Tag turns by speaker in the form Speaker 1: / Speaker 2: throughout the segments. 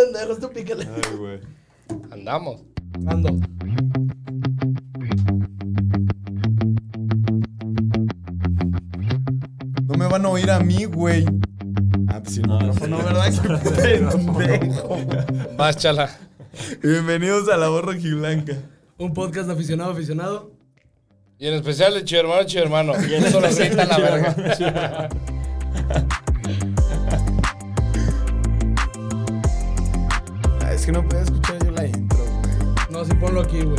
Speaker 1: pendejos, tú pícale.
Speaker 2: Ay, güey.
Speaker 3: Andamos.
Speaker 1: Ando.
Speaker 4: No me van a oír a mí, güey. Ah, pues sí, el micrófono, ¿verdad? Qué pendejo.
Speaker 3: Vas, chala.
Speaker 4: Bienvenidos a la voz rojiblanca.
Speaker 1: Un podcast de aficionado, aficionado.
Speaker 3: Y en especial de Chivo Hermano, Chivo Hermano. Solo grita la verga.
Speaker 4: Ah, es que no puedo escuchar yo la intro, güey.
Speaker 1: No, sí, ponlo aquí, güey.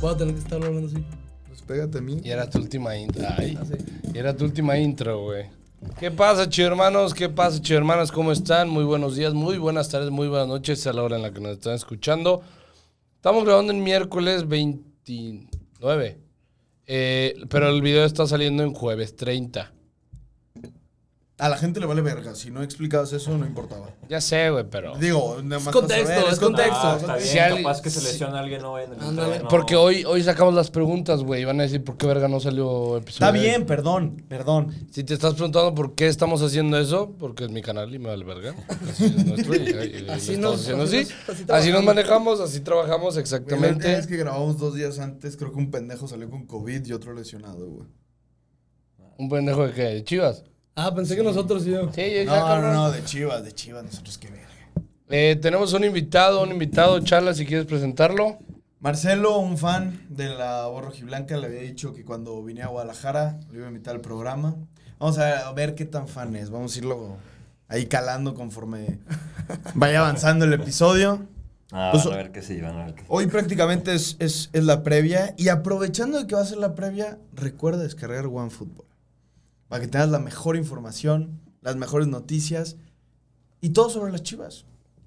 Speaker 1: Voy a tener que estarlo hablando así. Ah,
Speaker 4: Pues pégate a mí.
Speaker 3: Y era tu última intro. Ay.
Speaker 1: Así.
Speaker 3: Y era tu última intro, güey. ¿Qué pasa, chido hermanos? ¿Qué pasa, chido hermanas? ¿Cómo están? Muy buenos días, muy buenas tardes, muy buenas noches a la hora en la que nos están escuchando. Estamos grabando el miércoles 29. Eh, pero el video está saliendo en jueves 30.
Speaker 4: A la gente le vale verga. Si no explicabas eso, no importaba.
Speaker 3: Ya sé, güey, pero.
Speaker 4: Digo, nada más.
Speaker 1: contexto,
Speaker 4: para saber,
Speaker 1: es contexto.
Speaker 2: Ah, está bien,
Speaker 3: Si alguien-
Speaker 2: capaz que se
Speaker 3: si-
Speaker 2: lesiona a alguien hoy en el
Speaker 1: Ándale,
Speaker 2: entreno.
Speaker 3: Porque hoy, hoy sacamos las preguntas, güey. Y van a decir por qué verga no salió episodio.
Speaker 4: Está bien, perdón, perdón.
Speaker 3: Si te estás preguntando por qué estamos haciendo eso, porque es mi canal y me vale verga. Así es nuestro y, y- y lo
Speaker 1: Así
Speaker 3: estamos
Speaker 1: nos-
Speaker 3: haciendo
Speaker 1: así
Speaker 3: así.
Speaker 1: nos- así
Speaker 3: Así, nos
Speaker 1: trabajamos.
Speaker 3: manejamos, así trabajamos
Speaker 4: Güey, La última
Speaker 3: exactamente.
Speaker 4: vez que grabamos dos días antes, creo que un pendejo salió con COVID y otro lesionado, güey.
Speaker 3: Un pendejo de qué, de Chivas.
Speaker 1: Ah, pensé que nosotros y yo.
Speaker 3: Sí, yo
Speaker 4: No, no, no, de Chivas, de Chivas, nosotros qué verga.
Speaker 3: Eh, tenemos un invitado, un invitado, Charla, si quieres presentarlo.
Speaker 4: Marcelo, un fan de la voz rojiblanca, le había dicho que cuando vine a Guadalajara lo iba a invitar al programa. Vamos a ver qué tan fan es. Vamos a irlo ahí calando conforme vaya avanzando el episodio.
Speaker 5: Ah,
Speaker 4: Pues,
Speaker 5: van a ver qué sí, van a ver qué sí.
Speaker 4: Hoy prácticamente es, es- es la previa. Y aprovechando de que va a ser la previa, recuerda descargar OneFootball. Para que tengas la mejor información, las mejores noticias y todo sobre las chivas.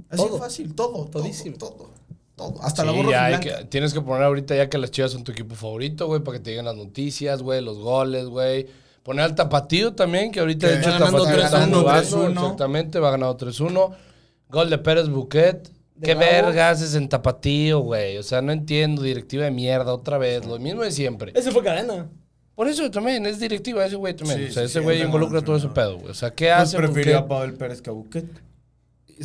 Speaker 4: Así
Speaker 1: Todo.
Speaker 4: de fácil, todo,
Speaker 1: Todísimo.
Speaker 4: todísimo. Todo, todo. Hasta la
Speaker 3: Sí,
Speaker 4: borra
Speaker 3: ya hay
Speaker 4: blanca.
Speaker 3: que- tienes que poner ahorita ya que las Chivas son tu equipo favorito, güey, para que te lleguen las noticias, güey, los goles, güey. Poner al Tapatío también, que ahorita
Speaker 4: Que
Speaker 3: de hecho el
Speaker 1: va ganando
Speaker 3: Tapatío está
Speaker 1: 3-1.
Speaker 3: jugando,
Speaker 4: 3-1.
Speaker 3: exactamente, va ganado 3-1. Gol de Pérez Buquet.
Speaker 1: De
Speaker 3: ¿Qué
Speaker 1: Gabo.
Speaker 3: verga haces en Tapatío, güey? O sea, no entiendo, directiva de mierda, otra vez, lo mismo de siempre.
Speaker 1: Ese fue cadena.
Speaker 3: Por eso también, es directiva ese güey también.
Speaker 4: Sí,
Speaker 3: o sea,
Speaker 4: sí, sí,
Speaker 3: ese güey
Speaker 4: entrenador,
Speaker 3: involucra todo ese
Speaker 4: entrenador.
Speaker 3: pedo, güey. O sea, ¿qué
Speaker 4: Pues
Speaker 3: hace?
Speaker 4: prefirió
Speaker 3: Buquet?
Speaker 4: a Pavel Pérez que a Buquet.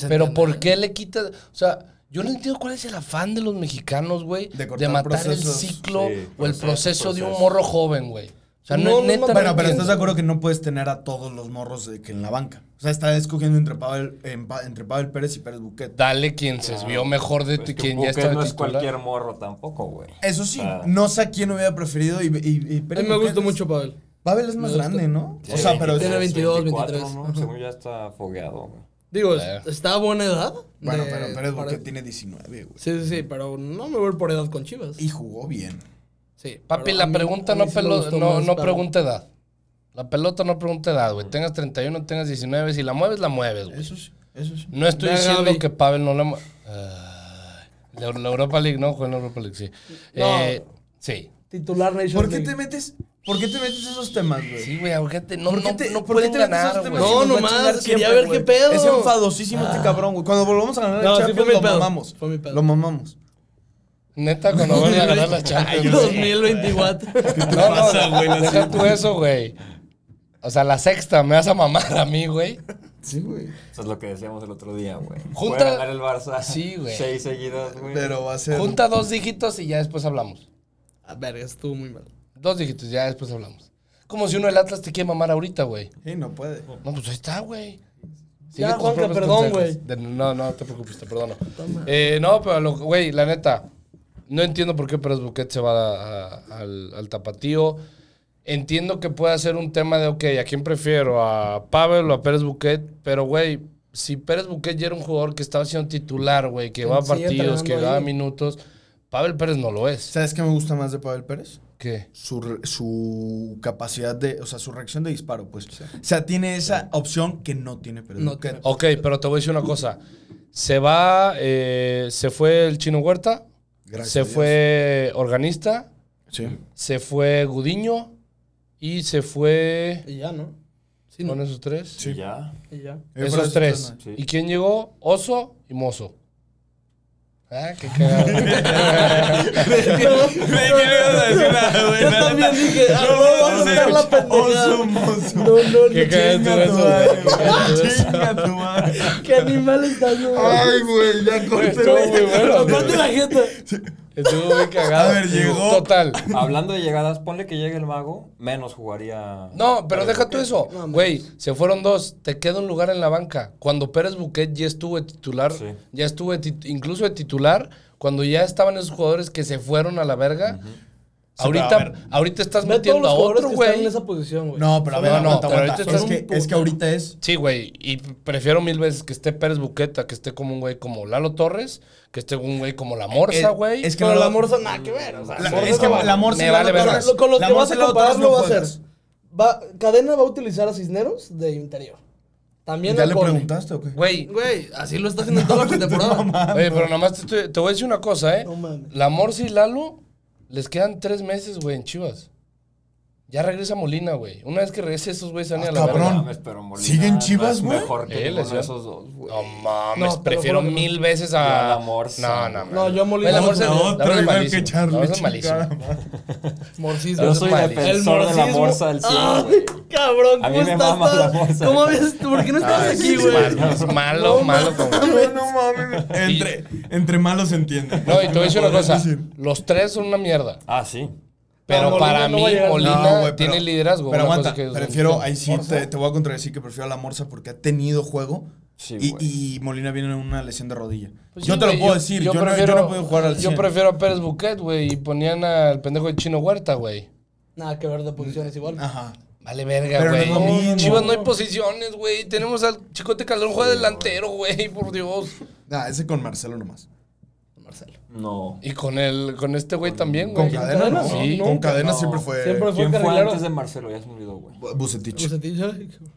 Speaker 3: Pero ¿por qué le quita? O sea, yo no entiendo cuál es el afán de los mexicanos, güey,
Speaker 4: De
Speaker 3: de,
Speaker 4: cortar
Speaker 3: matar
Speaker 4: procesos.
Speaker 3: el ciclo
Speaker 2: Sí,
Speaker 3: o el
Speaker 2: proceso,
Speaker 3: proceso de un
Speaker 2: proceso.
Speaker 3: morro joven, güey. O sea, no,
Speaker 1: No,
Speaker 3: es
Speaker 1: no,
Speaker 3: neta.
Speaker 1: no,
Speaker 3: no
Speaker 4: Bueno, pero
Speaker 3: entiendo.
Speaker 4: estás de acuerdo que no puedes tener a todos los morros de que en la banca. O sea, está escogiendo entre Pavel, en Pa- entre Pavel Pérez y Pérez Buquet.
Speaker 3: Dale quien se vio mejor de
Speaker 2: Pues
Speaker 3: ti,
Speaker 2: que
Speaker 3: quien ya
Speaker 2: Buque
Speaker 3: está
Speaker 2: no es
Speaker 3: titular.
Speaker 2: cualquier morro tampoco, güey.
Speaker 4: Eso sí,
Speaker 2: Ah.
Speaker 4: no sé a quién hubiera preferido y, y- y
Speaker 1: A mí
Speaker 4: Pérez
Speaker 1: me
Speaker 4: Buquet
Speaker 1: gustó
Speaker 4: es-
Speaker 1: mucho, Pavel.
Speaker 4: Pavel es más
Speaker 1: Me gusta.
Speaker 4: grande, ¿no?
Speaker 2: Sí,
Speaker 4: o sea, pero...
Speaker 1: tiene
Speaker 4: es-
Speaker 1: 22,
Speaker 2: 24,
Speaker 1: 23.
Speaker 2: ¿no? Según ya está fogueado, güey.
Speaker 1: Digo,
Speaker 3: Eh.
Speaker 1: es- está a buena edad.
Speaker 4: Bueno,
Speaker 1: de-
Speaker 4: pero Pérez
Speaker 1: para-
Speaker 4: Buquet tiene 19, güey.
Speaker 1: Sí, sí, sí, pero no me voy por edad con Chivas.
Speaker 4: Y jugó bien.
Speaker 1: Sí,
Speaker 3: Papi,
Speaker 1: pero a
Speaker 3: la
Speaker 1: mí-
Speaker 3: pregunta
Speaker 1: a mí
Speaker 3: no,
Speaker 1: sí me
Speaker 3: pelo-
Speaker 1: gustó
Speaker 3: no,
Speaker 1: más
Speaker 3: no
Speaker 1: Pavel.
Speaker 3: pregunta edad. La pelota no pregunta edad, güey. Tengas 31, tengas 19. Si la mueves, la mueves, güey.
Speaker 4: Eso sí, eso sí.
Speaker 3: No estoy
Speaker 1: Ve a
Speaker 3: diciendo
Speaker 1: Gaby.
Speaker 3: que Pavel no la... mu- Ay, La la Europa League, ¿no? Juega en la Europa League, sí.
Speaker 1: No.
Speaker 3: Eh, sí.
Speaker 1: Titular Nation
Speaker 4: ¿Por qué
Speaker 1: League.
Speaker 4: te metes, por qué te metes esos temas, güey?
Speaker 3: Sí, güey, ahorcate. No,
Speaker 4: ¿Por qué
Speaker 3: no,
Speaker 4: te-
Speaker 3: no
Speaker 4: por qué
Speaker 3: pueden
Speaker 4: te metes esos
Speaker 3: ganar,
Speaker 4: temas
Speaker 3: güey.
Speaker 4: que
Speaker 1: No,
Speaker 4: nos va a
Speaker 1: nomás,
Speaker 4: chingar
Speaker 1: quería
Speaker 4: siempre,
Speaker 1: ver
Speaker 4: güey?
Speaker 1: qué pedo. Ah.
Speaker 4: Es enfadosísimo este cabrón, güey. Cuando volvamos a ganar
Speaker 1: No,
Speaker 4: la
Speaker 1: sí
Speaker 4: Champions,
Speaker 1: fue mi
Speaker 4: lo
Speaker 1: pedo,
Speaker 4: mamamos.
Speaker 1: fue mi pedo.
Speaker 4: Lo mamamos.
Speaker 3: Neta, cuando van a ganar las
Speaker 1: Ay,
Speaker 3: Champions. güey.
Speaker 1: 2020 watt.
Speaker 3: No, no, deja tú eso, güey. O sea, la sexta, me vas a mamar a mí, güey.
Speaker 4: Sí, güey.
Speaker 2: Eso es lo que decíamos el otro día, güey.
Speaker 3: Junta-
Speaker 2: Puede ganar el Barça.
Speaker 3: Sí, güey.
Speaker 2: Seis seguidas, güey.
Speaker 4: Pero va a ser...
Speaker 3: Junta dos dígitos y ya después hablamos.
Speaker 1: A ver, Ah, estuvo muy mal.
Speaker 3: Dos dígitos, ya después hablamos. Como si uno del Atlas te quiere mamar ahorita, güey.
Speaker 4: Sí, no puede.
Speaker 3: No, pues ahí está, güey.
Speaker 1: Ya,
Speaker 3: tus
Speaker 1: Juanca,
Speaker 3: propios
Speaker 1: perdón,
Speaker 3: consejos.
Speaker 1: güey.
Speaker 3: De- No, no te preocupes, te perdono. Eh, no, pero, lo- güey, la neta, no entiendo por qué Pérez Buquet se va a- a- al, al tapatío. Entiendo que puede ser un tema de, ok, ¿a quién prefiero? ¿A Pavel o a Pérez Buquet? Pero, güey, si Pérez Buquet ya era un jugador que estaba siendo titular, güey, que
Speaker 1: Sigue
Speaker 3: va a partidos,
Speaker 1: entrenando
Speaker 3: que
Speaker 1: ahí.
Speaker 3: va a minutos, Pavel Pérez no lo es.
Speaker 4: ¿Sabes qué me gusta más de Pavel Pérez?
Speaker 3: ¿Qué?
Speaker 4: su, re- su capacidad de, o sea, su reacción de disparo, pues. O sea, tiene esa opción que no tiene Pérez
Speaker 1: No tiene.
Speaker 4: Buquet.
Speaker 3: Ok, pero te voy a decir una cosa. Se va, eh, se fue el Chino Huerta,
Speaker 4: Gracias a
Speaker 3: se
Speaker 4: Dios.
Speaker 3: fue Organista,
Speaker 4: Sí.
Speaker 3: se fue Gudiño y se fue...
Speaker 1: Y ya, ¿no? Sí,
Speaker 3: ¿Son
Speaker 1: no.
Speaker 3: esos tres?
Speaker 2: Sí. ya.
Speaker 1: Y ya.
Speaker 4: Fueron
Speaker 3: Esos tres.
Speaker 2: tres, ¿no? Sí.
Speaker 3: ¿Y quién llegó? Oso y Mozo. Ah, qué cagado.
Speaker 5: Yo también dije, ah, no, vamos a hacer la pendejada. No, no,
Speaker 3: Qué
Speaker 5: no.
Speaker 3: cagado
Speaker 4: Chinga tu
Speaker 3: eso,
Speaker 4: madre,
Speaker 3: güey.
Speaker 4: güey. Chinga tu madre.
Speaker 5: ¿Qué animal estás, güey?
Speaker 4: güey, ya
Speaker 3: Estuvo muy bueno.
Speaker 5: Aparte la gente.
Speaker 3: Estuvo muy cagado.
Speaker 4: A ver, llegó.
Speaker 3: Total.
Speaker 2: Hablando de llegadas, ponle que llegue el mago, menos jugaría.
Speaker 3: No, pero deja tú eso.
Speaker 5: No, hombre.
Speaker 3: Güey, se fueron dos. Te queda un lugar en la banca. Cuando Pérez Buquet ya estuvo de titular,
Speaker 2: Sí.
Speaker 3: ya estuvo de tit- incluso de titular, cuando ya estaban esos jugadores que se fueron a la verga,
Speaker 4: Sí, pero a
Speaker 3: ahorita,
Speaker 4: ver.
Speaker 3: ahorita estás
Speaker 5: Ve todos
Speaker 3: metiendo
Speaker 5: los
Speaker 3: a
Speaker 5: jugadores
Speaker 3: otro,
Speaker 5: que están en
Speaker 3: güey.
Speaker 5: esa posición, güey.
Speaker 4: No, pero a ver,
Speaker 3: No, no,
Speaker 4: aguanta,
Speaker 3: pero
Speaker 4: aguanta.
Speaker 3: ahorita estás
Speaker 4: Es que,
Speaker 5: un
Speaker 4: es que ahorita es.
Speaker 3: Sí, güey. Y prefiero mil veces que esté Pérez Buquet a que esté como un güey como Lalo Torres, que esté un güey como La Morsa,
Speaker 4: Eh,
Speaker 3: güey.
Speaker 4: es que
Speaker 5: pero
Speaker 4: no
Speaker 5: la
Speaker 4: lo-
Speaker 5: morsa nada que ver, o sea.
Speaker 4: La-
Speaker 5: Morsa
Speaker 4: es que
Speaker 5: no va-
Speaker 4: la morsa
Speaker 3: Me
Speaker 4: y
Speaker 3: vale
Speaker 4: Lalo
Speaker 3: verga.
Speaker 4: Torres-
Speaker 5: Lo- Con los
Speaker 4: la
Speaker 5: que vas
Speaker 4: morsa
Speaker 5: a
Speaker 4: y Lalo Torres
Speaker 5: compararlo
Speaker 4: no
Speaker 5: va a ser.
Speaker 4: juegas.
Speaker 5: Va, Cadena va a utilizar a Cisneros de interior. También
Speaker 4: ¿Ya
Speaker 5: al
Speaker 4: le
Speaker 5: Cone.
Speaker 4: preguntaste o qué?
Speaker 3: Güey,
Speaker 5: Güey, así lo está haciendo en toda la pretemporada.
Speaker 3: Oye, pero nomás te, estoy- te voy a decir una cosa, ¿eh?
Speaker 5: ah, No mames.
Speaker 3: la Morsi y Lalo les quedan tres meses, güey, en Chivas. Ya regresa Molina, güey. Una vez que regrese, esos güeyes salen
Speaker 4: Ah,
Speaker 3: a la
Speaker 4: cabrón.
Speaker 3: verga.
Speaker 2: Mames, pero Molina
Speaker 4: ¿Sigue en
Speaker 2: no es
Speaker 4: Chivas, güey?
Speaker 2: Mejor que
Speaker 3: Eh,
Speaker 2: ninguno
Speaker 3: lesión.
Speaker 2: de esos dos, güey.
Speaker 3: No mames,
Speaker 5: No, te lo
Speaker 3: prefiero
Speaker 5: juro que no.
Speaker 3: mil veces
Speaker 2: Yo a
Speaker 3: a.
Speaker 2: la
Speaker 3: No,
Speaker 2: Morsa.
Speaker 3: no, no.
Speaker 5: No, yo a Molina.
Speaker 3: Güey, la
Speaker 5: No,
Speaker 3: Morsa-
Speaker 5: no,
Speaker 3: la
Speaker 4: otro
Speaker 3: Morsa es
Speaker 4: igual que
Speaker 3: malísima.
Speaker 4: Charlie,
Speaker 3: La Morsa es
Speaker 4: chingada
Speaker 3: malísima.
Speaker 5: Morcismo.
Speaker 2: Yo soy
Speaker 3: El
Speaker 2: defensor de la
Speaker 5: morcismo.
Speaker 2: morsa del cielo,
Speaker 5: Ay,
Speaker 2: güey.
Speaker 5: cabrón,
Speaker 2: A mí
Speaker 5: ¿cómo
Speaker 2: me
Speaker 5: estás?
Speaker 2: mama la
Speaker 5: tan-
Speaker 2: morsa.
Speaker 5: ¿Cómo ves? ¿Por qué no estás
Speaker 3: Ay,
Speaker 5: aquí,
Speaker 3: Ah, es
Speaker 5: güey?
Speaker 3: malo, es malo, malo. como-
Speaker 4: No, no mames. Entre, entre malos se entiende.
Speaker 3: No, y te voy a decir una
Speaker 4: Podrías
Speaker 3: cosa.
Speaker 4: decir.
Speaker 3: Los tres son una mierda.
Speaker 2: Ah, sí.
Speaker 3: Pero
Speaker 5: Molina
Speaker 3: para
Speaker 5: no
Speaker 3: mí,
Speaker 5: va a llegar.
Speaker 3: Molina
Speaker 4: No, güey, pero-
Speaker 3: tiene liderazgo.
Speaker 4: Pero
Speaker 3: una cosa
Speaker 4: aguanta,
Speaker 3: que-
Speaker 4: prefiero, ahí sí
Speaker 3: Morsa.
Speaker 4: te, te voy a contradecir que prefiero a la Morsa porque ha tenido juego
Speaker 2: Sí,
Speaker 4: y-
Speaker 2: güey.
Speaker 4: y, Molina viene en una lesión de rodilla.
Speaker 3: Pues
Speaker 4: yo
Speaker 3: sí,
Speaker 4: te
Speaker 3: güey,
Speaker 4: lo puedo decir, yo, no, yo no puedo jugar al 100.
Speaker 3: Yo prefiero a Pérez Buquet, güey, y ponían al pendejo de Chino Huerta, güey.
Speaker 5: Nada que ver de posiciones igual.
Speaker 4: Ajá.
Speaker 3: Vale verga,
Speaker 4: Pero no es lo
Speaker 3: güey.
Speaker 4: mismo.
Speaker 3: Chivas, no hay posiciones, güey. Tenemos al Chicote Calderón juega delantero, güey, por Dios.
Speaker 4: Nah, ese con Marcelo nomás.
Speaker 5: Marcelo.
Speaker 2: No.
Speaker 3: Y con el con este güey también,
Speaker 4: Con
Speaker 3: güey.
Speaker 4: cadena,
Speaker 5: cadena,
Speaker 4: no.
Speaker 3: sí,
Speaker 4: con
Speaker 5: nunca,
Speaker 4: cadena
Speaker 2: no.
Speaker 4: siempre fue
Speaker 5: Siempre fue
Speaker 2: ¿Quién fue
Speaker 5: carrilero.
Speaker 2: antes de Marcelo? Ya se me olvidó, güey.
Speaker 4: Bu- Bucetich.
Speaker 5: Bucetich, ay, cabrón.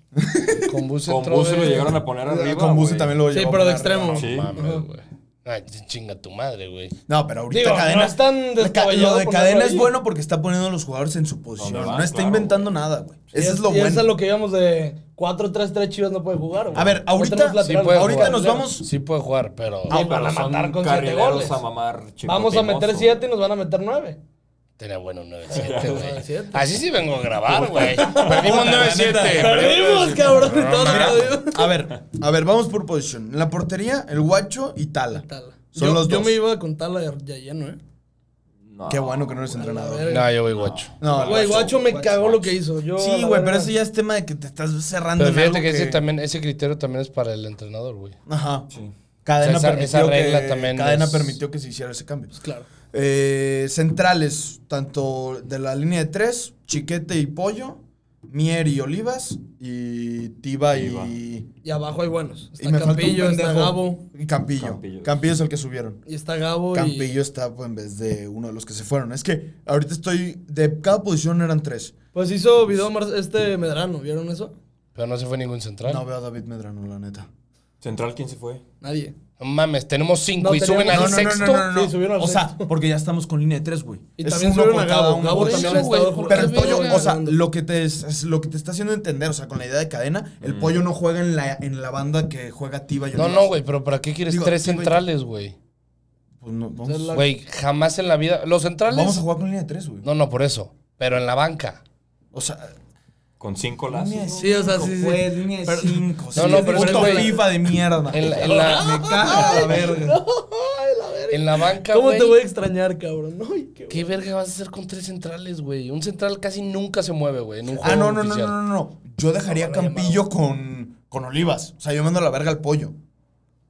Speaker 3: Con Buse
Speaker 2: Con
Speaker 3: entró
Speaker 2: Buse lo
Speaker 3: de-
Speaker 2: llegaron a poner arriba.
Speaker 4: con Buse
Speaker 2: güey.
Speaker 4: también lo
Speaker 5: Sí,
Speaker 4: llevó a
Speaker 5: pero de
Speaker 4: poner,
Speaker 5: extremo.
Speaker 4: ¿no?
Speaker 2: Sí.
Speaker 3: Mames, güey. Ay, chinga tu madre, güey.
Speaker 4: No, pero ahorita
Speaker 5: Digo, no
Speaker 4: cadena.
Speaker 5: es tan
Speaker 4: la ca-
Speaker 5: descabellado
Speaker 4: lo de
Speaker 5: ponerlo
Speaker 4: cadena
Speaker 5: ahí.
Speaker 4: es bueno porque está poniendo a los jugadores en su posición.
Speaker 2: Donde van,
Speaker 4: no está
Speaker 2: claro,
Speaker 4: inventando nada, güey.
Speaker 5: Y
Speaker 4: Eso es lo
Speaker 5: y
Speaker 4: bueno.
Speaker 5: Eso es lo que íbamos de 4-3-3 Chivas no puede jugar, güey.
Speaker 4: A ver,
Speaker 5: No
Speaker 4: ahorita-
Speaker 5: tenemos lateral,
Speaker 3: Sí
Speaker 5: güey.
Speaker 3: puede
Speaker 4: ahorita
Speaker 3: jugar.
Speaker 4: nos vamos-
Speaker 3: Sí puede jugar, pero
Speaker 5: Sí,
Speaker 2: No,
Speaker 5: van
Speaker 2: pero
Speaker 5: a
Speaker 2: son
Speaker 5: matar con siete
Speaker 2: carrileros
Speaker 5: goles.
Speaker 2: a mamar chico
Speaker 5: Vamos a meter
Speaker 2: timoso.
Speaker 5: 7 y nos van a meter 9.
Speaker 4: Eh,
Speaker 3: tenía bueno 9-7, güey.
Speaker 5: 9-7.
Speaker 3: Así sí vengo a grabar, güey. Perdimos 9-7.
Speaker 5: Perdimos, cabrón. y todos
Speaker 3: mames.
Speaker 5: perdimos.
Speaker 4: A ver, a ver, vamos por posición. En la portería, el guacho y Tala.
Speaker 5: Tala.
Speaker 4: Son
Speaker 5: yo,
Speaker 4: los
Speaker 5: yo
Speaker 4: dos.
Speaker 5: me iba con Tala de- de lleno, eh.
Speaker 2: No.
Speaker 4: Qué bueno que no eres
Speaker 5: A la
Speaker 4: entrenador.
Speaker 5: verga.
Speaker 3: No, yo voy guacho.
Speaker 4: No,
Speaker 5: Güey, Guacho me
Speaker 2: Guacho,
Speaker 5: cagó lo
Speaker 2: Guacho.
Speaker 5: que hizo. Yo,
Speaker 4: Sí,
Speaker 5: la
Speaker 4: güey, pero
Speaker 5: verdad,
Speaker 4: eso ya es tema de que te estás cerrando
Speaker 3: Pero
Speaker 4: en algo
Speaker 3: fíjate que, Ese,
Speaker 4: que-
Speaker 3: también, ese criterio también es para el entrenador, güey.
Speaker 4: Ajá.
Speaker 2: Sí.
Speaker 4: Cadena
Speaker 3: O sea, esa-
Speaker 4: permitió
Speaker 3: esa regla
Speaker 4: que,
Speaker 3: también
Speaker 4: cadena
Speaker 3: es-
Speaker 4: permitió que se hiciera ese cambio.
Speaker 5: pues, Claro.
Speaker 4: Eh, centrales, tanto de la línea de tres, Chiquete y Pollo, Mier y Olivas, y Tiba y...
Speaker 5: Y abajo hay buenos. Está
Speaker 4: y me falta un
Speaker 5: Campillo, está
Speaker 4: pendejo.
Speaker 5: Gabo.
Speaker 4: Y Campillo.
Speaker 2: Campillo.
Speaker 4: Campillo. es el que subieron.
Speaker 5: Y está Gabo y...
Speaker 4: Campillo está pues, en vez de uno de los que se fueron. Es que ahorita estoy... De cada posición eran tres.
Speaker 5: Pues hizo video Mar- este Medrano, ¿vieron eso?
Speaker 3: Pero no se fue ningún central.
Speaker 4: No veo a David Medrano, la neta.
Speaker 2: Central, ¿quién se fue?
Speaker 5: Nadie.
Speaker 3: No mames, tenemos cinco
Speaker 5: No,
Speaker 3: y suben al
Speaker 5: teníamos-
Speaker 4: no, No,
Speaker 3: sexto.
Speaker 4: no, no, no.
Speaker 5: Sí, subieron al
Speaker 4: o sea,
Speaker 5: sexto.
Speaker 4: porque ya estamos con línea de tres, güey.
Speaker 5: Y
Speaker 4: Es
Speaker 5: también
Speaker 4: uno
Speaker 5: subieron
Speaker 4: por
Speaker 5: a
Speaker 4: cada
Speaker 5: Gabo.
Speaker 4: uno,
Speaker 5: Gabo
Speaker 4: güey.
Speaker 5: también
Speaker 3: Sí,
Speaker 5: ha estado
Speaker 3: güey,
Speaker 5: jugando.
Speaker 4: Pero el
Speaker 3: Qué
Speaker 4: pollo,
Speaker 3: verga.
Speaker 4: o sea, lo que te es, es lo que te está haciendo entender, o sea, con la idea de cadena, el pollo no juega en la, en la banda que juega Tiba y
Speaker 3: Mm. No,
Speaker 4: Olivas.
Speaker 3: no, güey, pero ¿para qué quieres
Speaker 4: Digo,
Speaker 3: tres
Speaker 4: sí, güey.
Speaker 3: centrales, güey?
Speaker 4: Pues no,
Speaker 5: O sea,
Speaker 4: vamos,
Speaker 5: la-
Speaker 3: Güey, jamás en la vida. Los centrales.
Speaker 4: vamos a jugar con línea de tres, güey.
Speaker 3: No, no, por eso. Pero en la banca.
Speaker 4: O sea,
Speaker 2: Con cinco
Speaker 4: línea de
Speaker 2: lazos.
Speaker 5: Ah, Sí, o sea,
Speaker 4: cinco,
Speaker 5: sí, sí.
Speaker 4: güey, línea de
Speaker 5: Pero-
Speaker 4: cinco.
Speaker 3: No,
Speaker 4: sí,
Speaker 3: no,
Speaker 4: es
Speaker 3: pero
Speaker 4: puto
Speaker 3: es que-
Speaker 4: FIFA de mierda.
Speaker 3: En la, en Ah, la,
Speaker 4: Me caga la verga.
Speaker 5: Ay, la verga.
Speaker 3: en la banca,
Speaker 5: ¿Cómo
Speaker 3: güey.
Speaker 5: te voy a extrañar, cabrón? Ay, qué
Speaker 3: ¿Qué verga vas a hacer con tres centrales, güey? Un central casi nunca se mueve, güey. En un juego
Speaker 4: Ah, no, no, no,
Speaker 3: oficial.
Speaker 4: no, no, no. Yo dejaría a
Speaker 3: Ahora
Speaker 4: Campillo con, con Olivas. O sea, yo mando a la verga al pollo.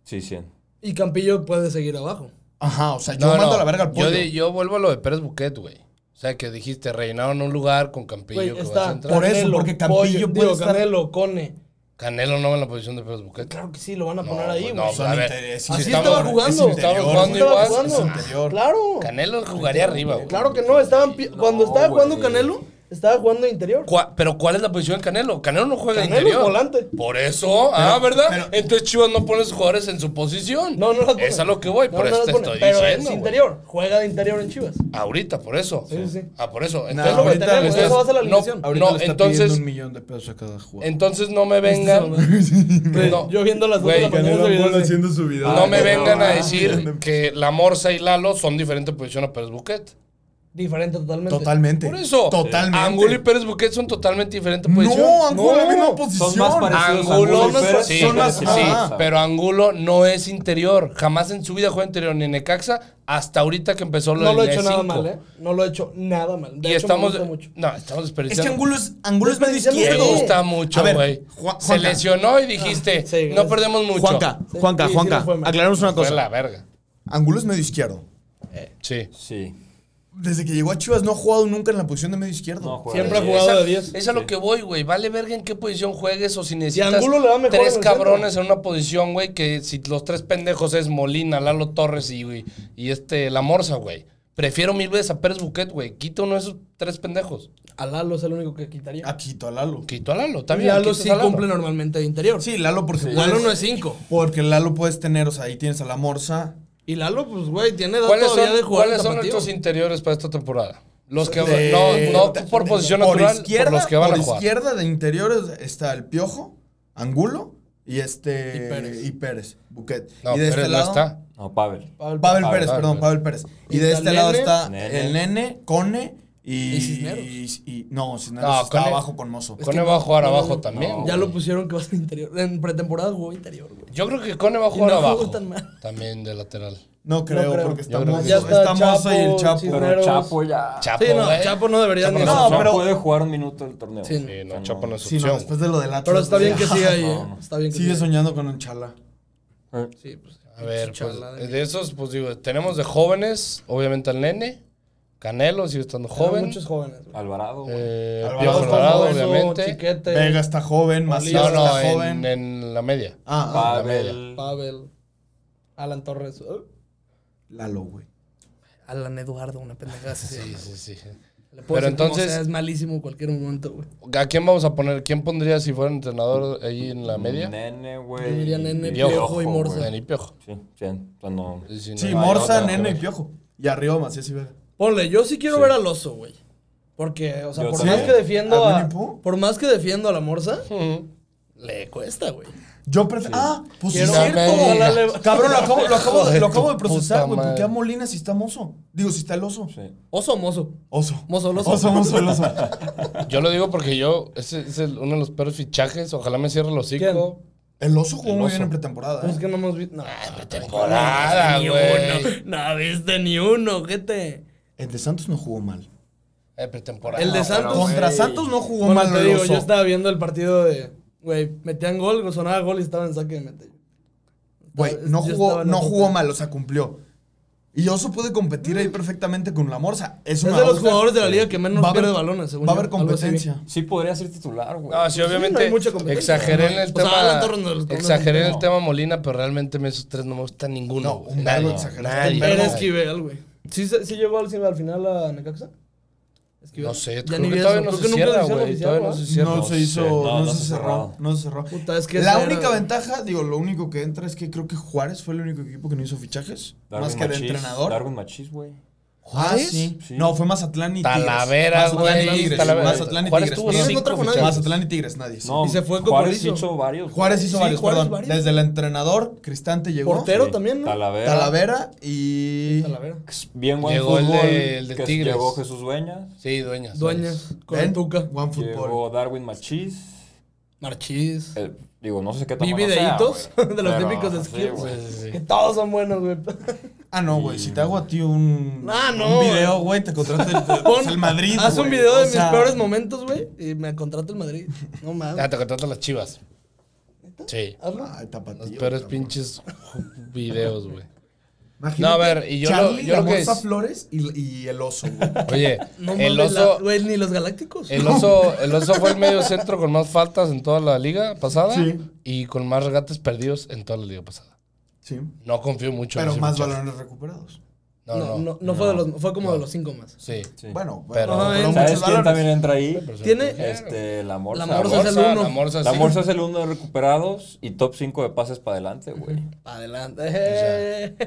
Speaker 2: Sí, cien.
Speaker 5: Y Campillo puede seguir abajo.
Speaker 4: Ajá, o sea, yo
Speaker 3: No,
Speaker 4: mando
Speaker 3: no.
Speaker 4: a la verga al pollo.
Speaker 3: Yo, di- yo vuelvo a lo de Pérez Buquet, güey. O sea, que dijiste, rellenaron un lugar con Campillo.
Speaker 5: Güey,
Speaker 3: que va a
Speaker 5: está
Speaker 3: centrar.
Speaker 4: Por eso, porque Campillo
Speaker 5: Pollo,
Speaker 4: puede
Speaker 5: digo,
Speaker 4: estar-
Speaker 5: Canelo, Cone.
Speaker 3: Canelo no va en la posición de Pérez Buquet.
Speaker 5: Claro que sí, lo van a poner
Speaker 3: No,
Speaker 5: ahí,
Speaker 3: güey,
Speaker 5: güey.
Speaker 3: no,
Speaker 4: Son
Speaker 3: a ver,
Speaker 4: interes-
Speaker 3: si
Speaker 5: Así
Speaker 3: estamos-
Speaker 5: estaba jugando.
Speaker 4: es interior,
Speaker 3: Estamos jugando
Speaker 5: Así estaba
Speaker 3: igual.
Speaker 5: jugando.
Speaker 4: Es interior.
Speaker 5: Claro.
Speaker 3: Canelo jugaría arriba, güey.
Speaker 5: Claro que no, estaban pi-
Speaker 2: No,
Speaker 5: cuando estaba
Speaker 2: güey.
Speaker 5: jugando Canelo, Estaba jugando interior.
Speaker 3: ¿Cuá- pero ¿cuál es la posición de Canelo? Canelo no juega de
Speaker 5: Canelo es
Speaker 3: interior.
Speaker 5: volante.
Speaker 3: Por eso, ah, ¿verdad?
Speaker 4: pero-
Speaker 3: Entonces Chivas no pone sus jugadores en su posición.
Speaker 5: No, no las pone.
Speaker 3: Es a lo que voy,
Speaker 5: No,
Speaker 3: por
Speaker 5: no
Speaker 3: eso
Speaker 5: las
Speaker 3: te
Speaker 5: pone,
Speaker 3: estoy
Speaker 5: pero
Speaker 3: diciendo.
Speaker 5: es
Speaker 3: güey.
Speaker 5: interior. Juega de interior en Chivas.
Speaker 3: Ahorita, por eso.
Speaker 5: Sí, sí, sí.
Speaker 3: Ah, por eso.
Speaker 5: Lo
Speaker 4: No,
Speaker 5: que
Speaker 4: ahorita-
Speaker 5: tenemos,
Speaker 4: entonces-
Speaker 5: eso va a ser la
Speaker 3: no,
Speaker 5: alineación.
Speaker 4: Ahorita le está
Speaker 3: entonces-
Speaker 4: pidiendo un millón de pesos a cada jugador.
Speaker 3: Entonces no me vengan. No.
Speaker 5: Este Yo viendo las dos de
Speaker 3: Güey,
Speaker 5: la mañana
Speaker 4: Canelo
Speaker 5: ese video,
Speaker 4: Angulo
Speaker 5: sí.
Speaker 4: haciendo su video.
Speaker 3: No me
Speaker 2: Ah,
Speaker 3: vengan a
Speaker 2: ah,
Speaker 3: decir que la Morsa y Lalo son diferentes posiciones a Pérez Buquet.
Speaker 5: Diferente totalmente.
Speaker 4: Totalmente.
Speaker 3: Por eso.
Speaker 4: Totalmente.
Speaker 3: Angulo y Pérez Buquet son totalmente diferentes posiciones.
Speaker 4: No, Angulo es la misma
Speaker 5: No,
Speaker 4: posición.
Speaker 2: son más parecidos.
Speaker 3: Angulo,
Speaker 2: Angulo y Pérez.
Speaker 3: sí,
Speaker 4: Son más-
Speaker 3: sí,
Speaker 4: ajá.
Speaker 3: pero Angulo no es interior. Jamás en su vida juega interior ni en Necaxa hasta ahorita que empezó lo
Speaker 5: No
Speaker 3: del
Speaker 5: lo he hecho
Speaker 3: E5.
Speaker 5: nada mal, ¿eh? No lo he hecho nada mal. De
Speaker 3: y
Speaker 5: hecho,
Speaker 3: estamos
Speaker 5: me gusta mucho.
Speaker 3: No, estamos
Speaker 4: Es que
Speaker 3: desperdiciando.
Speaker 4: Angulo es, Angulo es medio
Speaker 5: Ya me
Speaker 3: me
Speaker 5: Diego.
Speaker 4: izquierdo.
Speaker 3: gusta mucho,
Speaker 6: A ver,
Speaker 3: güey.
Speaker 6: Ju-
Speaker 3: Se
Speaker 6: Juanca.
Speaker 3: lesionó y dijiste,
Speaker 5: Ah, sí,
Speaker 3: no
Speaker 5: gracias.
Speaker 3: perdemos mucho.
Speaker 6: Juanca,
Speaker 5: Sí,
Speaker 6: Juanca,
Speaker 5: sí, sí
Speaker 6: Juanca,
Speaker 5: lo fue, man.
Speaker 6: aclaramos una
Speaker 3: Fue
Speaker 6: cosa.
Speaker 3: la verga.
Speaker 4: Angulo es medio izquierdo.
Speaker 3: Sí.
Speaker 2: Sí.
Speaker 4: Desde que llegó a Chivas no ha jugado nunca en la posición de medio izquierdo.
Speaker 2: No juega.
Speaker 5: Siempre ha
Speaker 2: de-
Speaker 5: jugado
Speaker 3: Esa-
Speaker 5: de 10.
Speaker 3: Es a lo que voy, güey. Vale verga en qué posición juegues o si necesitas
Speaker 5: Angulo le va mejor en
Speaker 3: tres
Speaker 5: el
Speaker 3: cabrones en una posición, güey, que si los tres pendejos es Molina, Lalo Torres y, güey, y este, La Morsa, güey. Prefiero mil veces a Pérez Buquet, güey. Quita uno de esos tres pendejos.
Speaker 5: A Lalo es el único que quitaría.
Speaker 4: A Quito, a Lalo.
Speaker 3: Quito a Lalo, Ah, está bien.
Speaker 5: Lalo
Speaker 3: quitas
Speaker 5: sí
Speaker 3: a Lalo.
Speaker 5: cumple normalmente de interior.
Speaker 4: Sí, Lalo porque
Speaker 5: Lalo
Speaker 4: puedes-
Speaker 5: no es 5.
Speaker 4: Porque Lalo puedes tener, o sea, ahí tienes a la Morsa.
Speaker 5: Y Lalo, pues, güey, tiene edad
Speaker 3: ¿Cuáles
Speaker 5: todavía
Speaker 3: son,
Speaker 5: de jugar
Speaker 3: cuáles
Speaker 5: en
Speaker 3: son
Speaker 5: tapatío.
Speaker 3: nuestros interiores para esta temporada? Los que
Speaker 4: De-
Speaker 3: no, no por posición natural, por los que van
Speaker 4: por
Speaker 3: a jugar.
Speaker 4: izquierda de interiores está el Piojo, Angulo y este
Speaker 5: Y Pérez.
Speaker 4: y Pérez, Buquet.
Speaker 3: No,
Speaker 4: y de
Speaker 3: Pérez
Speaker 4: este
Speaker 3: no
Speaker 4: lado
Speaker 3: está. Ah,
Speaker 2: No, Pavel.
Speaker 5: Pavel
Speaker 4: Pavel
Speaker 5: Pérez.
Speaker 4: Pérez,
Speaker 3: Pavel
Speaker 4: perdón, Pavel Pérez. Y
Speaker 5: Y
Speaker 4: de
Speaker 5: está
Speaker 4: este
Speaker 5: el
Speaker 4: lado
Speaker 5: Nene.
Speaker 4: está
Speaker 2: Nene.
Speaker 4: el Nene, Cone y
Speaker 5: Y Cisneros.
Speaker 4: y- no, Cisneros
Speaker 3: No,
Speaker 4: está
Speaker 3: Cone-
Speaker 4: abajo con Mozo.
Speaker 3: Cone va a jugar
Speaker 5: no,
Speaker 3: abajo
Speaker 5: no,
Speaker 3: también.
Speaker 2: no.
Speaker 5: Ya
Speaker 3: güey.
Speaker 5: lo pusieron que va a ser interior. En pretemporada jugó interior, güey.
Speaker 3: Yo creo que Cone va a jugar
Speaker 5: no jugó
Speaker 3: abajo.
Speaker 5: tan mal.
Speaker 3: También de lateral.
Speaker 4: No creo,
Speaker 5: No creo.
Speaker 4: porque está
Speaker 3: Yo creo
Speaker 4: Mozo,
Speaker 3: que
Speaker 5: Ya
Speaker 3: sí.
Speaker 5: está
Speaker 4: está Mozo y el
Speaker 5: Chapo,
Speaker 4: Chapo.
Speaker 5: Cisneros.
Speaker 2: Pero Chapo ya.
Speaker 3: Chapo,
Speaker 5: Sí, no,
Speaker 3: güey.
Speaker 5: Chapo no debería
Speaker 3: Chapo
Speaker 5: ni
Speaker 3: no
Speaker 5: estar.
Speaker 4: No,
Speaker 2: No
Speaker 4: pero-
Speaker 2: puede jugar un minuto del torneo.
Speaker 5: Sí, no.
Speaker 3: Sí,
Speaker 2: O
Speaker 3: no,
Speaker 2: sea,
Speaker 3: Chapo no es
Speaker 4: Sí, no,
Speaker 3: opción.
Speaker 4: después de lo del Atlas.
Speaker 5: Pero está bien que
Speaker 4: ya.
Speaker 5: siga ahí,
Speaker 2: No,
Speaker 5: ¿eh?
Speaker 2: no.
Speaker 5: Está bien que
Speaker 4: Sigue
Speaker 5: siga.
Speaker 4: soñando con un chala.
Speaker 2: Eh,
Speaker 5: Sí, pues.
Speaker 3: A ver, pues,
Speaker 5: Chala de-
Speaker 3: de esos, pues digo, tenemos de jóvenes, obviamente al nene, Canelo sigue estando joven,
Speaker 5: Muchos jóvenes, güey.
Speaker 2: Alvarado. güey.
Speaker 3: eh,
Speaker 4: Alvarado
Speaker 3: Piojo
Speaker 4: está
Speaker 3: Alvarado,
Speaker 5: Alonso,
Speaker 3: obviamente.
Speaker 5: Chiquete,
Speaker 4: Vega está joven, Macías
Speaker 3: No, no,
Speaker 4: está
Speaker 3: en,
Speaker 4: joven.
Speaker 3: en la media.
Speaker 4: Ah, ah,
Speaker 2: Pavel.
Speaker 5: Pavel, Alan Torres. uh,
Speaker 4: Lalo, güey.
Speaker 5: Alan Eduardo, una pendejada así. se
Speaker 3: Sí,
Speaker 5: llama.
Speaker 3: sí, sí.
Speaker 5: Le puedo
Speaker 3: Pero
Speaker 5: decir como
Speaker 3: entonces-
Speaker 5: sea, es malísimo en cualquier momento, güey.
Speaker 3: ¿A quién vamos a poner? ¿Quién pondría si fuera entrenador ahí en la media?
Speaker 2: Nene,
Speaker 5: Yo
Speaker 2: güey.
Speaker 5: diría Nene,
Speaker 2: y
Speaker 3: Piojo
Speaker 5: y
Speaker 2: güey.
Speaker 5: Morza.
Speaker 3: Nene y Piojo.
Speaker 2: Sí, sí. O sea, no.
Speaker 3: no
Speaker 4: Sí,
Speaker 3: hay
Speaker 4: Morza,
Speaker 3: otra,
Speaker 4: Nene y
Speaker 3: güey.
Speaker 4: Piojo. Y arriba Macías y Vega.
Speaker 5: Ponle, yo sí quiero ver al oso, güey. Porque, o sea,
Speaker 2: Yo
Speaker 5: por
Speaker 2: también.
Speaker 5: más que defiendo
Speaker 4: ¿A
Speaker 5: a,
Speaker 4: Winnie Pooh?
Speaker 5: por más que defiendo a la morsa,
Speaker 3: Ujú.
Speaker 5: le cuesta, güey.
Speaker 4: Yo prefiero. Ah, pues sí es
Speaker 5: Quiero-
Speaker 4: cierto.
Speaker 5: Ojalá le-
Speaker 4: Cabrón, lo acabo, lo acabo,
Speaker 3: Hijo
Speaker 4: de,
Speaker 3: de
Speaker 4: lo acabo
Speaker 3: tu
Speaker 4: de procesar,
Speaker 3: puta
Speaker 4: güey. ¿Por
Speaker 3: madre.
Speaker 4: qué a Molina si está mozo? Digo, si está el oso.
Speaker 2: Sí.
Speaker 5: Oso o mozo.
Speaker 4: Oso.
Speaker 5: Mozo, el oso.
Speaker 4: Oso, mozo, el oso.
Speaker 3: Yo lo digo porque yo, ese es el- uno de los peores fichajes, ojalá me cierre el hocico.
Speaker 4: El oso jugó
Speaker 3: El
Speaker 4: muy
Speaker 3: oso.
Speaker 4: bien en pretemporada.
Speaker 5: Pues es
Speaker 4: ¿eh?
Speaker 5: que no hemos visto. No,
Speaker 3: Temporada, Ah, güey.
Speaker 5: no viste ni uno, gente.
Speaker 4: El de Santos no jugó mal.
Speaker 3: Eh, pretemporada.
Speaker 5: El de Santos.
Speaker 4: Contra
Speaker 2: güey.
Speaker 4: Santos no jugó
Speaker 5: Bueno,
Speaker 4: mal
Speaker 5: te
Speaker 4: el
Speaker 5: digo,
Speaker 4: oso.
Speaker 5: yo estaba viendo el partido de. Güey, metían gol, sonaba gol y estaba en saque de meta.
Speaker 4: Güey,
Speaker 5: Estaba-
Speaker 4: no
Speaker 5: yo
Speaker 4: jugó,
Speaker 5: estaba en
Speaker 4: no
Speaker 5: otro
Speaker 4: jugó
Speaker 5: plan.
Speaker 4: mal, o sea, cumplió. Y Oso puede competir ahí perfectamente con la Morsa. Es,
Speaker 5: Mm. Es
Speaker 4: una
Speaker 5: de los
Speaker 4: babosa.
Speaker 5: jugadores de la liga que menos
Speaker 4: Va a haber-
Speaker 5: pierde balones, según
Speaker 4: Va a
Speaker 5: yo,
Speaker 4: haber
Speaker 5: algo así.
Speaker 4: competencia.
Speaker 2: Sí podría ser titular, güey.
Speaker 3: No, Ah, sí,
Speaker 5: no pues. hay
Speaker 3: obviamente.
Speaker 5: mucha competencia,
Speaker 3: exageré en
Speaker 5: ¿no?
Speaker 3: el
Speaker 5: O sea, Alan
Speaker 3: tema.
Speaker 5: Torres no los- no los
Speaker 3: exageré en el
Speaker 2: metió.
Speaker 3: tema Molina, pero realmente me esos tres no me gusta ninguno.
Speaker 4: No,
Speaker 3: güey.
Speaker 4: un vergo
Speaker 3: Nadie,
Speaker 4: exagerado.
Speaker 3: nadie.
Speaker 4: Un vergo.
Speaker 5: Era Esquivel, güey. ¿Sí, se- sí llegó al, al final a Necaxa? Esquivel.
Speaker 3: No sé,
Speaker 5: Ya
Speaker 3: creo
Speaker 5: ni
Speaker 3: que
Speaker 5: vi
Speaker 3: todavía
Speaker 5: eso.
Speaker 3: no
Speaker 5: Creo
Speaker 3: se
Speaker 5: que nunca lo
Speaker 3: cierra,
Speaker 5: hicieron
Speaker 3: güey.
Speaker 5: oficial,
Speaker 3: Todavía no
Speaker 5: ¿no?
Speaker 3: se cierra.
Speaker 4: No se hizo,
Speaker 3: sé.
Speaker 4: no,
Speaker 2: no, no
Speaker 4: se,
Speaker 2: se
Speaker 4: cerró,
Speaker 2: cerró.
Speaker 4: no se cerró.
Speaker 5: Puta, es que
Speaker 4: la
Speaker 5: esa era-
Speaker 4: única ventaja, digo, lo único que entra es que creo que Juárez fue el único equipo que no hizo fichajes,
Speaker 2: Darwin
Speaker 4: más que de
Speaker 2: Machís,
Speaker 4: entrenador.
Speaker 2: Darwin Machís, güey.
Speaker 4: Ah, sí.
Speaker 2: Sí.
Speaker 4: No, fue Mazatlán y
Speaker 3: Talavera,
Speaker 4: Tigres. Mazatlán y
Speaker 3: güey,
Speaker 4: Tigres.
Speaker 3: Talavera.
Speaker 4: Mazatlán y
Speaker 3: Juárez
Speaker 4: Tigres.
Speaker 3: tuvo
Speaker 4: Tigres
Speaker 5: cinco
Speaker 4: trajo a nadie.
Speaker 5: fichajes.
Speaker 4: Mazatlán y Tigres, nadie. sí.
Speaker 2: No,
Speaker 5: Y se fue con
Speaker 2: Juárez
Speaker 5: Corizo.
Speaker 2: hizo varios.
Speaker 4: Juárez hizo
Speaker 5: Sí,
Speaker 4: varios,
Speaker 5: Juárez
Speaker 4: perdón.
Speaker 5: varios.
Speaker 4: Desde el entrenador, Cristante llegó.
Speaker 5: Portero. Pero también, ¿no?
Speaker 2: Talavera.
Speaker 4: Talavera y...
Speaker 5: Talavera.
Speaker 2: Bien buen
Speaker 3: Llegó el
Speaker 2: fútbol.
Speaker 3: de- el de
Speaker 2: que
Speaker 3: Tigres.
Speaker 2: Llegó Jesús Dueñas.
Speaker 3: Sí, dueñas.
Speaker 5: Dueñas, con
Speaker 4: Ben,
Speaker 5: Tuca,
Speaker 4: One Football.
Speaker 2: Llegó Darwin Machís.
Speaker 5: Marchís.
Speaker 2: Eh, digo, no sé qué tan
Speaker 5: Vi
Speaker 2: bueno sea,
Speaker 5: videitos
Speaker 2: güey.
Speaker 5: de los
Speaker 2: Pero,
Speaker 5: típicos de
Speaker 2: sí,
Speaker 5: Skills.
Speaker 2: güey.
Speaker 3: Sí, sí,
Speaker 5: que
Speaker 3: sí.
Speaker 5: todos son buenos, güey.
Speaker 4: Ah, no, güey. Si te hago a ti un,
Speaker 5: Ah, no,
Speaker 4: un video,
Speaker 5: güey.
Speaker 4: güey, te contrata el,
Speaker 5: Pon-
Speaker 4: el Madrid.
Speaker 5: Haz un
Speaker 4: güey.
Speaker 5: video
Speaker 4: O
Speaker 5: de mis
Speaker 4: sea,
Speaker 5: peores momentos, güey, y me contrata el Madrid. No
Speaker 3: Ah,
Speaker 5: mames.
Speaker 3: te contratan las chivas. Sí.
Speaker 5: Hazlo.
Speaker 4: Ay,
Speaker 3: Los
Speaker 4: tapatío.
Speaker 3: peores pinches videos, güey.
Speaker 4: Imagínate
Speaker 3: No, a ver, y yo lo-
Speaker 4: Charlie,
Speaker 3: yo lo
Speaker 4: la
Speaker 3: que
Speaker 4: Morsa
Speaker 3: es-
Speaker 4: Flores y, y el oso, güey.
Speaker 3: Oye,
Speaker 5: No
Speaker 3: el
Speaker 5: mames,
Speaker 3: oso.
Speaker 5: la- güey, ni los galácticos.
Speaker 3: El oso, el oso fue el medio centro con más faltas en toda la liga pasada y con más regates perdidos en toda la liga pasada.
Speaker 4: Sí.
Speaker 3: No confío mucho en
Speaker 4: Pero
Speaker 3: ese
Speaker 4: más
Speaker 3: fichaje.
Speaker 4: balones recuperados.
Speaker 3: No,
Speaker 5: No,
Speaker 3: no,
Speaker 5: no, no fue de los, fue como de los cinco más.
Speaker 3: Sí.
Speaker 2: Sí.
Speaker 4: Bueno, bueno,
Speaker 3: Pero-
Speaker 5: Ajá, ¿eh?
Speaker 4: pero
Speaker 2: Ah, ¿Sabes
Speaker 4: muchos
Speaker 2: quién
Speaker 4: valores.
Speaker 2: también entra ahí?
Speaker 5: Tiene-
Speaker 2: Este, la morsa.
Speaker 5: La Morsa es el uno.
Speaker 3: La morsa,
Speaker 2: La
Speaker 3: sí.
Speaker 2: Morsa es el uno de recuperados y top 5 de pases para adelante, güey.
Speaker 5: Adelante.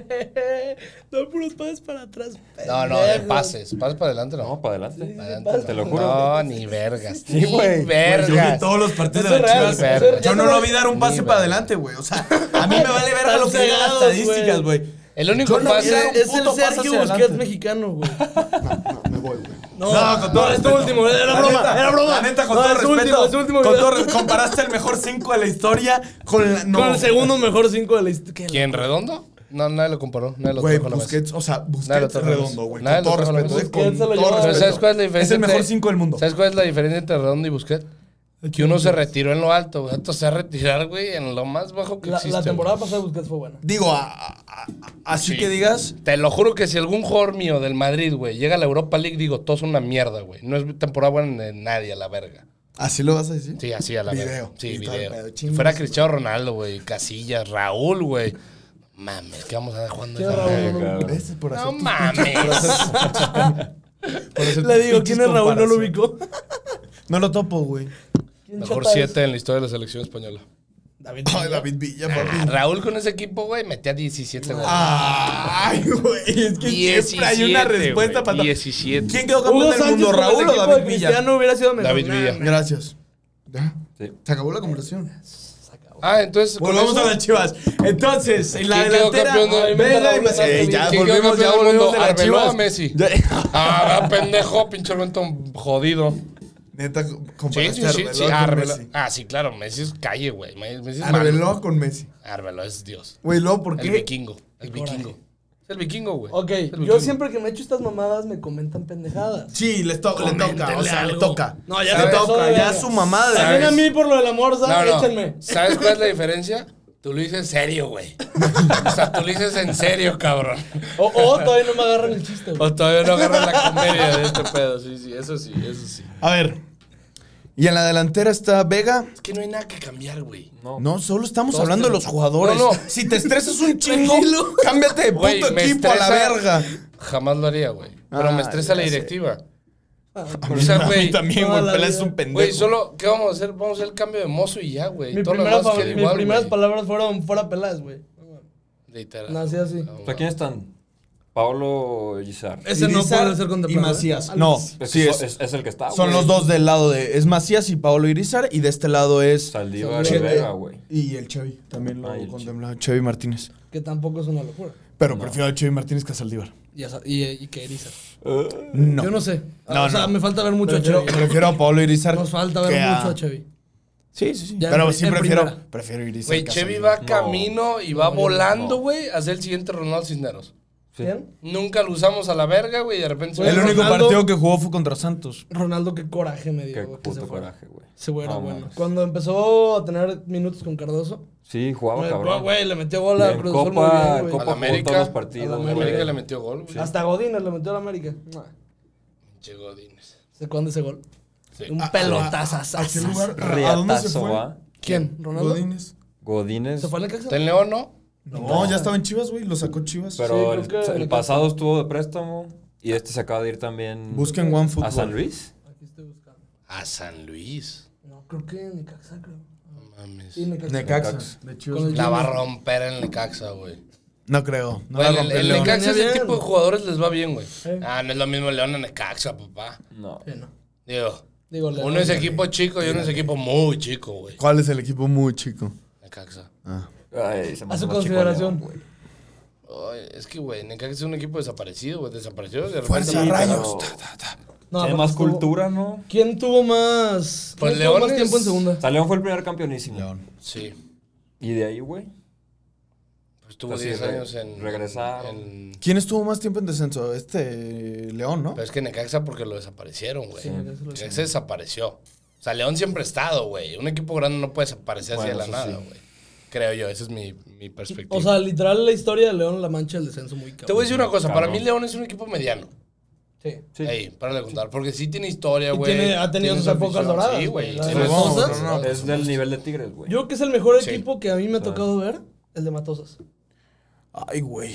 Speaker 5: no puros pases para atrás.
Speaker 3: No, no, de
Speaker 5: pendejo.
Speaker 3: pases. Pases para adelante, no.
Speaker 2: No, para adelante.
Speaker 3: Adelante,
Speaker 2: Te
Speaker 3: no.
Speaker 2: lo juro.
Speaker 3: No, ni vergas.
Speaker 2: Sí, güey.
Speaker 3: Ni
Speaker 4: Güey, Yo vi
Speaker 3: vergas.
Speaker 4: todos los partidos de
Speaker 5: Eso
Speaker 4: las
Speaker 5: es real,
Speaker 4: chivas.
Speaker 3: eso es real.
Speaker 4: Yo no
Speaker 5: Eso
Speaker 4: lo
Speaker 5: es-
Speaker 4: vi dar un pase
Speaker 3: Ni
Speaker 4: para
Speaker 3: verga.
Speaker 4: adelante, güey. O sea, a mí me vale ver a lo que
Speaker 5: Tan
Speaker 4: digan las
Speaker 5: cegadas, güey.
Speaker 4: estadísticas, güey.
Speaker 3: El único
Speaker 4: Yo no
Speaker 3: pase.
Speaker 4: vi-
Speaker 5: Es, es el
Speaker 4: Puto pase
Speaker 5: Sergio
Speaker 4: hacia
Speaker 5: Busquets
Speaker 4: adelante.
Speaker 5: mexicano, güey.
Speaker 1: No, me voy, güey.
Speaker 5: No,
Speaker 4: No, con todo
Speaker 5: es tu
Speaker 4: respeto.
Speaker 5: último, era
Speaker 4: La
Speaker 5: broma,
Speaker 4: neta,
Speaker 5: era broma.
Speaker 4: La neta, con
Speaker 5: No,
Speaker 4: todo
Speaker 5: es su
Speaker 4: respeto.
Speaker 5: último, es su último.
Speaker 4: con todo re- comparaste el mejor 5 de la historia con la. No.
Speaker 5: Con el segundo mejor cinco de la historia.
Speaker 3: ¿Quién redondo? No, nadie lo comparó. Nadie lo
Speaker 4: Güey,
Speaker 3: trajo a la mesa.
Speaker 4: Busquets, o sea,
Speaker 3: Nadie lo
Speaker 4: Busquets
Speaker 3: trajo a la
Speaker 4: redondo,
Speaker 3: mesa.
Speaker 4: güey.
Speaker 3: Nadie
Speaker 4: Con
Speaker 3: lo
Speaker 4: todo
Speaker 3: trajo a la
Speaker 4: respeto.
Speaker 3: mesa.
Speaker 4: eh, Con
Speaker 5: Busquets se lo
Speaker 4: todo
Speaker 5: llevó.
Speaker 3: Pero
Speaker 4: respeto.
Speaker 3: ¿sabes cuál es la diferencia?
Speaker 4: Es el mejor
Speaker 3: entre-
Speaker 4: 5 del mundo.
Speaker 3: ¿Sabes cuál es la diferencia entre Redondo y Busquets? Que uno se retiró en lo alto, güey. Otro se va a retirar, güey, en lo más bajo que
Speaker 5: La,
Speaker 3: existe.
Speaker 5: la temporada
Speaker 3: güey.
Speaker 5: pasada de Busquets fue buena.
Speaker 4: Digo, a- a- a- así
Speaker 3: Sí.
Speaker 4: que digas.
Speaker 3: Te lo juro que si algún jugador mío del Madrid, güey, llega a la Europa League, digo, todos son una mierda, güey. No es temporada buena de nadie, a la verga.
Speaker 4: ¿Así lo vas a decir?
Speaker 3: Sí, así a la
Speaker 4: Video.
Speaker 3: verga. Sí,
Speaker 4: Y todo el pedo,
Speaker 3: video. Si
Speaker 4: chingas,
Speaker 3: fuera
Speaker 4: güey.
Speaker 3: Cristiano Ronaldo, güey, Casillas, Raúl, güey. Mames, ¿qué vamos a dar jugando?
Speaker 5: Sí,
Speaker 3: esa
Speaker 5: Raúl,
Speaker 3: verga?
Speaker 5: no, no.
Speaker 2: Claro.
Speaker 4: Ese por hacer
Speaker 3: No
Speaker 4: tus
Speaker 3: mames.
Speaker 4: pinches-
Speaker 5: Le digo,
Speaker 4: pinches
Speaker 5: ¿quién es Raúl? No lo
Speaker 4: comparaciones.
Speaker 5: ubicó.
Speaker 4: No lo topo, güey.
Speaker 5: ¿Quién
Speaker 3: Mejor
Speaker 5: chata es?
Speaker 3: siete en la historia de la selección española.
Speaker 5: David.
Speaker 4: Ay, David Villa,
Speaker 3: Ah,
Speaker 4: papi.
Speaker 3: Raúl con ese equipo, güey, metía 17 goles.
Speaker 4: Ay, güey. Es que Ah, siempre hay una
Speaker 3: 17,
Speaker 4: respuesta
Speaker 3: güey,
Speaker 4: para. todo.
Speaker 3: 17.
Speaker 4: ¿Quién quedó
Speaker 5: Hugo
Speaker 4: campeón del
Speaker 5: Sánchez
Speaker 4: mundo,
Speaker 5: con el
Speaker 4: Raúl o
Speaker 5: equipo
Speaker 4: David
Speaker 5: de
Speaker 4: Villa?
Speaker 5: Cristiano hubiera sido mejor.
Speaker 3: David
Speaker 5: Nah,
Speaker 3: Villa.
Speaker 5: nah,
Speaker 4: Gracias. ¿Ya?
Speaker 2: Sí.
Speaker 4: Se acabó la conversación.
Speaker 5: se acabó.
Speaker 3: Ah, entonces. con
Speaker 4: Volvamos
Speaker 3: eso-
Speaker 4: a las chivas. Entonces, en la
Speaker 3: ¿Quién quedó
Speaker 4: delantera.
Speaker 3: campeón del-
Speaker 4: Vega y
Speaker 5: ¿Quién quedó
Speaker 4: Macías.
Speaker 5: campeón
Speaker 3: ¿Quién quedó campeón del mundo? ¿Arbeloa o Messi?
Speaker 4: Ya.
Speaker 3: Ah, va, pendejo, pinche Benton jodido.
Speaker 4: Neta,
Speaker 3: Sí,
Speaker 4: comparaste
Speaker 3: sí,
Speaker 4: a
Speaker 3: sí, sí,
Speaker 4: Arbeloa con
Speaker 3: Arbeloa.
Speaker 4: este Messi.
Speaker 3: Ah, sí, claro, Messi es calle, güey. Me- Messi es malo.
Speaker 4: Arbeloa con Messi.
Speaker 3: Arbeloa es Dios.
Speaker 4: Güey, luego, ¿por
Speaker 3: El
Speaker 4: qué?
Speaker 3: vikingo. El
Speaker 5: Coraje.
Speaker 3: vikingo. Es el vikingo, güey.
Speaker 5: Ok,
Speaker 3: Es el
Speaker 5: yo
Speaker 3: vikingo.
Speaker 5: siempre que me echo estas mamadas me comentan pendejadas.
Speaker 4: Sí, les to- le toca. O
Speaker 3: Coméntele
Speaker 4: sea, le
Speaker 3: algo.
Speaker 4: toca.
Speaker 5: No, ya
Speaker 4: le
Speaker 5: se pasó
Speaker 4: toca.
Speaker 5: de
Speaker 4: Ya
Speaker 5: verga.
Speaker 4: su mamá de
Speaker 5: También a
Speaker 3: ¿Sabes?
Speaker 5: mí por lo de la morsa,
Speaker 3: No, no.
Speaker 5: échenme.
Speaker 3: ¿Sabes cuál es la diferencia? Tú lo dices serio, güey. O sea, tú lo dices en serio, cabrón.
Speaker 5: O, o todavía no me agarran el chiste, güey.
Speaker 3: O todavía no agarras la comedia de este pedo. Sí, sí, eso sí, eso sí.
Speaker 4: A ver. Y en la delantera está Vega.
Speaker 3: Es que no hay nada que cambiar, güey.
Speaker 2: No.
Speaker 4: No, solo estamos
Speaker 3: Todos
Speaker 4: Pues hablando de
Speaker 3: tenemos-
Speaker 4: los jugadores.
Speaker 3: No, no.
Speaker 4: Si te estresas un chingo, cámbiate de puto
Speaker 3: Güey, me
Speaker 4: equipo a la
Speaker 3: estresa-
Speaker 4: verga.
Speaker 3: Jamás lo haría, güey. Pero
Speaker 4: Ah,
Speaker 3: me estresa la
Speaker 4: ya sé. Ah,
Speaker 3: directiva. O sea,
Speaker 4: A mí
Speaker 3: güey.
Speaker 4: también,
Speaker 5: toda
Speaker 4: güey.
Speaker 5: la
Speaker 4: Pelé es
Speaker 5: vida.
Speaker 4: un pendejo.
Speaker 3: Güey, solo, ¿qué vamos a hacer? Vamos a hacer el cambio de mozo y ya, güey.
Speaker 5: Mi
Speaker 3: Todo lo
Speaker 5: primera
Speaker 3: demás
Speaker 5: fa-
Speaker 3: queda
Speaker 5: mis
Speaker 3: igual,
Speaker 5: primeras
Speaker 3: güey.
Speaker 5: palabras fueron fuera pelas, güey.
Speaker 3: Literal. Ah,
Speaker 5: Nací así.
Speaker 2: O sea, ¿quiénes están? Pablo Gizar.
Speaker 5: Ese no
Speaker 4: Irizar
Speaker 5: puede ser contra
Speaker 4: y
Speaker 5: Puebla,
Speaker 4: Macías.
Speaker 5: ¿eh?
Speaker 4: No,
Speaker 2: Es,
Speaker 4: sí
Speaker 2: que
Speaker 4: es.
Speaker 2: so- es- es el que
Speaker 5: Ah,
Speaker 2: está.
Speaker 4: Son
Speaker 2: güey.
Speaker 4: los dos del lado de. Es Macías y Paolo Irizar. Y de este lado es.
Speaker 2: Saldívar y
Speaker 4: Cheve-
Speaker 2: Vega, güey.
Speaker 4: Y el Chevy. También lo
Speaker 2: Ah, y el
Speaker 4: contemplaba. Chevy Martínez.
Speaker 5: Que tampoco es una locura.
Speaker 4: Pero prefiero a Chevy Martínez que a Saldívar.
Speaker 5: Y, a- y, y que eriza.
Speaker 4: No.
Speaker 5: Eh, Yo no sé. Ah,
Speaker 4: No,
Speaker 5: o sea,
Speaker 4: no.
Speaker 5: me falta ver mucho a
Speaker 4: prefiero,
Speaker 5: Chevy.
Speaker 4: prefiero a Paolo Irizar.
Speaker 5: Nos falta ver
Speaker 4: que a-
Speaker 5: mucho a Chevy.
Speaker 4: Sí, sí, sí.
Speaker 5: Ya en
Speaker 4: Pero
Speaker 5: pri-
Speaker 4: sí
Speaker 5: en
Speaker 4: prefiero.
Speaker 5: primera.
Speaker 4: Prefiero Irizar.
Speaker 3: Güey,
Speaker 4: que a
Speaker 3: Chevy
Speaker 4: Saldívar.
Speaker 3: va camino y va volando, güey, a ser el siguiente Ronaldo Cisneros.
Speaker 2: Sí.
Speaker 5: ¿Quién?
Speaker 3: Nunca lo usamos a la verga, güey, y de repente...
Speaker 5: Güey,
Speaker 4: El
Speaker 3: se-
Speaker 4: único
Speaker 5: Ronaldo-
Speaker 4: partido que jugó fue contra Santos.
Speaker 5: Ronaldo, qué coraje me
Speaker 2: Qué
Speaker 5: dio. güey, que se
Speaker 2: puto
Speaker 5: fuera.
Speaker 2: coraje, güey.
Speaker 5: Se fuera
Speaker 2: No
Speaker 5: bueno.
Speaker 2: mames.
Speaker 5: Cuando empezó a tener minutos con Cardoso,
Speaker 2: Sí, jugaba
Speaker 5: me-
Speaker 2: Oh, cabrón.
Speaker 5: güey, le metió gol a
Speaker 2: en
Speaker 5: Cruz Azul muy
Speaker 2: Copa,
Speaker 5: bien, güey.
Speaker 2: Copa
Speaker 3: A la América,
Speaker 2: jugó todos los
Speaker 3: a
Speaker 2: partidos.
Speaker 3: la
Speaker 2: güey.
Speaker 3: América le metió gol, güey.
Speaker 5: Hasta Godínez le metió a la América.
Speaker 3: Pinche Godínez.
Speaker 5: ¿Se cuándo ese gol?
Speaker 3: Sí. Ah,
Speaker 5: Un pelotazo.
Speaker 4: ¿A qué lugar? ¿A dónde se
Speaker 2: Riatazo,
Speaker 4: fue?
Speaker 2: ¿va?
Speaker 5: ¿Quién? ¿Ronaldo?
Speaker 4: Godínez.
Speaker 2: Godínez.
Speaker 5: ¿Se fue al Necaxa?
Speaker 3: ¿Está en León, no?
Speaker 4: No, ya estaba en Chivas, güey. Lo sacó Chivas.
Speaker 2: Pero
Speaker 5: Sí,
Speaker 2: el,
Speaker 5: creo que
Speaker 2: el
Speaker 5: le
Speaker 2: pasado estuvo de préstamo y este se acaba de ir también
Speaker 4: Busquen One
Speaker 2: a San Luis.
Speaker 5: Aquí estoy buscando.
Speaker 3: A San Luis.
Speaker 5: No, creo que Necaxa, creo.
Speaker 3: No mames.
Speaker 5: Sí, Necaxa.
Speaker 4: Necaxa. De Chivas.
Speaker 5: Con el-
Speaker 3: La va a romper en Necaxa, güey.
Speaker 4: No creo. No
Speaker 3: Güey,
Speaker 4: la
Speaker 3: el,
Speaker 4: rompió
Speaker 3: el
Speaker 4: León.
Speaker 3: Necaxa
Speaker 5: Venía
Speaker 3: ese
Speaker 5: bien.
Speaker 3: tipo de jugadores les va bien, güey.
Speaker 5: Sí.
Speaker 3: Ah, no es lo mismo León en Necaxa, papá.
Speaker 2: No.
Speaker 5: Sí, no.
Speaker 3: Digo,
Speaker 5: Digo, le-
Speaker 3: uno es equipo chico y uno es equipo muy chico, güey.
Speaker 4: ¿Cuál es el equipo muy chico?
Speaker 3: Necaxa.
Speaker 4: Ah.
Speaker 2: Ay, se me
Speaker 5: A
Speaker 2: hace
Speaker 5: su
Speaker 2: más chico
Speaker 5: consideración.
Speaker 2: León, güey.
Speaker 3: Ay, es que, güey, Necaxa es un equipo desaparecido, güey. Desapareció. De repente
Speaker 4: Fuerza,
Speaker 3: lo-
Speaker 4: rayos.
Speaker 2: pero-
Speaker 4: Ta, ta, ta.
Speaker 5: No,
Speaker 2: Tiene
Speaker 5: aparte
Speaker 2: más
Speaker 5: estuvo-
Speaker 2: cultura, ¿no?
Speaker 5: ¿Quién tuvo más?
Speaker 3: Pues
Speaker 5: ¿Quién tuvo
Speaker 3: Leones.
Speaker 5: más tiempo en segunda?
Speaker 2: O sea, León fue el primer campeonísimo.
Speaker 3: Sí.
Speaker 2: Y de ahí, güey.
Speaker 3: Pues tuvo
Speaker 2: Así
Speaker 3: 10
Speaker 2: re-
Speaker 3: años en.
Speaker 2: regresaron.
Speaker 3: en-
Speaker 4: ¿Quién estuvo más tiempo en descenso? Este León, ¿no?
Speaker 3: Pero es que Necaxa porque lo desaparecieron, güey.
Speaker 5: Sí, Necaxa lo
Speaker 3: Ese desapareció. O sea, León siempre ha estado, güey. Un equipo grande no puede desaparecer
Speaker 2: Bueno,
Speaker 3: hacia la
Speaker 2: eso
Speaker 3: nada,
Speaker 2: sí.
Speaker 3: güey. Creo yo, esa es mi, mi perspectiva.
Speaker 5: O sea, literal la historia de León la mancha el descenso muy cabrón.
Speaker 3: te voy a decir una cosa. Para
Speaker 2: cabrón.
Speaker 3: mí, León es un equipo mediano.
Speaker 5: Sí.
Speaker 2: Sí.
Speaker 3: Ey, para de contar. Porque sí tiene historia,
Speaker 5: Y
Speaker 3: güey.
Speaker 5: tiene- ha tenido
Speaker 3: Tiene
Speaker 5: sus
Speaker 3: su
Speaker 5: épocas
Speaker 3: afición.
Speaker 5: doradas,
Speaker 3: Sí,
Speaker 5: güey.
Speaker 3: güey.
Speaker 5: La de
Speaker 3: Tiene sus
Speaker 5: Matosas.
Speaker 3: épocas doradas.
Speaker 2: Es del nivel de Tigres, güey.
Speaker 5: Yo creo que es el mejor
Speaker 3: Sí.
Speaker 5: equipo que a mí me ha tocado ver, el de Matosas.
Speaker 4: Ay, güey.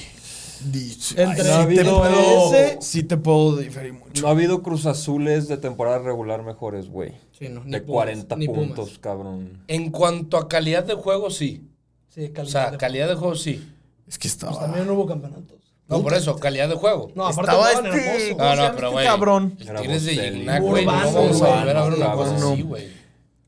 Speaker 4: Dice,
Speaker 5: Entre-
Speaker 4: ay, sí, te
Speaker 2: David
Speaker 4: puedo,
Speaker 5: ese-
Speaker 4: sí te puedo diferir mucho.
Speaker 2: No ha habido Cruz Azules de temporada regular mejores, güey.
Speaker 5: Sí, no, ni
Speaker 2: De
Speaker 5: Pumas,
Speaker 2: 40
Speaker 5: ni Pumas.
Speaker 2: puntos, cabrón.
Speaker 3: En cuanto a calidad de juego, sí.
Speaker 5: Sí, calidad.
Speaker 3: O sea,
Speaker 5: de-
Speaker 3: calidad de juego, sí.
Speaker 4: Es que
Speaker 5: Pues
Speaker 4: estaba.
Speaker 5: también hubo campeonatos.
Speaker 3: No, por eso, calidad de juego. Ah,
Speaker 5: No, aparte
Speaker 4: Estaba
Speaker 5: jugaban
Speaker 4: este-
Speaker 5: hermoso.
Speaker 4: ¿cómo
Speaker 3: No,
Speaker 4: se llama
Speaker 3: no, pero
Speaker 4: este
Speaker 3: güey.
Speaker 4: cabrón?
Speaker 3: El Tigres de
Speaker 2: Bocelli.
Speaker 3: Gignac, güey. No
Speaker 5: Urbano,
Speaker 3: vamos a volver a ver una
Speaker 2: Urbano,
Speaker 3: cosa
Speaker 4: cabrón.
Speaker 3: así, güey.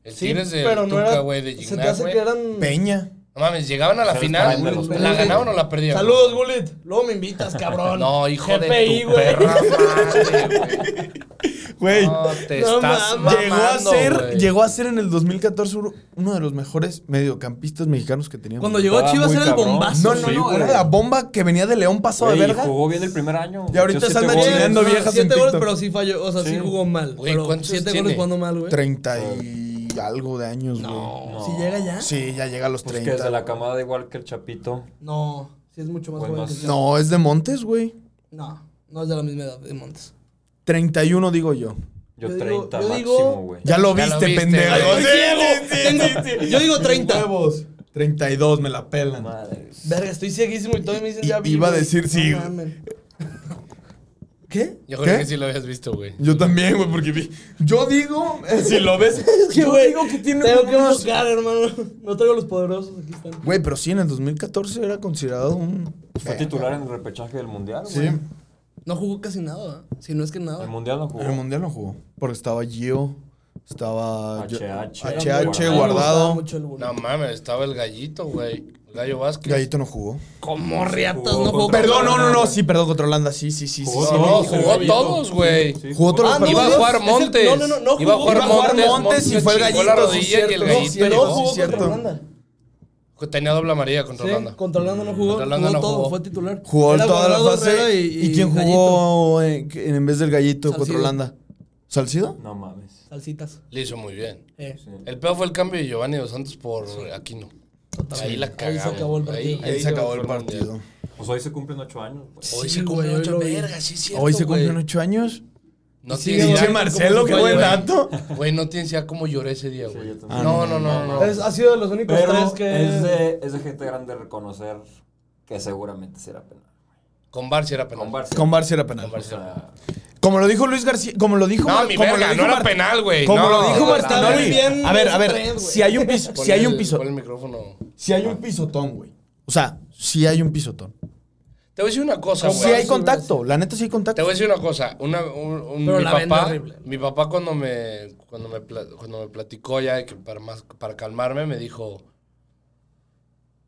Speaker 3: El
Speaker 5: Sí,
Speaker 3: Tigres de
Speaker 5: pero no
Speaker 3: Tuca,
Speaker 5: era-
Speaker 3: güey, de
Speaker 5: Se te
Speaker 3: Gignac,
Speaker 5: hace
Speaker 3: güey.
Speaker 5: que eran...
Speaker 4: Peña.
Speaker 3: No mames, llegaban a la
Speaker 2: Se
Speaker 3: final,
Speaker 2: desprenden los
Speaker 3: la
Speaker 5: pelos.
Speaker 3: ganaban o la perdían.
Speaker 5: Saludos, Gullit. Luego me invitas, cabrón.
Speaker 3: No, hijo
Speaker 5: GPI,
Speaker 3: de tu
Speaker 5: güey.
Speaker 3: perra madre, güey.
Speaker 4: Güey,
Speaker 3: No, te
Speaker 5: No
Speaker 3: estás
Speaker 5: mames.
Speaker 4: llegó, a
Speaker 3: mamando,
Speaker 4: ser,
Speaker 3: güey.
Speaker 4: llegó a ser en el 2014 uno de los mejores mediocampistas mexicanos que teníamos.
Speaker 5: Cuando llegó a
Speaker 2: Estaba
Speaker 5: Chivas
Speaker 2: muy
Speaker 5: era el
Speaker 2: cabrón.
Speaker 5: bombazo.
Speaker 4: No, no,
Speaker 2: Sí,
Speaker 4: no,
Speaker 2: güey.
Speaker 4: era la bomba que venía de León pasado de
Speaker 2: Güey,
Speaker 4: verga.
Speaker 2: jugó bien el primer año.
Speaker 4: Y ahorita
Speaker 2: Metió
Speaker 4: se
Speaker 2: siete
Speaker 4: anda
Speaker 2: goles.
Speaker 4: chingando
Speaker 5: Siete
Speaker 4: viejas en
Speaker 5: siete goles,
Speaker 4: TikTok.
Speaker 5: pero sí falló. O sea, sí,
Speaker 2: Sí.
Speaker 5: jugó mal.
Speaker 3: Güey,
Speaker 5: pero
Speaker 3: ¿cuántos
Speaker 5: siete
Speaker 3: tiene?
Speaker 5: goles jugando mal, güey.
Speaker 4: 30 y algo de años, güey.
Speaker 5: No. Si llega ya.
Speaker 4: Sí, ya llega a los
Speaker 2: Pues
Speaker 4: 30.
Speaker 2: que desde la camada igual que el Chapito.
Speaker 5: No, sí es mucho más
Speaker 2: Güey,
Speaker 5: joven
Speaker 2: más-
Speaker 5: que yo.
Speaker 4: No, es de Montes, güey.
Speaker 5: No, no es de la misma edad de Montes.
Speaker 4: 31 digo yo.
Speaker 2: Yo,
Speaker 5: Yo digo-
Speaker 2: 30
Speaker 5: yo digo-
Speaker 2: máximo, güey.
Speaker 4: Ya lo
Speaker 3: Ya
Speaker 4: viste,
Speaker 3: lo viste,
Speaker 4: pendejo.
Speaker 3: güey.
Speaker 5: Yo digo 30.
Speaker 4: Huevos. 32, me la pelan.
Speaker 2: Madre.
Speaker 5: Verga, estoy cieguísimo y todavía me dicen
Speaker 4: I-
Speaker 5: ya vi.
Speaker 4: iba a
Speaker 5: güey.
Speaker 4: decir sí,
Speaker 5: No
Speaker 4: güey.
Speaker 5: mames. ¿Qué?
Speaker 3: Yo creo
Speaker 4: ¿Qué?
Speaker 3: que sí lo habías visto, güey.
Speaker 4: Yo también, güey, porque vi- yo digo, eh, si lo ves,
Speaker 5: Es que,
Speaker 4: yo
Speaker 5: güey,
Speaker 4: digo que tiene
Speaker 5: Tengo que
Speaker 4: unos-
Speaker 5: buscar, hermano. No traigo los poderosos, aquí están.
Speaker 4: Güey, pero sí, en el 2014 era considerado un... Eh,
Speaker 2: Fue titular en el repechaje del Mundial,
Speaker 4: Sí,
Speaker 2: güey.
Speaker 4: en
Speaker 5: No jugó casi nada, ¿eh? si no es que
Speaker 2: El
Speaker 5: nada.
Speaker 2: Mundial no jugó.
Speaker 4: el Mundial no jugó, porque estaba Gio, estaba... yo-
Speaker 2: HH,
Speaker 4: HH,
Speaker 5: A mí me gustaba
Speaker 4: Guardado,
Speaker 5: mucho el Bully.
Speaker 3: No mames, estaba el gallito, güey. El gallo Vázquez.
Speaker 4: Gallito no jugó.
Speaker 5: Como riatas, no
Speaker 2: Jugó
Speaker 5: jugó.
Speaker 2: contra-
Speaker 4: Perdón, no, no,
Speaker 5: Holanda.
Speaker 4: no, sí, perdón, contra Holanda, sí, sí, sí. sí,
Speaker 2: Jugó
Speaker 4: sí.
Speaker 3: No, no,
Speaker 2: Sí,
Speaker 3: jugó
Speaker 2: gallito.
Speaker 3: todos, güey.
Speaker 2: Sí,
Speaker 4: Jugó otro
Speaker 5: Ah, no,
Speaker 3: Iba a
Speaker 5: Dios,
Speaker 3: jugar
Speaker 5: es el-
Speaker 3: Montes.
Speaker 5: no, no, no, no
Speaker 3: Iba a
Speaker 5: jugó.
Speaker 3: jugar
Speaker 5: Iba a
Speaker 4: jugar
Speaker 3: Montes.
Speaker 4: Montes y
Speaker 3: se
Speaker 4: fue el
Speaker 3: chingó
Speaker 4: gallito,
Speaker 3: la
Speaker 4: sí,
Speaker 3: rodilla y el
Speaker 4: cierto.
Speaker 5: No,
Speaker 3: gallito.
Speaker 4: Sí,
Speaker 5: pero
Speaker 4: no,
Speaker 5: no jugó
Speaker 4: sí,
Speaker 5: contra
Speaker 4: cierto.
Speaker 5: Holanda.
Speaker 3: Tenía doble amarilla contra
Speaker 5: Sí,
Speaker 3: Holanda.
Speaker 5: contra Holanda no jugó.
Speaker 3: Contra Holanda
Speaker 5: jugó
Speaker 3: no
Speaker 5: todo,
Speaker 3: jugó.
Speaker 5: fue titular.
Speaker 4: Jugó
Speaker 5: Era
Speaker 4: toda la
Speaker 5: Guardado, Herrera
Speaker 4: fase. ¿Y, quién
Speaker 5: Gallito.
Speaker 4: jugó en, en vez del Gallito contra
Speaker 5: Salcido.
Speaker 4: Holanda? ¿Salcido?
Speaker 2: No mames.
Speaker 5: Salsitas.
Speaker 3: Le hizo muy bien.
Speaker 5: Eh,
Speaker 2: Sí.
Speaker 3: El peor fue el cambio de Giovanni Dos Santos por Aquino.
Speaker 5: totalmente.
Speaker 3: Ahí la cagamos.
Speaker 5: Ahí se acabó el
Speaker 3: Ahí-
Speaker 5: partido.
Speaker 4: Ahí se acabó el
Speaker 3: Mundial.
Speaker 4: partido.
Speaker 2: Pues hoy se cumplen 8 años, güey.
Speaker 3: Hoy
Speaker 5: Sí,
Speaker 3: se
Speaker 5: güey,
Speaker 3: cumplió
Speaker 5: hoy
Speaker 3: ocho
Speaker 5: lo vi.
Speaker 3: vergas, sí, es cierto.
Speaker 4: Hoy se cumplen
Speaker 3: güey.
Speaker 4: ocho años.
Speaker 3: No
Speaker 5: Sí,
Speaker 3: tienes
Speaker 5: güey.
Speaker 3: idea.
Speaker 5: Che, Marcelo, qué buen
Speaker 4: dato.
Speaker 3: Güey, no tienes idea cómo lloré ese día,
Speaker 2: Sí,
Speaker 3: güey.
Speaker 2: yo también.
Speaker 3: No, no, no, no.
Speaker 5: Es- ha sido de los únicos
Speaker 2: Pero
Speaker 5: tres Pues, que.
Speaker 2: es, de, es de gente grande reconocer que seguramente será penal.
Speaker 3: Con Bar sí era penal.
Speaker 2: Con Barça.
Speaker 4: Con Barça era
Speaker 3: Con
Speaker 4: penal.
Speaker 2: O
Speaker 3: Bar sí era penal.
Speaker 2: sea,
Speaker 4: Como lo dijo Luis García. Como lo dijo
Speaker 3: No,
Speaker 4: Mar-
Speaker 3: mi
Speaker 4: como
Speaker 3: verga,
Speaker 4: lo dijo
Speaker 3: no era
Speaker 4: Mar-
Speaker 3: penal, güey.
Speaker 4: Como
Speaker 3: no.
Speaker 4: lo dijo
Speaker 5: Estaba
Speaker 4: Martinoli.
Speaker 5: muy bien
Speaker 4: A ver, a
Speaker 5: tres,
Speaker 4: ver.
Speaker 5: güey.
Speaker 4: Si hay un piso,
Speaker 3: Ponle
Speaker 4: si hay un
Speaker 3: el-
Speaker 4: piso,
Speaker 3: ponle el micrófono.
Speaker 4: si hay un pisotón, güey. O sea, si hay un pisotón.
Speaker 3: Te voy a decir una cosa, Ah, güey.
Speaker 4: Si hay
Speaker 5: sí,
Speaker 4: contacto, la neta sí hay
Speaker 3: Te
Speaker 4: contacto.
Speaker 3: voy a decir una cosa, una, un, un-
Speaker 5: Pero
Speaker 3: mi,
Speaker 5: la venda
Speaker 3: papá,
Speaker 5: horrible.
Speaker 3: mi papá cuando me, cuando me, pla- cuando me platicó ya de que para, más, para calmarme me dijo,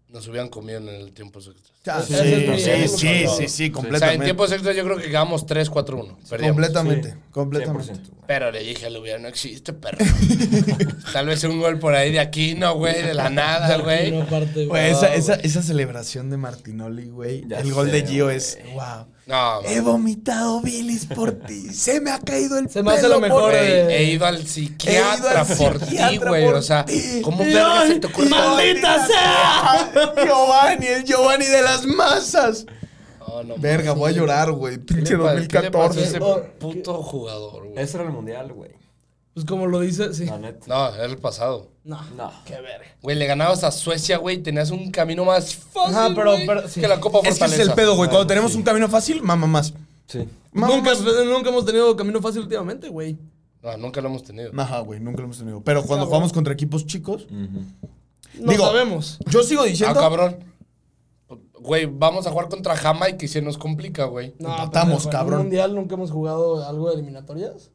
Speaker 3: nos hubieran comido en el tiempo extra.
Speaker 4: Ah,
Speaker 5: Sí, sí, sí,
Speaker 3: sí,
Speaker 4: sí, sí,
Speaker 3: O sea, en tiempo extra yo creo que quedamos 3-4-1. Perdíamos.
Speaker 4: Completamente,
Speaker 2: sí,
Speaker 4: completamente.
Speaker 2: 100%, güey.
Speaker 3: Pero le dije al hubiera, no existe, perro. Tal vez un gol por ahí de aquí, no, güey, de la nada, güey.
Speaker 5: No, aparte, güey.
Speaker 4: Güey, esa,
Speaker 3: No,
Speaker 4: esa, esa celebración de Martinoli, güey.
Speaker 2: Ya
Speaker 4: El gol de
Speaker 2: sé,
Speaker 4: Gio
Speaker 2: güey.
Speaker 4: es. ¡Wow!
Speaker 3: No,
Speaker 4: He vomitado bilis por ti. Se me ha caído el
Speaker 5: Se me hace
Speaker 4: pelo
Speaker 5: lo mejor,
Speaker 4: por-
Speaker 3: güey,
Speaker 5: eh,
Speaker 3: he ido al psiquiatra
Speaker 4: al
Speaker 3: por ti,
Speaker 4: psiquiatra
Speaker 3: güey.
Speaker 4: por
Speaker 3: O sea,
Speaker 4: ti.
Speaker 3: ¿cómo verga se te ocurre?
Speaker 4: ¡Maldita sea! Giovanni, el Giovanni de las masas.
Speaker 3: No, no,
Speaker 4: Verga, voy a llorar, güey. Pinche
Speaker 3: ¿Qué le pa- qué le pasó
Speaker 4: 2014.
Speaker 3: a ese puto jugador, güey.
Speaker 2: Ese era el mundial, güey.
Speaker 5: Pues como lo dice, sí.
Speaker 2: La neta.
Speaker 3: No, era el pasado.
Speaker 5: No.
Speaker 2: No.
Speaker 5: Qué verga.
Speaker 3: Güey, le ganabas a Suecia, güey. Tenías un camino más fácil
Speaker 5: Ajá, pero-
Speaker 3: güey,
Speaker 5: pero- sí.
Speaker 3: que la Copa
Speaker 4: Es que
Speaker 3: Fortaleza.
Speaker 4: es el pedo, güey. Cuando tenemos
Speaker 2: sí.
Speaker 4: un camino fácil, mama más.
Speaker 2: Sí.
Speaker 4: Mama
Speaker 5: Nunca,
Speaker 4: más.
Speaker 5: nunca hemos tenido camino fácil últimamente, güey.
Speaker 3: No, nunca lo hemos tenido. Ah,
Speaker 4: Ajá, güey, nunca lo hemos tenido. Pero cuando jugamos contra equipos chicos,
Speaker 3: Mm.
Speaker 5: No
Speaker 4: Digo,
Speaker 5: sabemos.
Speaker 4: yo sigo
Speaker 3: Ah,
Speaker 4: diciendo.
Speaker 3: cabrón. Güey, vamos a jugar contra Jamaica y se nos complica, güey.
Speaker 5: No,
Speaker 4: empatamos,
Speaker 5: pendejo,
Speaker 4: cabrón.
Speaker 5: En un mundial nunca hemos jugado algo de eliminatorias.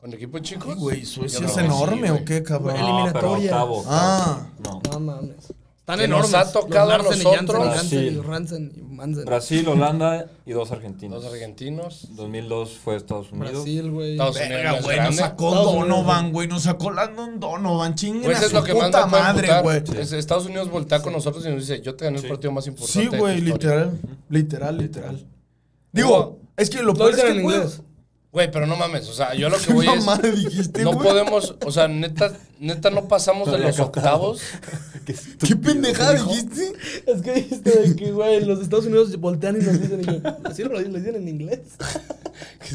Speaker 3: Con equipos chicos.
Speaker 4: Ay, güey, Suecia
Speaker 3: Yo
Speaker 4: es
Speaker 3: creo que sí,
Speaker 4: enorme
Speaker 3: güey.
Speaker 4: o qué, cabrón.
Speaker 5: Güey,
Speaker 2: No, pero
Speaker 5: Eliminatorias.
Speaker 2: octavo. octavo.
Speaker 4: Ah.
Speaker 2: No.
Speaker 5: No mames. Están
Speaker 3: Que nos ha tocado a
Speaker 5: Larsen y Jansen
Speaker 3: nosotros.
Speaker 5: y Hansen y
Speaker 2: Brasil.
Speaker 5: Ransen y Mansen.
Speaker 2: Brasil, Holanda y dos argentinos.
Speaker 3: Los argentinos.
Speaker 2: 2002 fue Estados Unidos.
Speaker 5: Brasil, güey.
Speaker 3: Estados Unidos.
Speaker 4: Verga,
Speaker 3: es
Speaker 4: güey, nos
Speaker 3: grande.
Speaker 4: sacó
Speaker 5: Estados Unidos,
Speaker 4: Donovan, güey, nos sacó Landon Donovan, chinguen
Speaker 3: Pues
Speaker 4: a
Speaker 3: es
Speaker 4: su
Speaker 3: lo que más
Speaker 4: puta
Speaker 3: me puede
Speaker 4: madre,
Speaker 3: madre,
Speaker 4: güey.
Speaker 3: Estados Unidos voltea con nosotros y nos dice, yo te gané el partido más importante.
Speaker 4: Sí,
Speaker 3: de tu
Speaker 4: güey,
Speaker 3: historia".
Speaker 4: literal, literal, literal. Digo, es que lo
Speaker 5: Lo
Speaker 4: peor es
Speaker 5: dicen en
Speaker 4: que, güey,
Speaker 5: inglés.
Speaker 3: Güey, pero no mames. O sea, yo lo que voy
Speaker 4: no
Speaker 3: es...
Speaker 4: mames, dijiste,
Speaker 3: No
Speaker 4: güey.
Speaker 3: podemos, o sea, neta, neta no pasamos de
Speaker 1: Todavía
Speaker 3: los
Speaker 1: captado.
Speaker 3: octavos.
Speaker 1: Qué
Speaker 4: ¿Qué
Speaker 1: estúpido.
Speaker 4: pendejada dijiste?
Speaker 5: Es que dijiste de que, güey, los Estados Unidos voltean y nos dicen, y yo, así lo, lo dicen en inglés.
Speaker 3: Qué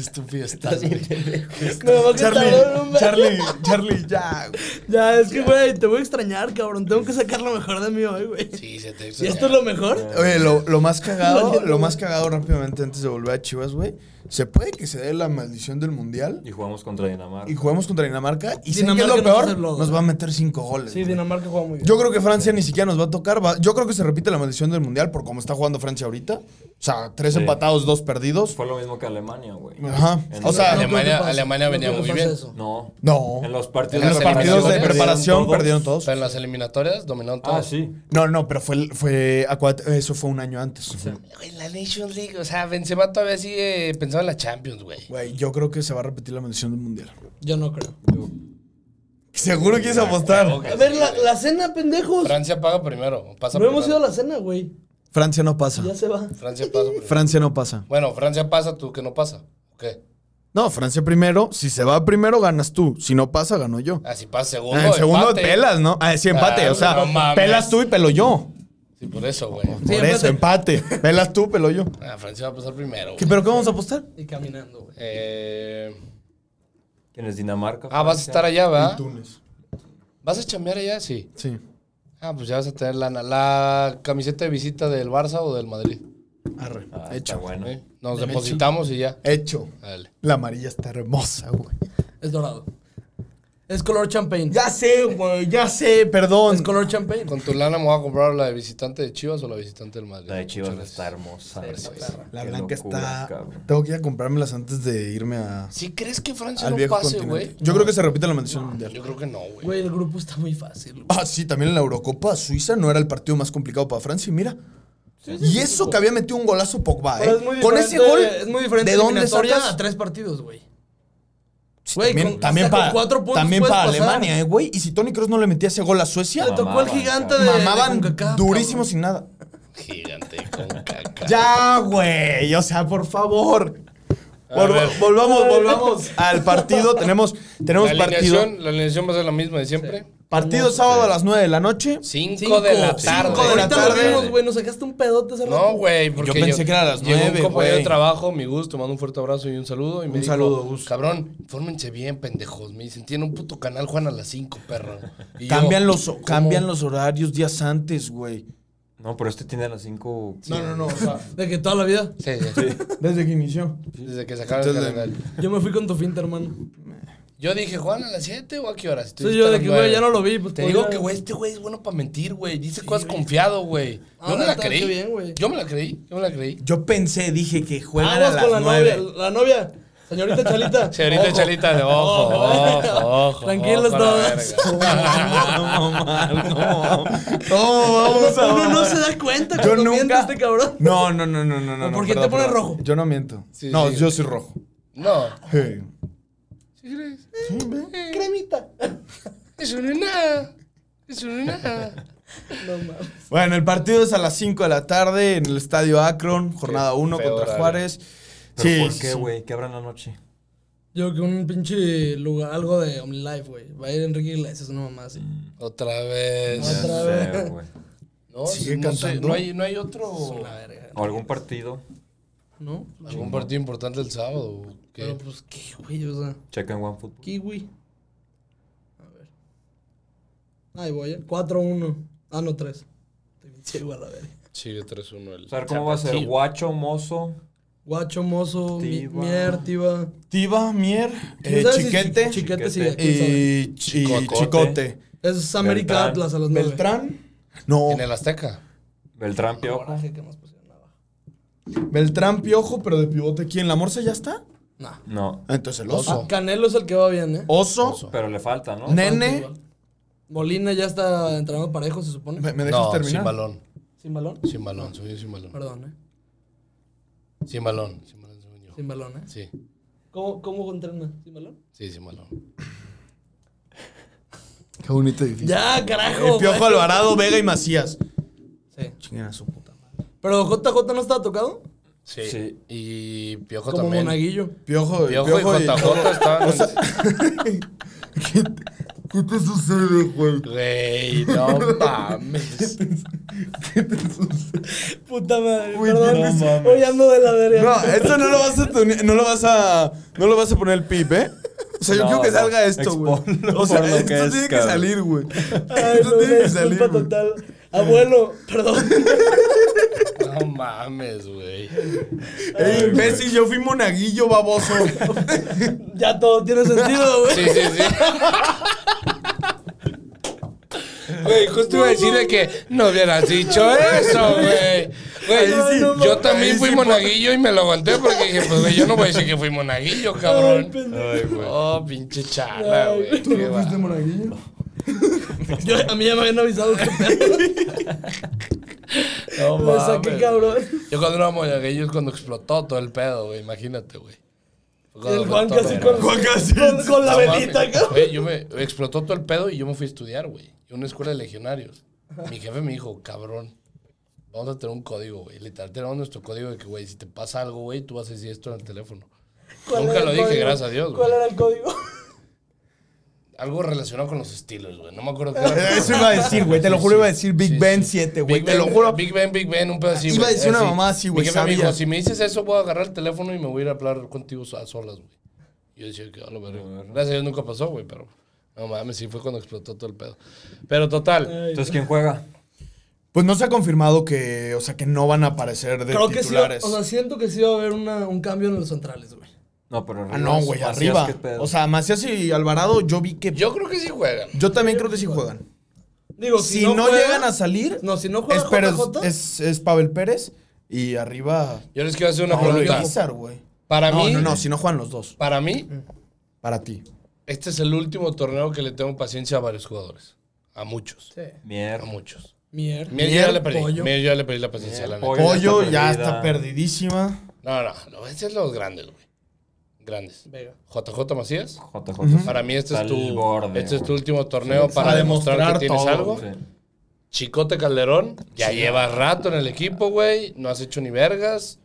Speaker 3: estúpido estás, güey.
Speaker 5: Me va a cabrón,
Speaker 4: Charlie,
Speaker 5: hombre.
Speaker 4: Charlie, Charlie, ya. güey.
Speaker 5: Ya, es que, güey, te voy a extrañar, cabrón. Tengo que sacar lo mejor de mí hoy, güey.
Speaker 3: Sí, se te
Speaker 5: ¿Y esto es lo mejor?
Speaker 4: Oye, lo, lo más cagado,
Speaker 5: Valiendo.
Speaker 4: lo más cagado rápidamente antes de volver a Chivas, güey. Se puede que se dé la maldición del mundial
Speaker 2: Y jugamos contra Dinamarca.
Speaker 4: y jugamos contra Dinamarca y sin
Speaker 5: Dinamarca
Speaker 4: que lo
Speaker 5: nos va a
Speaker 4: peor
Speaker 5: hacer lodo.
Speaker 4: nos va a meter cinco goles.
Speaker 5: Sí,
Speaker 4: güey.
Speaker 5: Dinamarca juega muy bien.
Speaker 4: Yo creo que Francia ni siquiera nos va a tocar. va- yo creo que se repite la maldición del mundial por cómo está jugando Francia ahorita. O sea, tres
Speaker 2: Sí.
Speaker 4: empatados, dos perdidos.
Speaker 2: Fue lo mismo que Alemania, güey.
Speaker 4: Ajá.
Speaker 2: En
Speaker 4: O sea,
Speaker 2: los-
Speaker 3: Alemania-
Speaker 5: creo que pase.
Speaker 3: Alemania venía
Speaker 5: creo que
Speaker 3: muy
Speaker 5: pase
Speaker 3: bien.
Speaker 5: eso.
Speaker 2: no.
Speaker 4: no.
Speaker 2: En los partidos,
Speaker 4: En los
Speaker 3: de
Speaker 4: partidos de
Speaker 3: preparación
Speaker 4: preparación perdieron todos.
Speaker 3: Pero en las eliminatorias dominaron todos.
Speaker 2: Ah, sí.
Speaker 4: No, no, pero fue, fue acuérdate, eso fue un año antes.
Speaker 3: Güey, la Nations League, o sea, Benzema todavía sigue pensando en la Champions, güey.
Speaker 4: Güey, yo creo que se va a repetir la maldición del mundial.
Speaker 5: Yo no creo.
Speaker 4: Seguro quieres apostar.
Speaker 5: A ver, la, la cena, pendejos.
Speaker 3: Francia paga primero, pasa
Speaker 5: No hemos ido
Speaker 3: primero.
Speaker 5: a la cena, güey.
Speaker 4: Francia no pasa.
Speaker 5: Ya se va.
Speaker 3: Francia pasa primero.
Speaker 4: Francia no pasa.
Speaker 3: Bueno, Francia pasa, tú que no pasa. ¿O ¿Qué?
Speaker 4: No, Francia primero. Si se va primero, ganas tú. Si no pasa, gano yo.
Speaker 3: Ah, si pasa segundo.
Speaker 4: Ah, en segundo,
Speaker 3: empate.
Speaker 4: pelas, ¿no? Ah, sí, empate.
Speaker 3: Ah,
Speaker 4: o sea,
Speaker 3: no mames.
Speaker 4: pelas tú y pelo yo.
Speaker 3: Sí, por eso, güey.
Speaker 5: Sí,
Speaker 4: Por eso, empate. Pelas tú, pelo yo.
Speaker 3: Ah, Francia va a pasar primero.
Speaker 4: ¿Qué,
Speaker 3: güey.
Speaker 4: ¿Pero qué vamos a apostar?
Speaker 5: Y caminando, güey.
Speaker 3: Eh,
Speaker 2: ¿Quién es Dinamarca?
Speaker 3: ah, vas a estar allá, ¿verdad?
Speaker 4: Túnez.
Speaker 3: ¿Vas a chambear allá? Sí.
Speaker 4: Sí.
Speaker 3: Ah, pues ya vas a tener lana. ¿La camiseta de visita del Barça o del Madrid?
Speaker 4: Arre.
Speaker 2: Ah, está
Speaker 4: Hecho.
Speaker 2: bueno.
Speaker 3: ¿Eh? Nos depositamos y ya.
Speaker 4: Hecho.
Speaker 3: Dale.
Speaker 4: La amarilla está hermosa, güey.
Speaker 5: Es dorado. Es color champagne.
Speaker 4: sé, güey. Ya sé, perdón.
Speaker 5: Es color champagne.
Speaker 3: ¿Con tu lana me voy a comprar la de visitante de Chivas o la visitante del Madrid?
Speaker 2: La de Chivas
Speaker 3: Muchas
Speaker 2: está
Speaker 3: gracias.
Speaker 2: hermosa.
Speaker 5: Sí,
Speaker 2: güey.
Speaker 5: está perra.
Speaker 4: La
Speaker 2: Qué
Speaker 4: blanca
Speaker 2: locura,
Speaker 4: está.
Speaker 2: cabrón.
Speaker 4: Tengo que ir a comprármelas antes de irme a.
Speaker 3: ¿Sí crees que Francia
Speaker 4: al
Speaker 3: no
Speaker 4: viejo
Speaker 3: pase,
Speaker 4: continente.
Speaker 3: güey?
Speaker 4: Yo creo que se repite la maldición
Speaker 3: Yo
Speaker 4: mundial.
Speaker 3: creo que no, güey.
Speaker 5: Güey, el grupo está muy fácil, güey.
Speaker 4: Ah, sí, también en la Eurocopa Suiza no era el partido más complicado para Francia. Y mira. y eso que había metido un golazo Pogba, ¿eh?
Speaker 5: Pero es muy
Speaker 4: Con ese
Speaker 5: diferente-
Speaker 4: gol.
Speaker 5: Es muy diferente.
Speaker 4: ¿De dónde
Speaker 5: eliminatoria
Speaker 4: sacas?
Speaker 5: a tres partidos, güey.
Speaker 4: Sí,
Speaker 5: Güey,
Speaker 4: también
Speaker 5: con-
Speaker 4: también
Speaker 5: hasta con
Speaker 4: para,
Speaker 5: cuatro puntos
Speaker 4: también
Speaker 5: puedes
Speaker 4: para
Speaker 5: pasar.
Speaker 4: Alemania, ¿eh, güey. Y si Tony Kroos no le metía ese gol a Suecia,
Speaker 5: Ah, Le tocó el
Speaker 2: Mamaban,
Speaker 5: gigante de.
Speaker 4: mamaban
Speaker 5: de CONCACAF,
Speaker 4: durísimo
Speaker 5: cabrón.
Speaker 4: sin nada.
Speaker 3: Gigante con caca.
Speaker 4: Ya, güey. O sea, por favor. Vol-
Speaker 3: ver.
Speaker 4: volvamos, volvamos al partido. Tenemos,
Speaker 3: La
Speaker 4: tenemos partido.
Speaker 3: alineación, la alineación va a ser la misma de siempre.
Speaker 4: Partido sábado a las 9 de la noche.
Speaker 3: Cinco,
Speaker 5: Cinco
Speaker 3: de la
Speaker 5: cinco
Speaker 3: tarde.
Speaker 4: de la
Speaker 5: Ahorita lo
Speaker 4: tarde.
Speaker 5: vimos, güey. Nos sacaste un pedote ese rato.
Speaker 3: No, güey, porque
Speaker 4: Yo pensé que era a las
Speaker 3: llegó
Speaker 4: nueve,
Speaker 3: un compañero
Speaker 4: güey.
Speaker 3: de trabajo, mi Gus, te mando un fuerte abrazo y un saludo. Y me
Speaker 4: Un
Speaker 3: dijo,
Speaker 4: saludo, Gus.
Speaker 3: Cabrón, infórmense bien, pendejos. Me dicen, tiene un puto canal, Juan, a las 5, perro. Y yo,
Speaker 4: Cambian los,
Speaker 3: ¿cómo?
Speaker 4: cambian los horarios días antes, güey.
Speaker 2: No, pero este tiene a las 5.
Speaker 4: no, no. O sea,
Speaker 5: De que toda la vida.
Speaker 3: Sí, sí, sí.
Speaker 4: desde que inició.
Speaker 3: Desde que sacaron el
Speaker 4: Entonces,
Speaker 3: calendario.
Speaker 5: Yo me fui con tu finta, hermano.
Speaker 3: Yo dije, Juan, ¿a las 7 o a qué horas?
Speaker 5: Entonces yo de que, güey, ya no lo vi. Pues,
Speaker 3: Te
Speaker 5: pues,
Speaker 3: digo
Speaker 5: ya.
Speaker 3: que, güey, este güey es bueno para mentir, güey. Dice cosas confiado, güey.
Speaker 5: Ah,
Speaker 3: Yo me la
Speaker 5: neta, qué
Speaker 3: creí.
Speaker 5: bien, güey.
Speaker 3: yo me la creí, yo me la creí.
Speaker 4: Yo pensé, dije que juegan a
Speaker 5: Aguas
Speaker 4: las
Speaker 5: con la
Speaker 4: 9.
Speaker 5: novia. La novia. Señorita Chalita.
Speaker 3: Señorita
Speaker 5: Ojo.
Speaker 3: Chalita, de ojo, ojo, ojo.
Speaker 5: Tranquilos
Speaker 3: ojo a la
Speaker 5: todos.
Speaker 3: verga.
Speaker 4: No, mamá, no. No, vamos a
Speaker 5: Uno no se da cuenta
Speaker 4: Yo
Speaker 5: cuando
Speaker 4: nunca-
Speaker 5: miente este cabrón.
Speaker 4: No, no, no, no, no, no.
Speaker 5: ¿O
Speaker 4: no,
Speaker 5: por qué te
Speaker 4: perdón,
Speaker 5: pones
Speaker 4: perdón.
Speaker 5: rojo?
Speaker 4: Yo no miento.
Speaker 3: Sí,
Speaker 4: no,
Speaker 3: sí.
Speaker 4: yo soy rojo.
Speaker 3: No.
Speaker 4: Hey.
Speaker 3: ¿Sí crees?
Speaker 5: Cremita.
Speaker 3: Eso no es nada. Eso no es nada.
Speaker 5: No mames.
Speaker 4: Bueno, el partido es a las 5 de la tarde en el estadio Akron, jornada 1
Speaker 3: feo
Speaker 4: contra
Speaker 3: horario.
Speaker 4: Juárez.
Speaker 2: Sí,
Speaker 4: Sí,
Speaker 2: ¿Por qué,
Speaker 4: sí.
Speaker 2: güey? ¿Qué habrá en la noche?
Speaker 5: Yo creo que un pinche lugar, algo de OmniLife, güey. Va a ir Enrique Iglesias, una mamá así.
Speaker 4: Mm.
Speaker 3: Otra vez.
Speaker 5: Otra
Speaker 2: sé,
Speaker 5: vez.
Speaker 2: güey.
Speaker 3: No,
Speaker 4: Sigue
Speaker 3: no sé,
Speaker 4: cantando.
Speaker 3: no hay, no hay
Speaker 5: Es
Speaker 3: otro.
Speaker 5: una verga.
Speaker 2: O algún partido.
Speaker 5: ¿No?
Speaker 3: Algún partido importante el sábado. ¿Qué?
Speaker 5: Pero pues qué, güey, o sea,
Speaker 2: Checa en OneFootball.
Speaker 5: kiwi. A ver. Ahí voy, ¿eh? 4-1. Ah, no, 3. Te pinche igual, a ver.
Speaker 3: Sigue 3-1 el.
Speaker 2: O sea, ¿cómo va a ser?
Speaker 3: Chapatío.
Speaker 2: Guacho, mozo.
Speaker 5: Guacho, mozo, mi-
Speaker 2: Tiva.
Speaker 5: mier, tiva.
Speaker 4: Tiva, Mier,
Speaker 5: ¿Quién
Speaker 4: eh,
Speaker 5: sabe si
Speaker 4: Chiquete
Speaker 5: chi- Chiquete sí,
Speaker 2: Chiquete.
Speaker 5: quién sabe.
Speaker 4: y, chi-
Speaker 3: Chicote.
Speaker 4: Chicote.
Speaker 5: Es América
Speaker 2: Beltrán.
Speaker 5: Atlas a las 9.
Speaker 4: Beltrán. No,
Speaker 3: En el Azteca.
Speaker 2: Beltrán, Piojo.
Speaker 5: Coraje que nos pusieron abajo.
Speaker 4: Beltrán Piojo, pero de pivote aquí en la Morsa ya está.
Speaker 5: Nah.
Speaker 2: No,
Speaker 4: Ah, Entonces el
Speaker 5: Ah,
Speaker 4: oso.
Speaker 5: Canelo es el que va bien, ¿eh?
Speaker 4: Oso.
Speaker 2: pero le falta, ¿no?
Speaker 4: Ne-
Speaker 5: Bastante
Speaker 4: Nene.
Speaker 5: igual. Molina ya está entrenando parejo, se supone.
Speaker 4: ¿Me, me dejas
Speaker 3: No, sin
Speaker 4: terminar?
Speaker 3: balón.
Speaker 5: Sin balón.
Speaker 3: Sin balón, soy yo sin balón.
Speaker 5: Perdón, ¿eh?
Speaker 3: Sin balón, sin balón, soy yo.
Speaker 5: Sin balón, ¿eh?
Speaker 3: Sí,
Speaker 5: ¿Cómo, cómo entrena? ¿Sin balón?
Speaker 3: sí, sin balón.
Speaker 4: Qué bonito edificio.
Speaker 5: Ya, carajo.
Speaker 4: El Piojo
Speaker 5: güey.
Speaker 4: Alvarado, Vega y Macías.
Speaker 5: Sí.
Speaker 4: Chinguen a su puta madre.
Speaker 5: Pero JJ no estaba tocado.
Speaker 3: Sí.
Speaker 2: Sí.
Speaker 3: Y Piojo
Speaker 5: Como
Speaker 3: también.
Speaker 5: Monaguillo.
Speaker 4: Piojo,
Speaker 3: Piojo y JJ estaban. en-
Speaker 4: ¿Qué, qué te sucede, güey?
Speaker 3: Güey, no mames.
Speaker 4: ¿Qué te sucede?
Speaker 5: Puta madre.
Speaker 4: Uy,
Speaker 5: perdón.
Speaker 4: no mames.
Speaker 5: Hoy ando de la verga.
Speaker 4: No, esto no lo vas a tunear- no lo vas a no lo vas a poner el pip, ¿eh? O sea, yo
Speaker 2: No,
Speaker 4: quiero que
Speaker 2: no,
Speaker 4: salga esto, güey.
Speaker 2: exponlo
Speaker 4: O sea,
Speaker 2: por lo
Speaker 4: esto
Speaker 2: que es,
Speaker 4: tiene que
Speaker 2: cabrón.
Speaker 4: salir, güey.
Speaker 5: Ay,
Speaker 4: Esto
Speaker 5: no,
Speaker 4: tiene
Speaker 5: una
Speaker 4: que salir.
Speaker 5: disculpa
Speaker 4: güey.
Speaker 5: total. Abuelo, perdón.
Speaker 3: No mames, güey.
Speaker 4: Ey, imbécil, yo fui monaguillo baboso.
Speaker 5: Ya todo tiene sentido, güey.
Speaker 3: Sí, sí, sí. Güey, justo iba a decir de que no hubieras dicho eso, güey. Güey,
Speaker 4: Ahí sí,
Speaker 3: yo
Speaker 4: ahí
Speaker 3: también fui
Speaker 4: sí,
Speaker 3: monaguillo y me lo aguanté porque dije, pues, güey, yo no voy a decir que fui monaguillo, cabrón.
Speaker 5: Ay, pendejo.
Speaker 2: Ay, güey.
Speaker 3: Oh, pinche charla,
Speaker 5: Ay,
Speaker 3: güey. qué va.
Speaker 4: monaguillo?
Speaker 5: Yo, a mí ya me habían avisado que
Speaker 3: No
Speaker 5: me saqué,
Speaker 3: mames.
Speaker 5: Pues, cabrón.
Speaker 3: Yo cuando era monaguillo es cuando explotó todo el pedo, güey. Imagínate, güey. Cuando
Speaker 5: El Juan casi con,
Speaker 3: explotó todo el pedo.
Speaker 4: Juan casi.
Speaker 5: con, con la
Speaker 3: No mames,
Speaker 5: velita, cabrón.
Speaker 3: güey, yo me explotó todo el pedo y yo me fui a estudiar, güey. A una escuela de legionarios. Mi jefe me dijo, cabrón, vamos a tener un código, güey. Literal, tenemos nuestro código de que, güey, si te pasa algo, güey, tú vas a decir esto en el teléfono.
Speaker 5: ¿Cuál
Speaker 3: Nunca
Speaker 5: era
Speaker 3: lo
Speaker 5: el
Speaker 3: dije,
Speaker 5: código?
Speaker 3: gracias a Dios,
Speaker 5: ¿Cuál
Speaker 3: güey.
Speaker 5: era el código?
Speaker 3: Algo relacionado con los estilos, güey. No me acuerdo qué
Speaker 4: Eso iba a decir, güey. Te lo juro, iba a decir Big
Speaker 3: Sí,
Speaker 4: Ben
Speaker 3: sí.
Speaker 4: 7, güey.
Speaker 3: Big
Speaker 4: Te
Speaker 3: Ben-
Speaker 4: lo juro.
Speaker 3: Big Ben, Big Ben, un pedo así,
Speaker 4: Iba
Speaker 3: güey. Eh,
Speaker 4: a decir una mamá así, güey,
Speaker 3: Mi jefe me
Speaker 4: sabía.
Speaker 3: dijo, si me dices eso, voy a agarrar el teléfono y me voy a ir a hablar contigo a solas, güey. Yo decía que, a lo verga. Gracias a Dios nunca pasó, güey, pero... No mames, sí fue cuando explotó todo el pedo. Pero total,
Speaker 2: Entonces, ¿quién juega?
Speaker 4: Pues no se ha confirmado que, o sea, que no van a aparecer de
Speaker 5: Creo que sí.
Speaker 4: titulares.
Speaker 5: O sea, siento que sí va a haber una, un cambio en los centrales, güey.
Speaker 2: No, pero
Speaker 4: ah, no, güey,
Speaker 2: Macías,
Speaker 4: arriba.
Speaker 2: ¿qué pedo?
Speaker 4: O sea, Macías y Alvarado, yo vi que. Yo,
Speaker 3: yo creo que sí juegan.
Speaker 4: también creo que sí juegan.
Speaker 5: Digo,
Speaker 4: Si, no,
Speaker 5: juega-
Speaker 4: llegan a salir,
Speaker 5: No, si no juega
Speaker 4: es, Pérez-
Speaker 5: JJ.
Speaker 4: es, es Pavel Pérez y arriba.
Speaker 3: Yo les quiero hacer una
Speaker 4: Pablo
Speaker 3: pregunta.
Speaker 4: Guizar, güey.
Speaker 3: Para
Speaker 4: no,
Speaker 3: mí,
Speaker 4: no, no, si no juegan los dos.
Speaker 3: para mí,
Speaker 4: Para ti.
Speaker 3: este es el último torneo que le tengo paciencia a varios jugadores. A muchos.
Speaker 5: Sí.
Speaker 3: A
Speaker 2: Mierda.
Speaker 3: muchos.
Speaker 5: Mier.
Speaker 3: Mier, yo ya le perdí.
Speaker 5: pollo.
Speaker 3: Mier, yo ya le perdí la paciencia, la neta.
Speaker 2: pollo.
Speaker 4: Pollo ya
Speaker 2: perdida.
Speaker 4: está perdidísima.
Speaker 3: No, no, no, ese es los grandes, güey. Grandes.
Speaker 5: Vega.
Speaker 3: JJ Macías.
Speaker 2: JJ.
Speaker 3: Para mí este
Speaker 2: Está
Speaker 3: es
Speaker 2: al
Speaker 3: tu,
Speaker 2: borde,
Speaker 3: este es tu
Speaker 2: güey.
Speaker 3: último torneo para
Speaker 4: Para
Speaker 3: demostrar,
Speaker 4: demostrar
Speaker 3: que tienes
Speaker 4: todo,
Speaker 3: algo.
Speaker 2: Sí.
Speaker 3: Chicote Calderón, ya lleva rato en el equipo, güey. No has hecho ni vergas.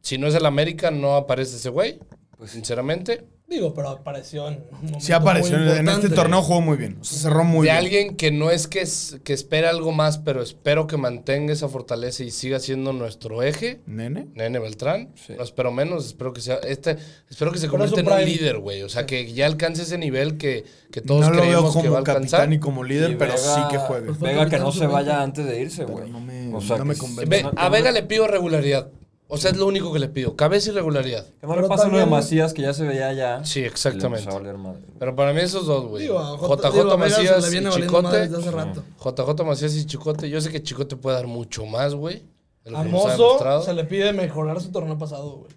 Speaker 3: Si no es el América, no aparece ese güey.
Speaker 2: Pues
Speaker 3: sinceramente.
Speaker 5: Digo, pero apareció en un momento
Speaker 4: Sí apareció.
Speaker 5: muy
Speaker 4: En este
Speaker 5: importante.
Speaker 4: torneo jugó muy bien. O sea, cerró muy
Speaker 3: de
Speaker 4: bien.
Speaker 3: alguien que no es que, es- que espera algo más, pero espero que mantenga esa fortaleza y siga siendo nuestro eje.
Speaker 4: ¿Nene?
Speaker 3: Nene Beltrán,
Speaker 2: Sí.
Speaker 3: no espero menos, espero que sea este, espero que se
Speaker 5: Pero es
Speaker 3: convierta
Speaker 5: un
Speaker 3: en un
Speaker 5: prime.
Speaker 3: líder, güey, o sea, que ya alcance ese nivel que, que todos
Speaker 4: no lo veo
Speaker 3: creemos que va a
Speaker 4: como
Speaker 3: alcanzar.
Speaker 4: capitán ni como líder,
Speaker 2: Y
Speaker 4: pero
Speaker 2: Vega- pues,
Speaker 4: sí que juegue.
Speaker 5: Fue
Speaker 2: Vega que
Speaker 5: capitán
Speaker 2: no se
Speaker 5: sub-veinte.
Speaker 2: vaya antes de irse,
Speaker 4: Pero
Speaker 2: güey.
Speaker 4: no me-
Speaker 2: o sea,
Speaker 4: no
Speaker 2: que
Speaker 4: me
Speaker 2: sí-
Speaker 4: convence.
Speaker 3: Ve,
Speaker 2: no-
Speaker 3: a Vega le pido regularidad, o sea, es lo único que le pido, cabeza y regularidad.
Speaker 2: Que no
Speaker 5: Pero
Speaker 2: le pase lo de
Speaker 5: también-
Speaker 2: Macías que ya se veía ya.
Speaker 3: Sí,
Speaker 2: Y le
Speaker 3: exactamente.
Speaker 2: empezó a valer madre.
Speaker 3: Pero para mí esos dos, güey.
Speaker 5: Digo, a
Speaker 3: JJ
Speaker 5: digo, a Vega se
Speaker 3: Macías
Speaker 5: le
Speaker 3: y
Speaker 5: viene valiendo madre
Speaker 3: Chicote.
Speaker 5: desde hace rato.
Speaker 3: JJ Macías y Chicote, yo sé que Chicote puede dar mucho más, güey. de lo
Speaker 5: A
Speaker 3: que nos ha
Speaker 5: Mozo
Speaker 3: demostrado.
Speaker 5: se le pide mejorar su torneo pasado, güey.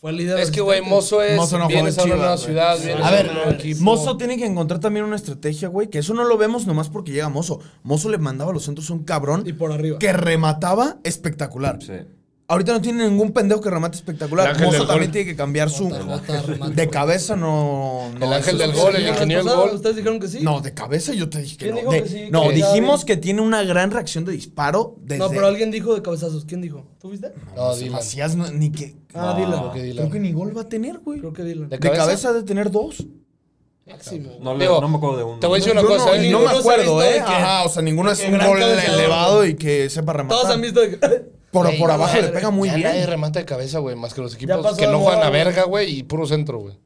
Speaker 5: Fue el líder.
Speaker 3: Es que, güey,
Speaker 5: asistente.
Speaker 3: Mozo es.
Speaker 4: Mozo no juega
Speaker 3: vienes
Speaker 4: en
Speaker 3: a una
Speaker 4: Chivas,
Speaker 3: nueva
Speaker 4: güey.
Speaker 3: ciudad, vienes
Speaker 4: A ver,
Speaker 3: un nuevo equipo.
Speaker 4: Mozo tiene que encontrar también una estrategia, güey. Que eso no lo vemos nomás porque llega Mozo. Mozo le mandaba a los centros a un cabrón
Speaker 5: Y por arriba.
Speaker 4: que remataba espectacular.
Speaker 2: Sí.
Speaker 4: Ahorita no tiene ningún pendejo que remate espectacular.
Speaker 3: El ángel
Speaker 4: Mozo
Speaker 3: del
Speaker 4: también
Speaker 3: gol.
Speaker 4: tiene que cambiar su.
Speaker 5: Jota remate.
Speaker 4: De cabeza no. no
Speaker 3: El ángel
Speaker 4: eso
Speaker 3: del
Speaker 4: sí.
Speaker 3: gol, el
Speaker 5: La vez
Speaker 3: ingeniero del
Speaker 5: pasada,
Speaker 3: gol.
Speaker 5: Ustedes dijeron que sí.
Speaker 4: No, de cabeza yo te dije que
Speaker 5: ¿Quién
Speaker 4: no.
Speaker 5: dijo
Speaker 4: De-
Speaker 5: que sí?
Speaker 4: no,
Speaker 5: Que-
Speaker 4: dijimos que tiene una gran reacción de disparo desde.
Speaker 5: No, pero alguien dijo de cabezazos. ¿Quién dijo? ¿Tú viste?
Speaker 3: No,
Speaker 4: Macías
Speaker 3: Dylan.
Speaker 4: no- ni que.
Speaker 5: Ah,
Speaker 3: Creo
Speaker 5: Dylan.
Speaker 3: que Dylan.
Speaker 4: Creo que ni gol va a tener, güey.
Speaker 5: Creo que Dylan.
Speaker 3: ¿De
Speaker 4: De
Speaker 3: cabeza?
Speaker 4: cabeza ha de tener dos.
Speaker 5: Máximo.
Speaker 2: No, le-
Speaker 3: Digo,
Speaker 2: no me acuerdo de uno.
Speaker 3: Te voy a decir
Speaker 4: Yo
Speaker 3: una
Speaker 4: no,
Speaker 3: cosa.
Speaker 4: y
Speaker 3: ¿eh?
Speaker 4: no me
Speaker 5: Ninguno se ha
Speaker 4: acuerdo,
Speaker 5: visto de
Speaker 4: ¿eh?
Speaker 5: que-
Speaker 4: Ajá, o sea, ninguno
Speaker 5: de
Speaker 4: es
Speaker 5: que
Speaker 4: un
Speaker 5: gran
Speaker 4: gol
Speaker 5: cabezador.
Speaker 4: elevado y que sepa rematar.
Speaker 5: Todos han visto de que.
Speaker 4: Por,
Speaker 3: Güey,
Speaker 4: por
Speaker 3: no,
Speaker 4: abajo
Speaker 3: madre,
Speaker 4: le pega muy
Speaker 3: ya
Speaker 4: bien.
Speaker 3: Nadie remata de cabeza, güey, más que los
Speaker 5: pasó
Speaker 3: equipos que
Speaker 5: de
Speaker 3: no
Speaker 5: moda,
Speaker 3: juegan a
Speaker 5: güey.
Speaker 3: verga, güey, y puro centro, güey.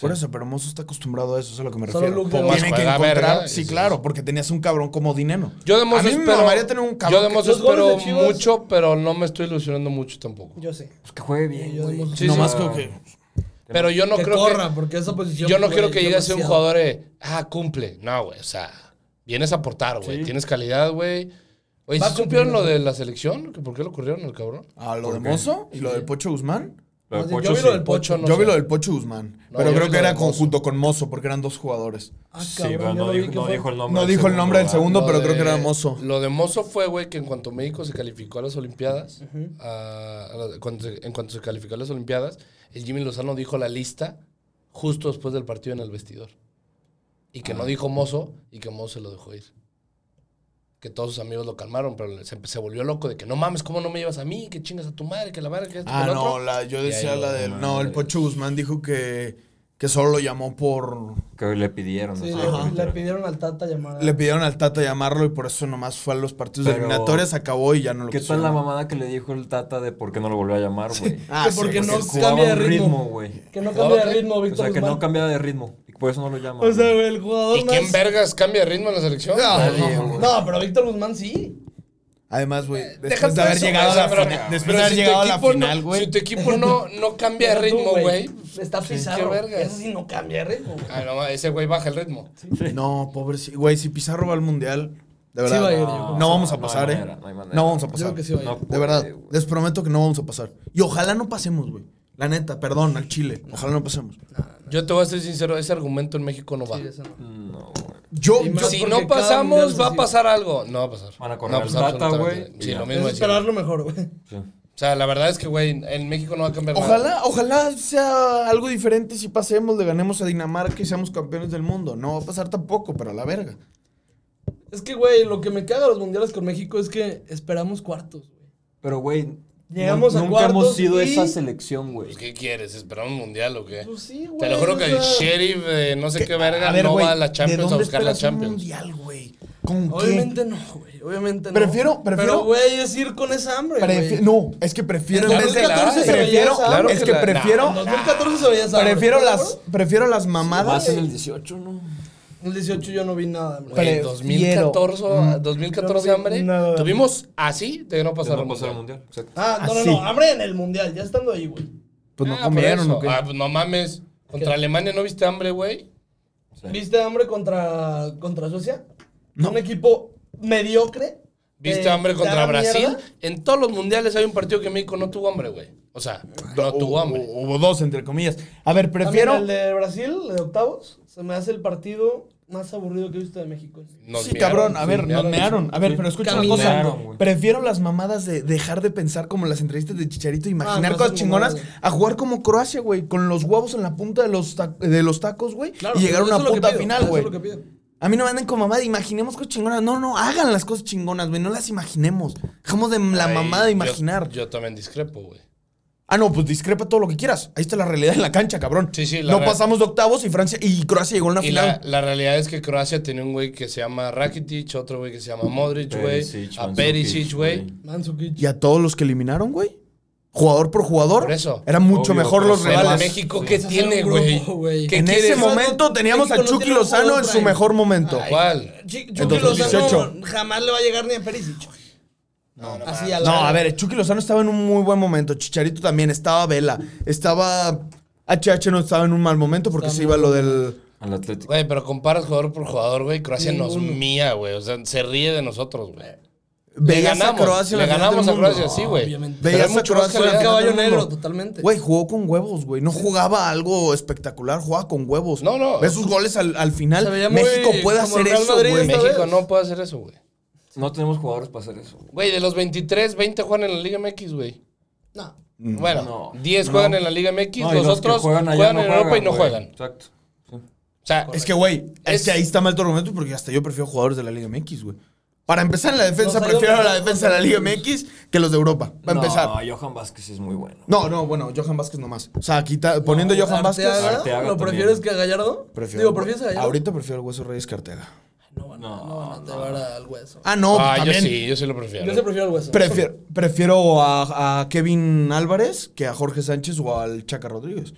Speaker 4: Por eso, pero Mozo está acostumbrado a eso, es a lo que me
Speaker 5: Solo
Speaker 4: refiero.
Speaker 5: Luke de
Speaker 4: Tiene
Speaker 3: Pumas
Speaker 4: que
Speaker 3: juega
Speaker 4: encontrar,
Speaker 3: verga,
Speaker 4: sí,
Speaker 3: eso
Speaker 4: claro, porque tenías un cabrón como Dineno.
Speaker 3: Yo de Mozo
Speaker 4: a mí me
Speaker 3: espero-
Speaker 4: mamaría tener un cabrón
Speaker 3: Yo de
Speaker 4: que-
Speaker 3: Mozo
Speaker 5: Los goles de
Speaker 3: espero
Speaker 5: Chivas-
Speaker 3: mucho, pero no me estoy ilusionando mucho tampoco.
Speaker 5: Yo sí.
Speaker 2: Pues que juegue bien,
Speaker 5: Yo
Speaker 2: güey.
Speaker 5: de Mozo.
Speaker 3: Sí, sí.
Speaker 2: más
Speaker 4: creo que-
Speaker 3: Pero yo no
Speaker 5: que
Speaker 3: creo
Speaker 5: corra,
Speaker 3: que.
Speaker 5: porque esa posición.
Speaker 3: Yo no
Speaker 5: güey,
Speaker 3: quiero que llegue a ser un
Speaker 5: demasiado.
Speaker 3: jugador de. Ah, cumple. No, güey, o sea. Vienes a aportar, güey.
Speaker 2: Sí.
Speaker 3: Tienes calidad, güey. Oye,
Speaker 5: Va
Speaker 3: ¿sí
Speaker 5: a
Speaker 3: supieron lo
Speaker 5: cumplir,
Speaker 3: de la selección? ¿Que ¿Por qué lo corrieron el cabrón?
Speaker 4: Ah, lo de Mozo y lo del Pocho Guzmán.
Speaker 2: Lo de
Speaker 5: Más bien,
Speaker 2: Pocho
Speaker 5: yo vi lo
Speaker 2: sí.
Speaker 5: del Pocho.
Speaker 3: No
Speaker 4: yo vi
Speaker 3: sé.
Speaker 4: lo del Pocho Guzmán,
Speaker 3: No,
Speaker 4: pero
Speaker 3: yo
Speaker 4: creo
Speaker 3: vi
Speaker 4: que
Speaker 3: lo
Speaker 4: era
Speaker 3: del Mozo.
Speaker 4: conjunto con Mozo porque eran dos jugadores.
Speaker 5: Ah,
Speaker 2: Sí,
Speaker 5: cabrón,
Speaker 2: pero
Speaker 5: yo
Speaker 2: no,
Speaker 5: lo vi
Speaker 2: dijo,
Speaker 5: que
Speaker 2: no
Speaker 5: fue.
Speaker 2: dijo el nombre.
Speaker 4: No
Speaker 2: del
Speaker 4: dijo el nombre del
Speaker 2: ¿verdad?
Speaker 4: segundo,
Speaker 3: Lo
Speaker 4: pero creo
Speaker 3: de-
Speaker 4: que era Mozo.
Speaker 3: Lo de Mozo fue, güey, que en cuanto México se calificó a las Olimpiadas, a- a la- cuando se- en cuanto se calificó a las Olimpiadas, el Jimmy Lozano dijo la lista justo después del
Speaker 4: Ah.
Speaker 3: partido en el vestidor. Y que no dijo Mozo y que Mozo se lo dejó ir. que todos sus amigos lo calmaron, pero se, se volvió loco de que no mames, ¿cómo no me llevas a mí? Que chingas a tu madre, que la madre, que esto,
Speaker 4: Ah,
Speaker 3: que lo
Speaker 4: no,
Speaker 3: otro.
Speaker 4: la, yo
Speaker 3: Y
Speaker 4: decía
Speaker 3: ahí,
Speaker 4: la del. No, el
Speaker 3: madre.
Speaker 4: Pocho Guzmán dijo que, que solo lo llamó por.
Speaker 2: Que le pidieron. no
Speaker 5: Sí,
Speaker 2: sé,
Speaker 5: le-
Speaker 2: por
Speaker 5: le,
Speaker 2: Twitter.
Speaker 5: pidieron al Tata llamar. a-
Speaker 4: Le pidieron al Tata llamarlo y por eso nomás fue a los partidos
Speaker 2: Pero-
Speaker 4: eliminatorias, acabó y ya no lo
Speaker 2: ¿Qué
Speaker 4: quisieron.
Speaker 2: tal la mamada que le dijo el Tata de por qué no lo volvió a llamar, güey?
Speaker 4: Ah,
Speaker 5: que
Speaker 4: sí,
Speaker 5: porque
Speaker 4: pues,
Speaker 5: no
Speaker 4: es
Speaker 2: jugaba
Speaker 5: cambia de
Speaker 2: un ritmo,
Speaker 5: ritmo.
Speaker 2: güey.
Speaker 5: que no cambia de
Speaker 3: Ok.
Speaker 5: ritmo,
Speaker 2: O
Speaker 5: Víctor.
Speaker 2: sea, que
Speaker 5: Guzmán.
Speaker 2: no cambiaba de ritmo. Y por eso no lo llama.
Speaker 5: O sea,
Speaker 2: güey.
Speaker 5: güey, el jugador
Speaker 3: ¿Y quién
Speaker 5: más-
Speaker 3: vergas cambia de ritmo en la selección?
Speaker 4: Nadie, güey.
Speaker 5: No, pero Víctor Guzmán sí.
Speaker 4: Además, güey, después
Speaker 3: Déjate
Speaker 4: de haber
Speaker 3: Eh, eso,
Speaker 4: llegado a
Speaker 3: güey,
Speaker 4: la
Speaker 3: pero-
Speaker 4: final, después
Speaker 3: pero
Speaker 4: de haber
Speaker 3: si tu
Speaker 4: llegado a la
Speaker 3: equipo no-
Speaker 4: final,
Speaker 3: Si
Speaker 4: güey.
Speaker 3: tu equipo no, no cambia de ritmo, güey.
Speaker 5: Está
Speaker 3: qué
Speaker 5: Pizarro.
Speaker 3: verga.
Speaker 5: Ese sí no cambia de ritmo. güey.
Speaker 3: Ah, no, ese güey baja el ritmo.
Speaker 4: No, pobre, sí, güey, si Pizarro va al mundial, de verdad.
Speaker 5: Sí va a ir, yo
Speaker 4: no,
Speaker 5: creo.
Speaker 2: No,
Speaker 4: vamos a
Speaker 2: no
Speaker 4: pasar,
Speaker 2: hay
Speaker 4: eh.
Speaker 2: manera, no hay manera.
Speaker 4: No vamos a
Speaker 5: Yo
Speaker 4: pasar.
Speaker 5: creo que sí va a ir.
Speaker 2: No.
Speaker 4: De verdad,
Speaker 2: Güey, güey.
Speaker 4: les prometo que no vamos a pasar. Y ojalá no pasemos, güey. La neta, perdón, al Chile. Ojalá no pasemos.
Speaker 3: Yo te voy a ser sincero, ese argumento en México no va.
Speaker 5: Sí, ese no.
Speaker 2: No, güey.
Speaker 4: Yo,
Speaker 5: Y
Speaker 4: yo-
Speaker 5: más-
Speaker 3: si
Speaker 5: porque
Speaker 3: no
Speaker 5: cada mundial
Speaker 3: pasamos,
Speaker 5: es
Speaker 3: va a
Speaker 5: así.
Speaker 3: pasar algo. No va a pasar.
Speaker 2: Van a correr
Speaker 3: no va
Speaker 2: al
Speaker 3: pasar
Speaker 2: Tata,
Speaker 3: absolutamente.
Speaker 2: güey, y
Speaker 3: Sí,
Speaker 2: ya.
Speaker 3: lo mismo
Speaker 5: Es
Speaker 3: decir.
Speaker 5: esperar lo mejor, güey.
Speaker 2: Sí.
Speaker 3: O sea, la verdad es que, güey, en México no va a cambiar nada.
Speaker 4: ojalá, ojalá sea algo diferente si pasemos, le ganemos a Dinamarca y seamos campeones del mundo. No va a pasar tampoco, pero a la verga.
Speaker 5: Es que, güey, lo que me caga los mundiales con México es que esperamos cuartos, güey.
Speaker 2: Pero, güey.
Speaker 5: Llegamos
Speaker 2: nun-
Speaker 5: a
Speaker 2: Nunca hemos
Speaker 5: cuartos
Speaker 2: sido
Speaker 5: y-
Speaker 2: esa selección, güey.
Speaker 3: Pues, ¿Qué quieres? ¿Esperar un mundial o qué?
Speaker 5: Pues sí, güey.
Speaker 3: Te lo juro
Speaker 5: o
Speaker 3: que el
Speaker 5: sea,
Speaker 3: sheriff de no sé qué verga
Speaker 4: A ver,
Speaker 3: no
Speaker 4: güey,
Speaker 3: va a la
Speaker 4: ¿de
Speaker 3: Champions a
Speaker 4: dónde
Speaker 3: buscar la
Speaker 4: esperas un
Speaker 3: Champions.
Speaker 4: mundial, güey? ¿Con
Speaker 5: Obviamente no, güey. Obviamente no.
Speaker 4: Prefiero- prefiero-
Speaker 5: Pero, güey, es ir con esa hambre,
Speaker 4: qué? Prefi-
Speaker 5: güey.
Speaker 4: no, es que prefiero
Speaker 5: En
Speaker 4: en vez de
Speaker 5: 2014 se veía
Speaker 4: prefiero,
Speaker 5: esa-
Speaker 3: Claro
Speaker 4: es
Speaker 3: que
Speaker 4: que
Speaker 3: la-
Speaker 4: prefiero
Speaker 5: En 2014 se veía esa hambre.
Speaker 4: prefiero
Speaker 5: ¿te
Speaker 4: las
Speaker 5: acuerdas?
Speaker 4: prefiero las
Speaker 2: Más
Speaker 4: mamadas.
Speaker 2: en el 18, ¿no?
Speaker 5: En el 18 yo no vi nada, güey.
Speaker 3: Güey,
Speaker 4: Prefiero.
Speaker 3: 2014, 2014
Speaker 5: No vi
Speaker 3: hambre.
Speaker 5: nada.
Speaker 3: Tuvimos así de no pasar
Speaker 2: Pasar
Speaker 3: el
Speaker 2: no pasar al
Speaker 3: mundial.
Speaker 2: mundial. Exacto.
Speaker 5: Ah, no, no,
Speaker 4: Así.
Speaker 5: no. Hambre en el mundial, ya estando ahí, güey.
Speaker 4: Pues no
Speaker 3: Ah, por
Speaker 4: comieron,
Speaker 3: eso.
Speaker 4: ¿o qué?
Speaker 3: Ah, pues no mames. Contra Alemania no viste hambre, güey.
Speaker 2: Sí.
Speaker 5: ¿Viste hambre contra, contra Suecia?
Speaker 4: No.
Speaker 5: Un equipo mediocre.
Speaker 3: Viste
Speaker 4: Eh,
Speaker 5: que
Speaker 3: hambre
Speaker 5: te
Speaker 3: contra
Speaker 5: haga
Speaker 3: Brasil.
Speaker 5: mierda.
Speaker 3: En todos los mundiales hay un partido que México no tuvo hambre, güey. O sea, no
Speaker 4: Hubo-
Speaker 2: uh,
Speaker 3: tuvo hambre.
Speaker 4: Hubo dos entre comillas. A ver,
Speaker 5: Prefiero.
Speaker 4: prefiero
Speaker 5: el de Brasil, el de octavos, se me hace el partido más aburrido que he visto de México.
Speaker 3: Nos
Speaker 4: sí,
Speaker 3: mearon,
Speaker 4: cabrón, a
Speaker 3: sí,
Speaker 4: ver, nos mearon. A ver,
Speaker 2: Sí.
Speaker 4: pero escucha una
Speaker 5: Caminaron,
Speaker 4: cosa.
Speaker 2: güey.
Speaker 4: Prefiero las mamadas de dejar de pensar como las entrevistas de Chicharito, imaginar
Speaker 5: no
Speaker 4: cosas
Speaker 5: seas
Speaker 4: chingonas,
Speaker 5: mamón, güey.
Speaker 4: a jugar como Croacia, güey, con los huevos en la punta de los, ta- de los tacos, güey, y llegar a una puta final, güey. A mí no me anden con mamada, imaginemos cosas chingonas. No, no, hagan las cosas chingonas, güey, no las imaginemos. Dejamos de la
Speaker 3: Ay,
Speaker 4: mamada de
Speaker 3: yo-
Speaker 4: imaginar.
Speaker 3: Yo, también discrepo, güey.
Speaker 4: Ah, no, pues discrepa todo lo que quieras. Ahí está la realidad en la cancha, cabrón.
Speaker 3: Sí, sí, la
Speaker 4: No
Speaker 3: re-
Speaker 4: pasamos de octavos y Francia y Croacia llegó a una
Speaker 3: Y
Speaker 4: final.
Speaker 3: la, la realidad es que Croacia tenía un güey que se llama Rakitic, otro güey que se llama Modric, güey.
Speaker 2: Perisic,
Speaker 3: A
Speaker 2: Mandzukic,
Speaker 3: Perisic, güey.
Speaker 5: Manzukic.
Speaker 4: Y a todos los que eliminaron, güey. Jugador por jugador.
Speaker 3: Por eso.
Speaker 4: Eran mucho
Speaker 2: Obvio,
Speaker 4: mejor
Speaker 2: pero
Speaker 4: los
Speaker 2: fue
Speaker 3: Pero
Speaker 4: rivales.
Speaker 3: México, ¿qué
Speaker 5: Ese es
Speaker 3: tiene,
Speaker 5: un
Speaker 3: güey?
Speaker 5: grupo, güey.
Speaker 3: ¿Qué
Speaker 4: En ese
Speaker 3: quieres?
Speaker 4: momento teníamos a
Speaker 5: México no
Speaker 4: Chucky
Speaker 5: tiene un
Speaker 4: Lozano
Speaker 5: jugador
Speaker 4: en su
Speaker 5: prime.
Speaker 4: mejor momento.
Speaker 3: ¿Cuál?
Speaker 5: Ch-
Speaker 4: En
Speaker 5: Chucky Lozano
Speaker 4: 2018.
Speaker 5: jamás le va a llegar ni a Perisic. No, Así a la
Speaker 4: No, a ver, Chucky Lozano estaba en un muy buen momento. Chicharito también, estaba Vela. Estaba. HH no estaba en un mal momento porque se iba lo del.
Speaker 2: Al Atlético.
Speaker 3: Güey, pero comparas jugador por jugador, güey. Croacia nos
Speaker 5: Ninguno.
Speaker 3: mía, güey. O sea, se ríe de nosotros, güey. Le
Speaker 4: Veías a
Speaker 3: ganamos,
Speaker 4: Croacia en
Speaker 3: le
Speaker 4: la final
Speaker 3: ganamos
Speaker 4: del
Speaker 3: a
Speaker 4: mundo.
Speaker 3: Croacia, sí, güey.
Speaker 5: obviamente.
Speaker 3: Pero
Speaker 4: Veías
Speaker 3: hay
Speaker 4: a
Speaker 3: mucho
Speaker 4: Croacia
Speaker 3: más
Speaker 5: Fue el
Speaker 3: calidad.
Speaker 5: caballo
Speaker 4: no, no,
Speaker 5: negro,
Speaker 4: no.
Speaker 5: totalmente.
Speaker 4: Güey, jugó con huevos, güey. No jugaba algo espectacular, jugaba con huevos.
Speaker 3: No, no.
Speaker 4: Ve sus goles al, al final.
Speaker 5: Se veía muy
Speaker 4: México puede
Speaker 5: como
Speaker 4: hacer
Speaker 5: Real
Speaker 4: eso,
Speaker 5: Madrid
Speaker 4: güey.
Speaker 5: esta
Speaker 3: México
Speaker 5: vez.
Speaker 3: no puede hacer eso, güey.
Speaker 2: No tenemos jugadores para hacer eso.
Speaker 3: Güey, de los 23, 20 juegan en la Liga MX, güey.
Speaker 5: No.
Speaker 3: Bueno,
Speaker 2: No.
Speaker 3: 10 juegan en la Liga MX,
Speaker 2: No, y
Speaker 3: los,
Speaker 2: que
Speaker 3: otros juegan,
Speaker 2: allá no
Speaker 3: en Europa y no
Speaker 2: güey.
Speaker 3: juegan.
Speaker 2: Exacto. Sí.
Speaker 3: O sea,
Speaker 4: Es que, güey, es,
Speaker 3: Es-
Speaker 4: que ahí está mal tu argumento porque hasta yo prefiero jugadores de la Liga MX, güey. Para empezar en la defensa,
Speaker 5: Nos ha ido
Speaker 4: prefiero la
Speaker 5: mejor
Speaker 4: defensa de la Liga
Speaker 5: con
Speaker 4: MX que los de Europa. Para empezar.
Speaker 2: No, Johan Vázquez es muy bueno.
Speaker 4: No, no, bueno, Johan Vázquez nomás. O sea, quita- poniendo
Speaker 5: No,
Speaker 4: Johan Vázquez.
Speaker 5: Arteaga,
Speaker 2: Arteaga
Speaker 5: ¿Lo
Speaker 2: también.
Speaker 5: prefieres que a Gallardo?
Speaker 4: prefiero-
Speaker 5: Digo, ¿prefieres a Gallardo?
Speaker 4: Ahorita prefiero al Hueso Reyes que Arteaga.
Speaker 5: No, van a-
Speaker 2: No,
Speaker 5: no, van a llevar al hueso.
Speaker 4: Ah, no,
Speaker 3: ah, yo
Speaker 4: también.
Speaker 3: sí, yo sí lo prefiero.
Speaker 5: Yo se prefiero al hueso.
Speaker 4: Prefiero, prefiero a, a Kevin Álvarez que a Jorge Sánchez o al Chaca Rodríguez.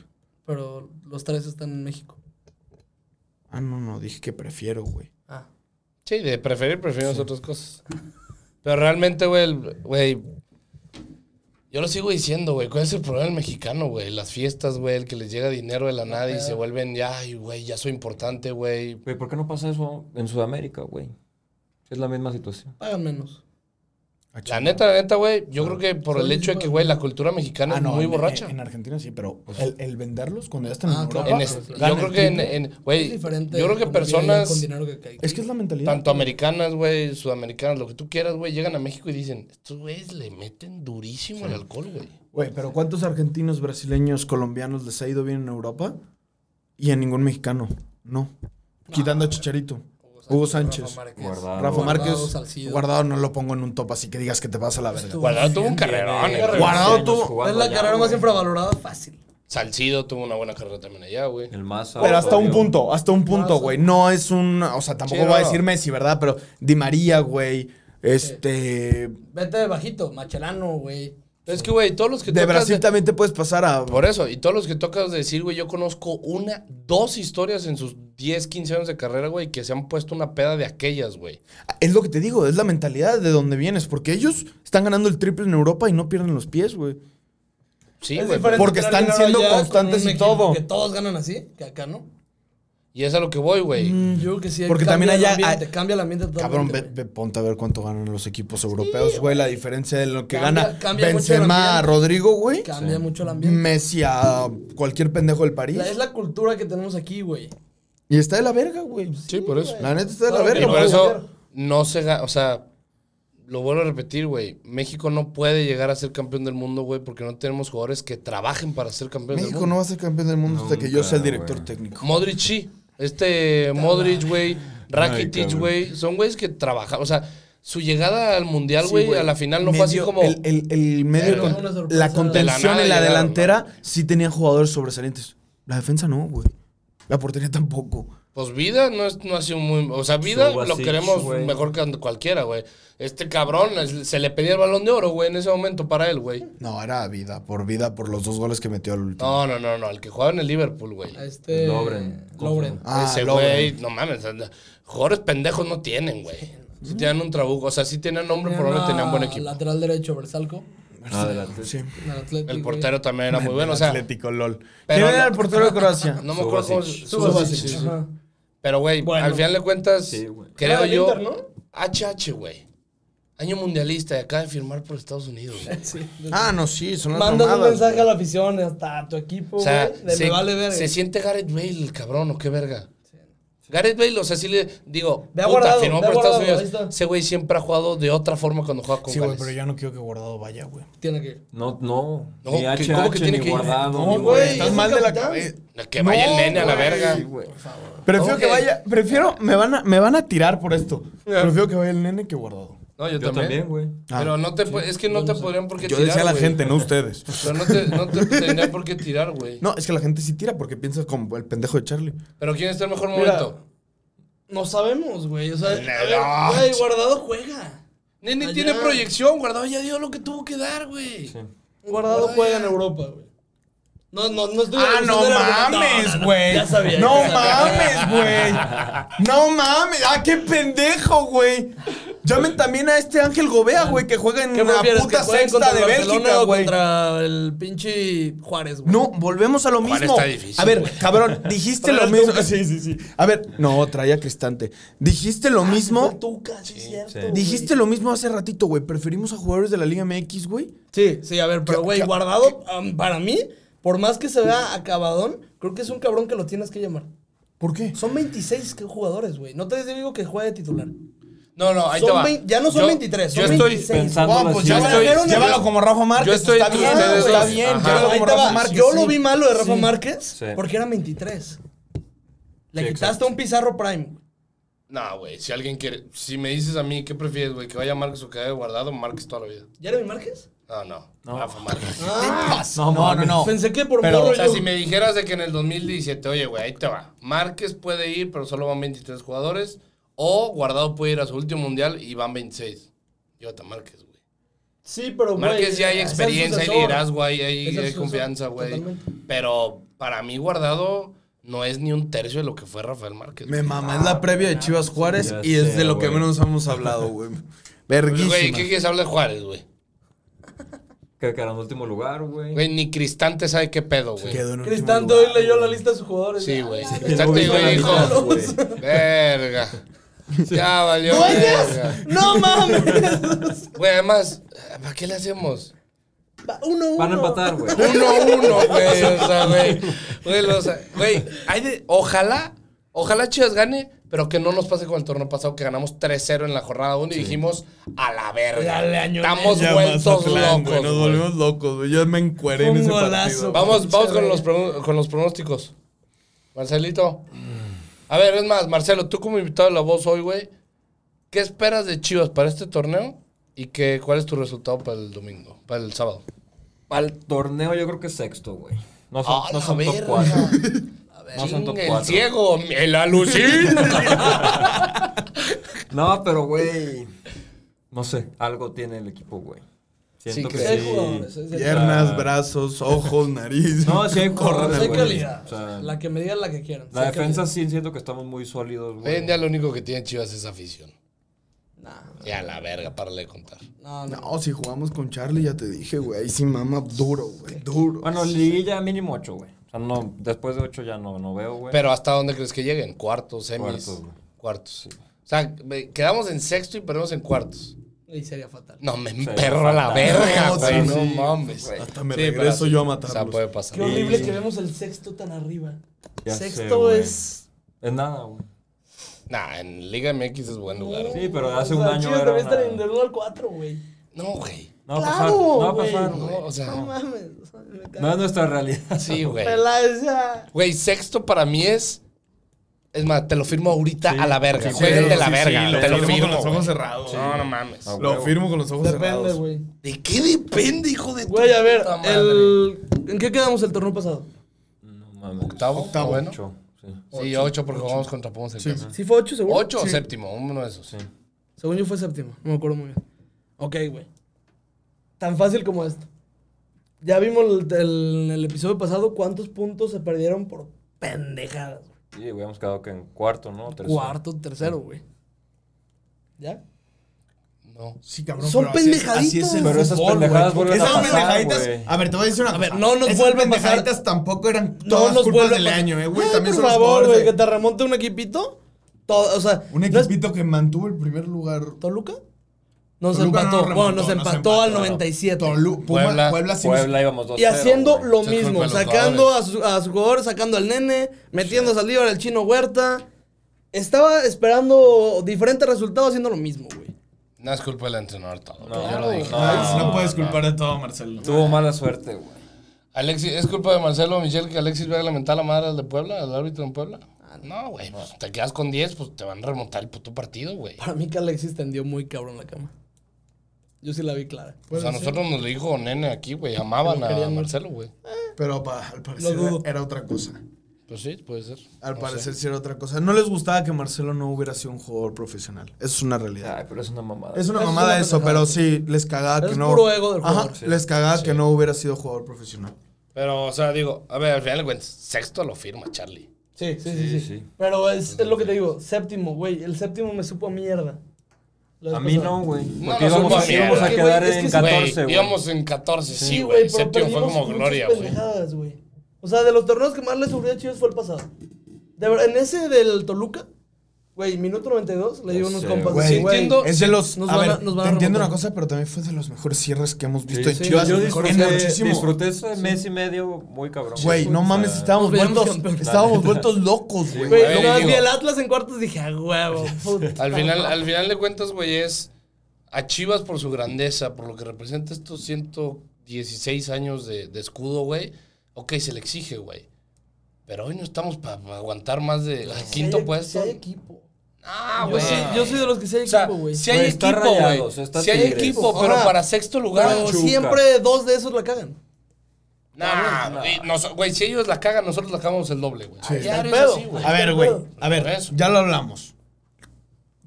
Speaker 5: Pero los tres están en México.
Speaker 4: Ah, no, no, dije que prefiero, güey.
Speaker 5: Ah.
Speaker 3: Sí, de preferir, preferimos otras cosas. Pero realmente, güey, el- güey. Yo lo sigo diciendo, güey. ¿Cuál es el problema del mexicano, güey? Las fiestas, güey, el que les llega dinero de la nada y se vuelven, ya, ay, güey, ya soy importante, güey.
Speaker 2: Güey, ¿por qué no pasa eso en Sudamérica, güey? Es la misma situación.
Speaker 5: Pagan menos.
Speaker 3: La neta, la neta, güey, yo creo que por el hecho de que, güey, la cultura mexicana es muy
Speaker 4: Ah, en-
Speaker 3: borracha.
Speaker 4: En, Argentina Pues sí, pero el, el venderlos cuando ya están
Speaker 5: Ah,
Speaker 4: en
Speaker 5: claro.
Speaker 4: Europa.
Speaker 3: En es-
Speaker 4: ganan
Speaker 3: yo creo
Speaker 4: el
Speaker 3: que, en-
Speaker 4: triple.
Speaker 3: en- güey,
Speaker 5: es diferente.
Speaker 3: yo creo que
Speaker 5: convivir allá Con
Speaker 3: personas,
Speaker 5: dinero que cae.
Speaker 4: Es que es la mentalidad.
Speaker 3: tanto americanas, güey, sudamericanas, lo que tú quieras, güey, llegan a México y dicen, estos güeyes le meten durísimo al alcohol, güey.
Speaker 4: Güey, pero ¿cuántos argentinos, brasileños, colombianos les ha ido bien en Europa? Y a ningún mexicano. No. Quitando a Chicharito. Hugo Sánchez.
Speaker 5: Rafa Márquez.
Speaker 2: Guardado.
Speaker 4: Rafa
Speaker 5: Guardado,
Speaker 4: Márquez,
Speaker 5: Salcido.
Speaker 4: Ah, Guardado no lo pongo en un top, así que digas que te vas a la verga.
Speaker 5: Estuvo-
Speaker 3: Guardado tuvo un
Speaker 2: Tiene
Speaker 3: carrerón. eh,
Speaker 2: 11
Speaker 4: Guardado
Speaker 2: años
Speaker 4: tuvo-
Speaker 2: jugando
Speaker 5: Es la
Speaker 2: allá,
Speaker 5: carrera más
Speaker 2: güey.
Speaker 5: infravalorada fácil.
Speaker 3: Salcido tuvo una buena carrera también allá, güey.
Speaker 2: El más
Speaker 4: Pero hasta un
Speaker 2: autorio.
Speaker 4: punto, hasta un punto,
Speaker 5: Raza.
Speaker 4: güey. No es un. O sea, tampoco
Speaker 3: Sí,
Speaker 4: va a
Speaker 3: no.
Speaker 4: decir Messi, ¿verdad? Pero Di María, güey. Este.
Speaker 5: Vete de bajito, Machelano, güey.
Speaker 3: Es que, güey, todos los que
Speaker 4: De
Speaker 3: tocas
Speaker 4: Brasil también te puedes pasar a.
Speaker 3: Por eso, y todos los que tocas decir, güey, yo conozco una, dos historias en sus 10, 15 años de carrera, güey, que se han puesto una peda de aquellas, güey.
Speaker 4: Es lo que te digo, es la mentalidad de donde vienes. Porque ellos están ganando el triple en Europa y no pierden los pies, güey.
Speaker 3: Sí,
Speaker 5: Es
Speaker 3: güey.
Speaker 5: diferente
Speaker 4: porque
Speaker 5: entrar
Speaker 4: están
Speaker 5: en
Speaker 4: siendo
Speaker 5: allá con
Speaker 4: constantes
Speaker 5: un
Speaker 4: y
Speaker 5: equipo
Speaker 4: todo.
Speaker 5: Que todos ganan así, que acá no.
Speaker 3: Y es a lo que voy, güey.
Speaker 5: Yo creo que sí.
Speaker 4: Mm. Porque
Speaker 5: cambia
Speaker 4: también
Speaker 5: el
Speaker 4: allá-
Speaker 5: ambiente,
Speaker 4: hay-
Speaker 5: Cambia el ambiente totalmente.
Speaker 4: Cabrón, ve, ve- ponte a ver cuánto ganan los equipos europeos, güey. La diferencia de lo que
Speaker 5: Cambia-
Speaker 4: gana
Speaker 5: cambia mucho el
Speaker 4: Benzema a
Speaker 5: ambiente.
Speaker 4: Rodrigo, güey.
Speaker 5: Cambia mucho el ambiente.
Speaker 4: Messi a cualquier pendejo del París.
Speaker 5: La- es la cultura que tenemos aquí, güey.
Speaker 4: Y está de la verga, güey. pues
Speaker 3: Sí, pues, por eso.
Speaker 4: La neta está de la
Speaker 5: Claro,
Speaker 3: Y
Speaker 4: verga,
Speaker 3: por
Speaker 5: puede
Speaker 4: güey.
Speaker 3: eso
Speaker 5: ser.
Speaker 3: no se gana, o sea, lo vuelvo a repetir, güey. México no puede llegar a ser campeón del mundo, güey, porque no tenemos jugadores que trabajen para ser campeones
Speaker 4: México
Speaker 3: del
Speaker 4: no
Speaker 3: mundo.
Speaker 4: va a ser campeón del mundo hasta que yo
Speaker 2: Nunca,
Speaker 4: sea el director
Speaker 2: güey.
Speaker 4: técnico.
Speaker 3: Modric sí. Este Modric, güey, Rakitic,
Speaker 2: cabrón.
Speaker 3: güey, son güeyes que trabajan, o sea, su llegada al mundial,
Speaker 4: Sí,
Speaker 3: güey,
Speaker 4: güey.
Speaker 3: a la final no fue así
Speaker 4: Medio-
Speaker 3: como
Speaker 4: El, el- el medio.
Speaker 3: Pero-
Speaker 4: con-
Speaker 5: Una sorpresa.
Speaker 4: la
Speaker 3: De la
Speaker 4: contención
Speaker 3: nada
Speaker 4: y la
Speaker 3: llegaron,
Speaker 4: delantera sí tenían jugadores sobresalientes. La defensa no, güey. La portería tampoco.
Speaker 3: Pues vida no, es, no ha sido muy. O sea, vida lo
Speaker 2: Subasic,
Speaker 3: queremos
Speaker 2: güey.
Speaker 3: mejor que cualquiera, güey. Este cabrón es- se le pedía el balón de oro, güey, en ese momento para él, güey.
Speaker 4: No, era vida, por vida, por los dos goles que metió al último.
Speaker 3: No, no, no, no. El que jugaba en el Liverpool, güey.
Speaker 5: A Este.
Speaker 2: Lobren.
Speaker 5: Lobren.
Speaker 4: Ah,
Speaker 3: ese
Speaker 4: Lovren.
Speaker 3: güey, no mames. anda- Jugadores pendejos no tienen, güey. Si tienen un trabuco, o sea, sí tenían nombre, pero no
Speaker 5: Tenía
Speaker 3: tenían buen equipo.
Speaker 5: Lateral derecho, Versalco.
Speaker 2: Adelante.
Speaker 4: Sí.
Speaker 5: en el Atlético,
Speaker 3: El
Speaker 5: güey.
Speaker 3: portero también era muy bueno, o sea.
Speaker 4: Atlético, LOL.
Speaker 3: pero
Speaker 4: ¿Quién era
Speaker 3: no-
Speaker 4: el portero de Croacia?
Speaker 3: No me acuerdo cómo se-
Speaker 2: Subasic.
Speaker 5: Subasic,
Speaker 3: Subasic, sí, sí.
Speaker 5: ajá.
Speaker 3: Pero, güey,
Speaker 5: Bueno.
Speaker 3: al final de cuentas,
Speaker 2: Sí, güey.
Speaker 3: creo
Speaker 5: Ah, el
Speaker 3: yo.
Speaker 5: Inter, ¿no?
Speaker 3: HH, güey. Año mundialista y acaba de firmar por Estados Unidos, güey.
Speaker 5: Sí.
Speaker 4: Ah, no, sí, son las
Speaker 5: Mandas un
Speaker 4: mamadas,
Speaker 5: mensaje
Speaker 4: güey.
Speaker 5: a la afición, hasta a tu equipo,
Speaker 3: O sea,
Speaker 5: güey, de
Speaker 3: se,
Speaker 5: me vale verga.
Speaker 3: se siente Gareth Bale, el cabrón, o qué verga. Gareth Bale, o sea, sí le digo,
Speaker 5: Ve
Speaker 3: puta,
Speaker 5: guardado,
Speaker 3: firmó
Speaker 5: ve
Speaker 3: por Estados
Speaker 5: guardado, ahí
Speaker 3: Unidos.
Speaker 5: está.
Speaker 3: Ese güey siempre ha jugado de otra forma cuando juega con
Speaker 4: Sí, güey,
Speaker 3: Gales.
Speaker 4: pero yo no quiero que Guardado vaya, güey.
Speaker 5: Tiene que ir.
Speaker 2: No, no.
Speaker 3: No,
Speaker 2: ni
Speaker 3: ¿qué-
Speaker 2: HH,
Speaker 3: cómo que tiene
Speaker 2: ni
Speaker 3: que ir?
Speaker 2: guardado.
Speaker 4: No,
Speaker 2: ni
Speaker 4: güey,
Speaker 2: Moreno.
Speaker 4: estás
Speaker 5: es
Speaker 4: mal
Speaker 5: el
Speaker 4: de la
Speaker 5: capitán.
Speaker 4: cabeza.
Speaker 3: Que vaya
Speaker 4: No,
Speaker 3: el nene a la
Speaker 4: güey.
Speaker 3: verga.
Speaker 2: Sí, güey.
Speaker 4: Prefiero
Speaker 3: Ok.
Speaker 4: que vaya, prefiero, me van a, me van a tirar por esto. Prefiero que vaya el nene que Guardado.
Speaker 3: No, yo,
Speaker 2: Yo también, güey.
Speaker 3: Pero no te, pu- es que no te podrían por qué
Speaker 4: Ah. Yo
Speaker 3: tirar,
Speaker 4: decía a la
Speaker 3: güey.
Speaker 4: gente, no ustedes.
Speaker 3: Pero no te, no te tendrían por qué tirar, güey.
Speaker 4: No, es que la gente sí tira porque piensa como el pendejo de Charlie.
Speaker 3: Pero ¿quién está en mejor
Speaker 5: Mira.
Speaker 3: momento?
Speaker 5: No sabemos, güey. O sea, a
Speaker 3: No.
Speaker 5: ver, güey, guardado juega.
Speaker 3: Nene
Speaker 5: Allá.
Speaker 3: tiene proyección, guardado ya dio lo que tuvo que dar, güey.
Speaker 2: Sí.
Speaker 5: Guardado
Speaker 3: Ay.
Speaker 5: juega en Europa, güey. No, no, no estoy
Speaker 4: Ah,
Speaker 5: estoy
Speaker 4: no
Speaker 5: de argumento. No,
Speaker 4: mames,
Speaker 5: no, no.
Speaker 4: güey.
Speaker 5: Ya sabía.
Speaker 4: No
Speaker 5: ya sabía.
Speaker 4: mames, güey. No mames. Ah, qué pendejo, güey. Llamen también a este Ángel Gobea, güey, que juega en
Speaker 5: ¿Qué
Speaker 4: la
Speaker 5: prefieres?
Speaker 4: puta
Speaker 5: ¿Que jueguen
Speaker 4: sexta
Speaker 5: contra
Speaker 4: de
Speaker 5: el Barcelona
Speaker 4: Bélgica,
Speaker 5: o
Speaker 4: güey.
Speaker 5: contra el pinche Juárez, güey?
Speaker 4: No, volvemos a lo mismo.
Speaker 3: está difícil,
Speaker 4: a ver,
Speaker 3: güey.
Speaker 4: cabrón, dijiste lo mismo. Sí, sí, sí. A ver, no, traía cristante. Dijiste lo mismo.
Speaker 5: Tú casi cierto.
Speaker 2: sí.
Speaker 5: güey.
Speaker 4: Dijiste lo mismo hace ratito, güey. Preferimos a jugadores de la Liga MX, güey.
Speaker 5: Sí, sí, a ver, pero
Speaker 4: ¿Qué-
Speaker 5: güey,
Speaker 4: qué-
Speaker 5: guardado am, para mí, por más que se vea acabadón, creo que es un cabrón que lo tienes que llamar.
Speaker 4: ¿Por qué?
Speaker 5: Son 26 que- jugadores, güey. No te digo que juegue de titular.
Speaker 3: No, no, ahí te
Speaker 5: Son
Speaker 3: va.
Speaker 5: vein- ya no son
Speaker 3: Yo-
Speaker 5: 23, son
Speaker 3: yo estoy
Speaker 5: 26.
Speaker 2: Pensando
Speaker 4: Guau, pues
Speaker 2: así,
Speaker 4: ya
Speaker 2: güey.
Speaker 3: estoy-
Speaker 4: llévalo,
Speaker 3: yo-
Speaker 4: llévalo como Rafa Márquez.
Speaker 3: yo estoy
Speaker 4: está
Speaker 3: con
Speaker 4: bien,
Speaker 3: ustedes
Speaker 4: está
Speaker 3: dos.
Speaker 4: bien.
Speaker 3: Ajá.
Speaker 4: Llévalo
Speaker 5: Ahí
Speaker 4: como
Speaker 5: te
Speaker 4: Rafa
Speaker 5: va.
Speaker 4: Márquez.
Speaker 5: Yo
Speaker 4: sí.
Speaker 5: lo vi malo de Rafa Márquez
Speaker 2: Sí.
Speaker 5: porque era 23. Le
Speaker 2: Sí,
Speaker 5: quitaste
Speaker 2: exacto.
Speaker 5: a un Pizarro Prime.
Speaker 3: No, güey, si alguien quiere. Si me dices a mí, ¿qué prefieres, güey? ¿Que vaya Márquez o que haya guardado Márquez toda la vida?
Speaker 5: ¿Jeremy Márquez?
Speaker 3: No, no. Rafa Márquez.
Speaker 4: No, no, no. no.
Speaker 5: Pensé que por
Speaker 4: Pero,
Speaker 5: morro
Speaker 3: O sea,
Speaker 5: yo-
Speaker 3: si me dijeras de que en el 2017, oye, güey, ahí te va. Márquez puede ir, pero solo van 23 jugadores. O Guardado puede ir a su último mundial y van 26. Llévate a Márquez, güey.
Speaker 5: Sí, pero güey.
Speaker 3: Márquez ya hay
Speaker 5: es el
Speaker 3: experiencia, hay
Speaker 5: sucesor.
Speaker 3: liderazgo, hay,
Speaker 5: Es
Speaker 3: hay-
Speaker 5: el
Speaker 3: hay
Speaker 5: sucesor,
Speaker 3: confianza, güey.
Speaker 5: totalmente.
Speaker 3: Pero para mí, Guardado no es ni un tercio de lo que fue Rafael Márquez.
Speaker 4: Me
Speaker 3: güey.
Speaker 4: mama, es la previa de Chivas Juárez
Speaker 2: Ya
Speaker 4: y es
Speaker 2: sé,
Speaker 4: de lo que
Speaker 2: güey.
Speaker 4: menos hemos hablado, güey.
Speaker 3: Pues, Güey,
Speaker 4: Verguísima.
Speaker 3: ¿qué quieres hablar de Juárez, güey?
Speaker 2: Que quedaron en último lugar, güey.
Speaker 3: Güey, ni Cristante sabe qué pedo, güey.
Speaker 4: Quedó en último
Speaker 5: Cristante
Speaker 4: lugar.
Speaker 5: hoy leyó la lista de sus jugadores.
Speaker 3: Sí,
Speaker 5: Ah,
Speaker 3: güey.
Speaker 5: la-
Speaker 2: Y luego
Speaker 3: Cristante,
Speaker 2: vino la
Speaker 3: güey,
Speaker 2: mitad,
Speaker 3: dijo.
Speaker 2: güey.
Speaker 3: Verga. Ya valió. verga.
Speaker 5: ¡No mames!
Speaker 3: Güey, además, ¿para qué le hacemos?
Speaker 5: Va, Uno, uno.
Speaker 2: Van a empatar, güey.
Speaker 3: Uno uno, güey. O sea, güey. Güey, o sea, güey, hay de- ojalá, ojalá Chivas gane, pero que no nos pase con el torneo pasado que ganamos 3-0 en la jornada 1 y dijimos a la verga.
Speaker 5: Dale, año-
Speaker 3: Estamos
Speaker 4: Ya
Speaker 3: vueltos
Speaker 4: Mazatlán, güey, Nos
Speaker 3: locos. güey.
Speaker 4: volvimos locos, güey. Yo me encueré en
Speaker 5: Un
Speaker 4: ese
Speaker 5: golazo.
Speaker 4: partido.
Speaker 3: Vamos, vamos
Speaker 5: Pinche
Speaker 3: con los, pro- con los pronósticos. Marcelito. A ver, es más, Marcelo, tú como invitado de la voz hoy, güey, ¿qué esperas de Chivas para este torneo? ¿Y qué, cuál es tu resultado para el domingo, para el sábado?
Speaker 2: Al torneo yo creo que sexto, güey. No son,
Speaker 3: Ah,
Speaker 2: no
Speaker 3: la
Speaker 2: son top
Speaker 3: verga.
Speaker 2: cuatro.
Speaker 3: A
Speaker 2: No son top
Speaker 3: el
Speaker 2: cuatro.
Speaker 3: ciego, el alucina.
Speaker 2: No, pero güey. No sé, algo tiene el equipo, güey. Siento
Speaker 3: Sí,
Speaker 2: que
Speaker 3: que-
Speaker 5: Hay
Speaker 2: sí.
Speaker 5: jugadores, eh. es de-
Speaker 4: Piernas,
Speaker 2: Ah.
Speaker 4: brazos, ojos, nariz.
Speaker 2: No, sí hay
Speaker 5: Pero sí
Speaker 2: jugadores,
Speaker 5: hay
Speaker 2: güey.
Speaker 5: calidad.
Speaker 2: O sea,
Speaker 5: la que me digan la que quieran. sí
Speaker 2: La
Speaker 5: hay
Speaker 2: defensa
Speaker 5: calidad.
Speaker 2: sí siento que estamos muy sólidos,
Speaker 3: Hoy
Speaker 2: güey.
Speaker 3: en día lo único que tiene Chivas es afición.
Speaker 5: Nah,
Speaker 3: Ya la verga, párale de contar.
Speaker 5: no, no.
Speaker 4: No, si jugamos con Charlie, ya te dije, güey. Ahí sí mama duro, güey. Duro.
Speaker 2: Bueno, liguilla mínimo ocho, güey. O sea, no, después de ocho ya no, no veo, güey.
Speaker 3: Pero ¿hasta dónde crees que lleguen? Cuartos, semis.
Speaker 2: Cuartos,
Speaker 3: Cuartos.
Speaker 2: güey.
Speaker 3: O sea, ve- quedamos en sexto y perdemos en cuartos.
Speaker 5: Y sería fatal.
Speaker 3: No, me
Speaker 2: Sí,
Speaker 3: perro a la
Speaker 2: fatal.
Speaker 3: verga,
Speaker 4: No,
Speaker 3: güey.
Speaker 4: sí,
Speaker 3: No,
Speaker 4: sí,
Speaker 3: mames.
Speaker 2: güey.
Speaker 4: Hasta me
Speaker 3: Sí,
Speaker 4: regreso
Speaker 3: pero-
Speaker 4: yo a
Speaker 3: O sea, pues,
Speaker 4: matarlos.
Speaker 3: puede pasar.
Speaker 5: Qué horrible que vemos el sexto tan arriba.
Speaker 2: Ya sé,
Speaker 5: sexto
Speaker 2: güey.
Speaker 5: es.
Speaker 2: Es nada, güey.
Speaker 3: Nah, en Liga MX es buen lugar. güey.
Speaker 2: Sí, pero
Speaker 5: No,
Speaker 2: hace
Speaker 5: o sea,
Speaker 2: un año
Speaker 5: Chivas
Speaker 2: era
Speaker 5: debería estar
Speaker 2: una-
Speaker 5: en del 1 al 4, güey.
Speaker 3: No, güey.
Speaker 2: No va a pasar,
Speaker 5: Claro,
Speaker 2: no va a
Speaker 5: güey.
Speaker 2: pasar,
Speaker 3: No,
Speaker 2: güey.
Speaker 3: o sea,
Speaker 5: No mames. o sea, me cago.
Speaker 2: No es nuestra realidad.
Speaker 3: sí, güey.
Speaker 5: Peláez, ya.
Speaker 3: Güey, sexto para mí es. Es más, te lo firmo ahorita
Speaker 2: Sí.
Speaker 3: a la verga.
Speaker 2: Sí,
Speaker 3: Jueguen de
Speaker 4: sí,
Speaker 3: la
Speaker 4: sí,
Speaker 3: verga.
Speaker 4: lo
Speaker 3: te lo
Speaker 4: firmo
Speaker 3: firmo.
Speaker 4: con los
Speaker 3: güey.
Speaker 4: ojos cerrados.
Speaker 3: No, no mames.
Speaker 2: Ah,
Speaker 4: Lo
Speaker 2: huevo.
Speaker 4: firmo con los ojos
Speaker 5: Depende,
Speaker 4: cerrados.
Speaker 5: güey.
Speaker 3: ¿De qué depende, hijo de tu
Speaker 5: Güey, a ver,
Speaker 3: puta madre?
Speaker 5: el... ¿en qué quedamos el torneo pasado?
Speaker 2: No mames.
Speaker 3: Octavo,
Speaker 4: Octavo.
Speaker 3: bueno.
Speaker 2: Ocho, sí.
Speaker 3: Sí, ocho, porque vamos contra Pumas el tema.
Speaker 5: ¿Sí fue 8 seguro?
Speaker 3: Ocho o séptimo, uno de esos.
Speaker 2: Sí.
Speaker 5: Según yo fue séptimo, no me acuerdo muy bien. Ok, güey. Tan fácil como esto. Ya vimos el, el- en el episodio pasado cuántos puntos se perdieron por pendejadas. güey.
Speaker 2: Sí, güey, hemos quedado que en cuarto, ¿no? Tercero.
Speaker 5: Cuarto, tercero, güey. ¿Ya?
Speaker 3: No.
Speaker 4: Sí, cabrón.
Speaker 5: Son
Speaker 4: pero así es-
Speaker 5: pendejaditas.
Speaker 4: así es el
Speaker 2: Pero esas
Speaker 4: fútbol,
Speaker 2: pendejadas
Speaker 4: güey.
Speaker 2: vuelven a
Speaker 4: Esas
Speaker 2: pasar,
Speaker 4: pendejaditas-
Speaker 2: güey.
Speaker 4: A ver, te voy a decir una
Speaker 5: A
Speaker 4: cosa.
Speaker 5: ver, no nos
Speaker 4: Esas
Speaker 5: vuelve a pasar.
Speaker 4: pendejaditas tampoco eran todas
Speaker 5: nos
Speaker 4: culpas
Speaker 5: vuelve a
Speaker 4: del
Speaker 5: pasar.
Speaker 4: año, eh, güey.
Speaker 5: Ay,
Speaker 4: También
Speaker 5: por
Speaker 4: son los
Speaker 5: favor,
Speaker 4: jugadores
Speaker 5: güey, que
Speaker 4: de-
Speaker 5: te remonte un equipito. Todo, o sea,
Speaker 4: Un
Speaker 5: no es-
Speaker 4: equipito que mantuvo el primer lugar.
Speaker 5: ¿Toluca? Nos
Speaker 4: Toluca no
Speaker 5: empató.
Speaker 4: nos remontó,
Speaker 5: bueno, nos
Speaker 4: nos
Speaker 5: empató,
Speaker 4: empató,
Speaker 5: al
Speaker 4: no.
Speaker 5: 97.
Speaker 4: Tolu, Puma,
Speaker 3: Puebla.
Speaker 4: Puebla, sí nos-
Speaker 2: Puebla íbamos dos
Speaker 5: Y haciendo lo
Speaker 3: Se fue
Speaker 5: mismo,
Speaker 3: con los
Speaker 5: sacando a, su- a sus jugadores, sacando al nene, metiendo a Saldívar al chino Huerta. Estaba esperando diferentes resultados haciendo lo mismo, güey.
Speaker 3: No es culpa del entrenador todo.
Speaker 2: No,
Speaker 3: ya lo
Speaker 2: no,
Speaker 3: dije.
Speaker 4: Ay,
Speaker 2: no,
Speaker 4: no puedes
Speaker 2: no.
Speaker 4: culpar de todo, Marcelo.
Speaker 2: Tuvo mala suerte, güey.
Speaker 3: Alexis, ¿es culpa de Marcelo Michel que Alexis vaya a lamentar la madre al de Puebla, al árbitro en Puebla? No, güey. pues, te quedas con 10, pues te van a remontar el puto partido, güey.
Speaker 5: Para mí que Alexis tendió muy cabrón la cama. Yo sí la vi clara.
Speaker 3: O sea, a nosotros nos lo dijo Nene aquí, güey. Amaban
Speaker 5: Que lo
Speaker 3: a
Speaker 5: querían
Speaker 3: Marcelo, güey.
Speaker 4: Pero pa, al parecer
Speaker 5: Lo dudo.
Speaker 4: era otra cosa.
Speaker 3: Pues sí, puede ser.
Speaker 4: Al
Speaker 3: No
Speaker 4: parecer
Speaker 3: sé.
Speaker 4: sí era otra cosa. No les gustaba que Marcelo no hubiera sido un jugador profesional. Eso es una realidad.
Speaker 2: Ay, pero es una mamada.
Speaker 4: Es una
Speaker 5: Eso es
Speaker 4: mamada
Speaker 5: una
Speaker 4: eso,
Speaker 5: pendejada,
Speaker 4: pero sí, les cagaba
Speaker 5: Es
Speaker 4: que no.
Speaker 5: puro ego del
Speaker 4: Ajá,
Speaker 5: jugador. Sí.
Speaker 4: Les cagaba que no hubiera sido jugador profesional.
Speaker 3: Pero, o sea, digo, a ver, al final de cuentas, sexto lo firma Charlie.
Speaker 5: Sí, sí,
Speaker 2: Sí,
Speaker 5: sí. sí,
Speaker 2: sí.
Speaker 5: Pero es, es lo que te digo, séptimo, güey. El séptimo me supo a mierda. La vez
Speaker 2: A mí
Speaker 5: pasada.
Speaker 2: no, güey.
Speaker 3: No,
Speaker 2: Porque
Speaker 3: no,
Speaker 2: íbamos,
Speaker 3: somos
Speaker 2: íbamos a
Speaker 3: mierda.
Speaker 2: quedar
Speaker 5: Es que,
Speaker 2: en
Speaker 5: güey,
Speaker 2: 14,
Speaker 3: Güey,
Speaker 2: güey.
Speaker 3: íbamos en 14, sí,
Speaker 5: Sí,
Speaker 3: güey.
Speaker 5: güey, pero
Speaker 3: Séptimo fue
Speaker 5: perdimos
Speaker 3: como
Speaker 5: muchas
Speaker 3: gloria, güey.
Speaker 5: pendejadas, güey. O sea, de los torneos que más le sufrió a Chivas fue el pasado. De verdad, en ese del Toluca, güey, minuto 92, le dio unos
Speaker 2: sé,
Speaker 5: compas.
Speaker 4: Güey,
Speaker 5: así,
Speaker 3: sí entiendo.
Speaker 4: Es de los.
Speaker 5: Nos
Speaker 4: a
Speaker 5: van a-
Speaker 4: ver,
Speaker 5: nos van
Speaker 4: te
Speaker 5: a
Speaker 4: entiendo
Speaker 5: remontar.
Speaker 4: una cosa, pero también fue de los mejores cierres que hemos visto
Speaker 2: Sí,
Speaker 4: en
Speaker 5: sí,
Speaker 4: Chivas.
Speaker 2: yo
Speaker 4: en
Speaker 2: disfruté,
Speaker 4: muchísimo.
Speaker 2: disfruté ese mes y medio muy cabrón.
Speaker 4: Güey, no mames, estábamos
Speaker 5: Nos veíamos
Speaker 4: vueltos,
Speaker 5: campeones.
Speaker 4: estábamos vueltos locos,
Speaker 5: Güey,
Speaker 4: güey.
Speaker 3: Güey,
Speaker 5: nada más
Speaker 3: digo-
Speaker 5: vi el Atlas en cuartos y dije, a huevo, puta.
Speaker 3: Al final, al final de cuentas, güey, es a Chivas por su grandeza, por lo que representa estos 116 años de, de escudo, güey. Ok, se le exige, güey. Pero hoy no estamos para aguantar más de ay,
Speaker 5: Si
Speaker 3: quinto
Speaker 5: hay- si
Speaker 3: puesto.
Speaker 5: hay equipo.
Speaker 3: Ah,
Speaker 5: Yo
Speaker 3: güey.
Speaker 5: soy, yo soy de los que sí hay
Speaker 3: O sea,
Speaker 5: equipo, güey.
Speaker 3: si hay
Speaker 2: Güey, está
Speaker 3: equipo,
Speaker 2: Rayados,
Speaker 3: güey.
Speaker 2: está
Speaker 3: Si hay
Speaker 2: Tigres.
Speaker 3: equipo,
Speaker 5: Ajá.
Speaker 3: pero para sexto lugar.
Speaker 5: Pero
Speaker 2: Pachuca.
Speaker 5: siempre dos de esos la cagan.
Speaker 3: Nah, güey, nos- güey, si ellos la cagan, nosotros la cagamos el doble, güey.
Speaker 4: Sí.
Speaker 3: Ya eres
Speaker 5: Pedo.
Speaker 3: así, güey.
Speaker 4: A ver, güey, a
Speaker 3: Por
Speaker 4: ver,
Speaker 3: eso.
Speaker 4: ya lo hablamos.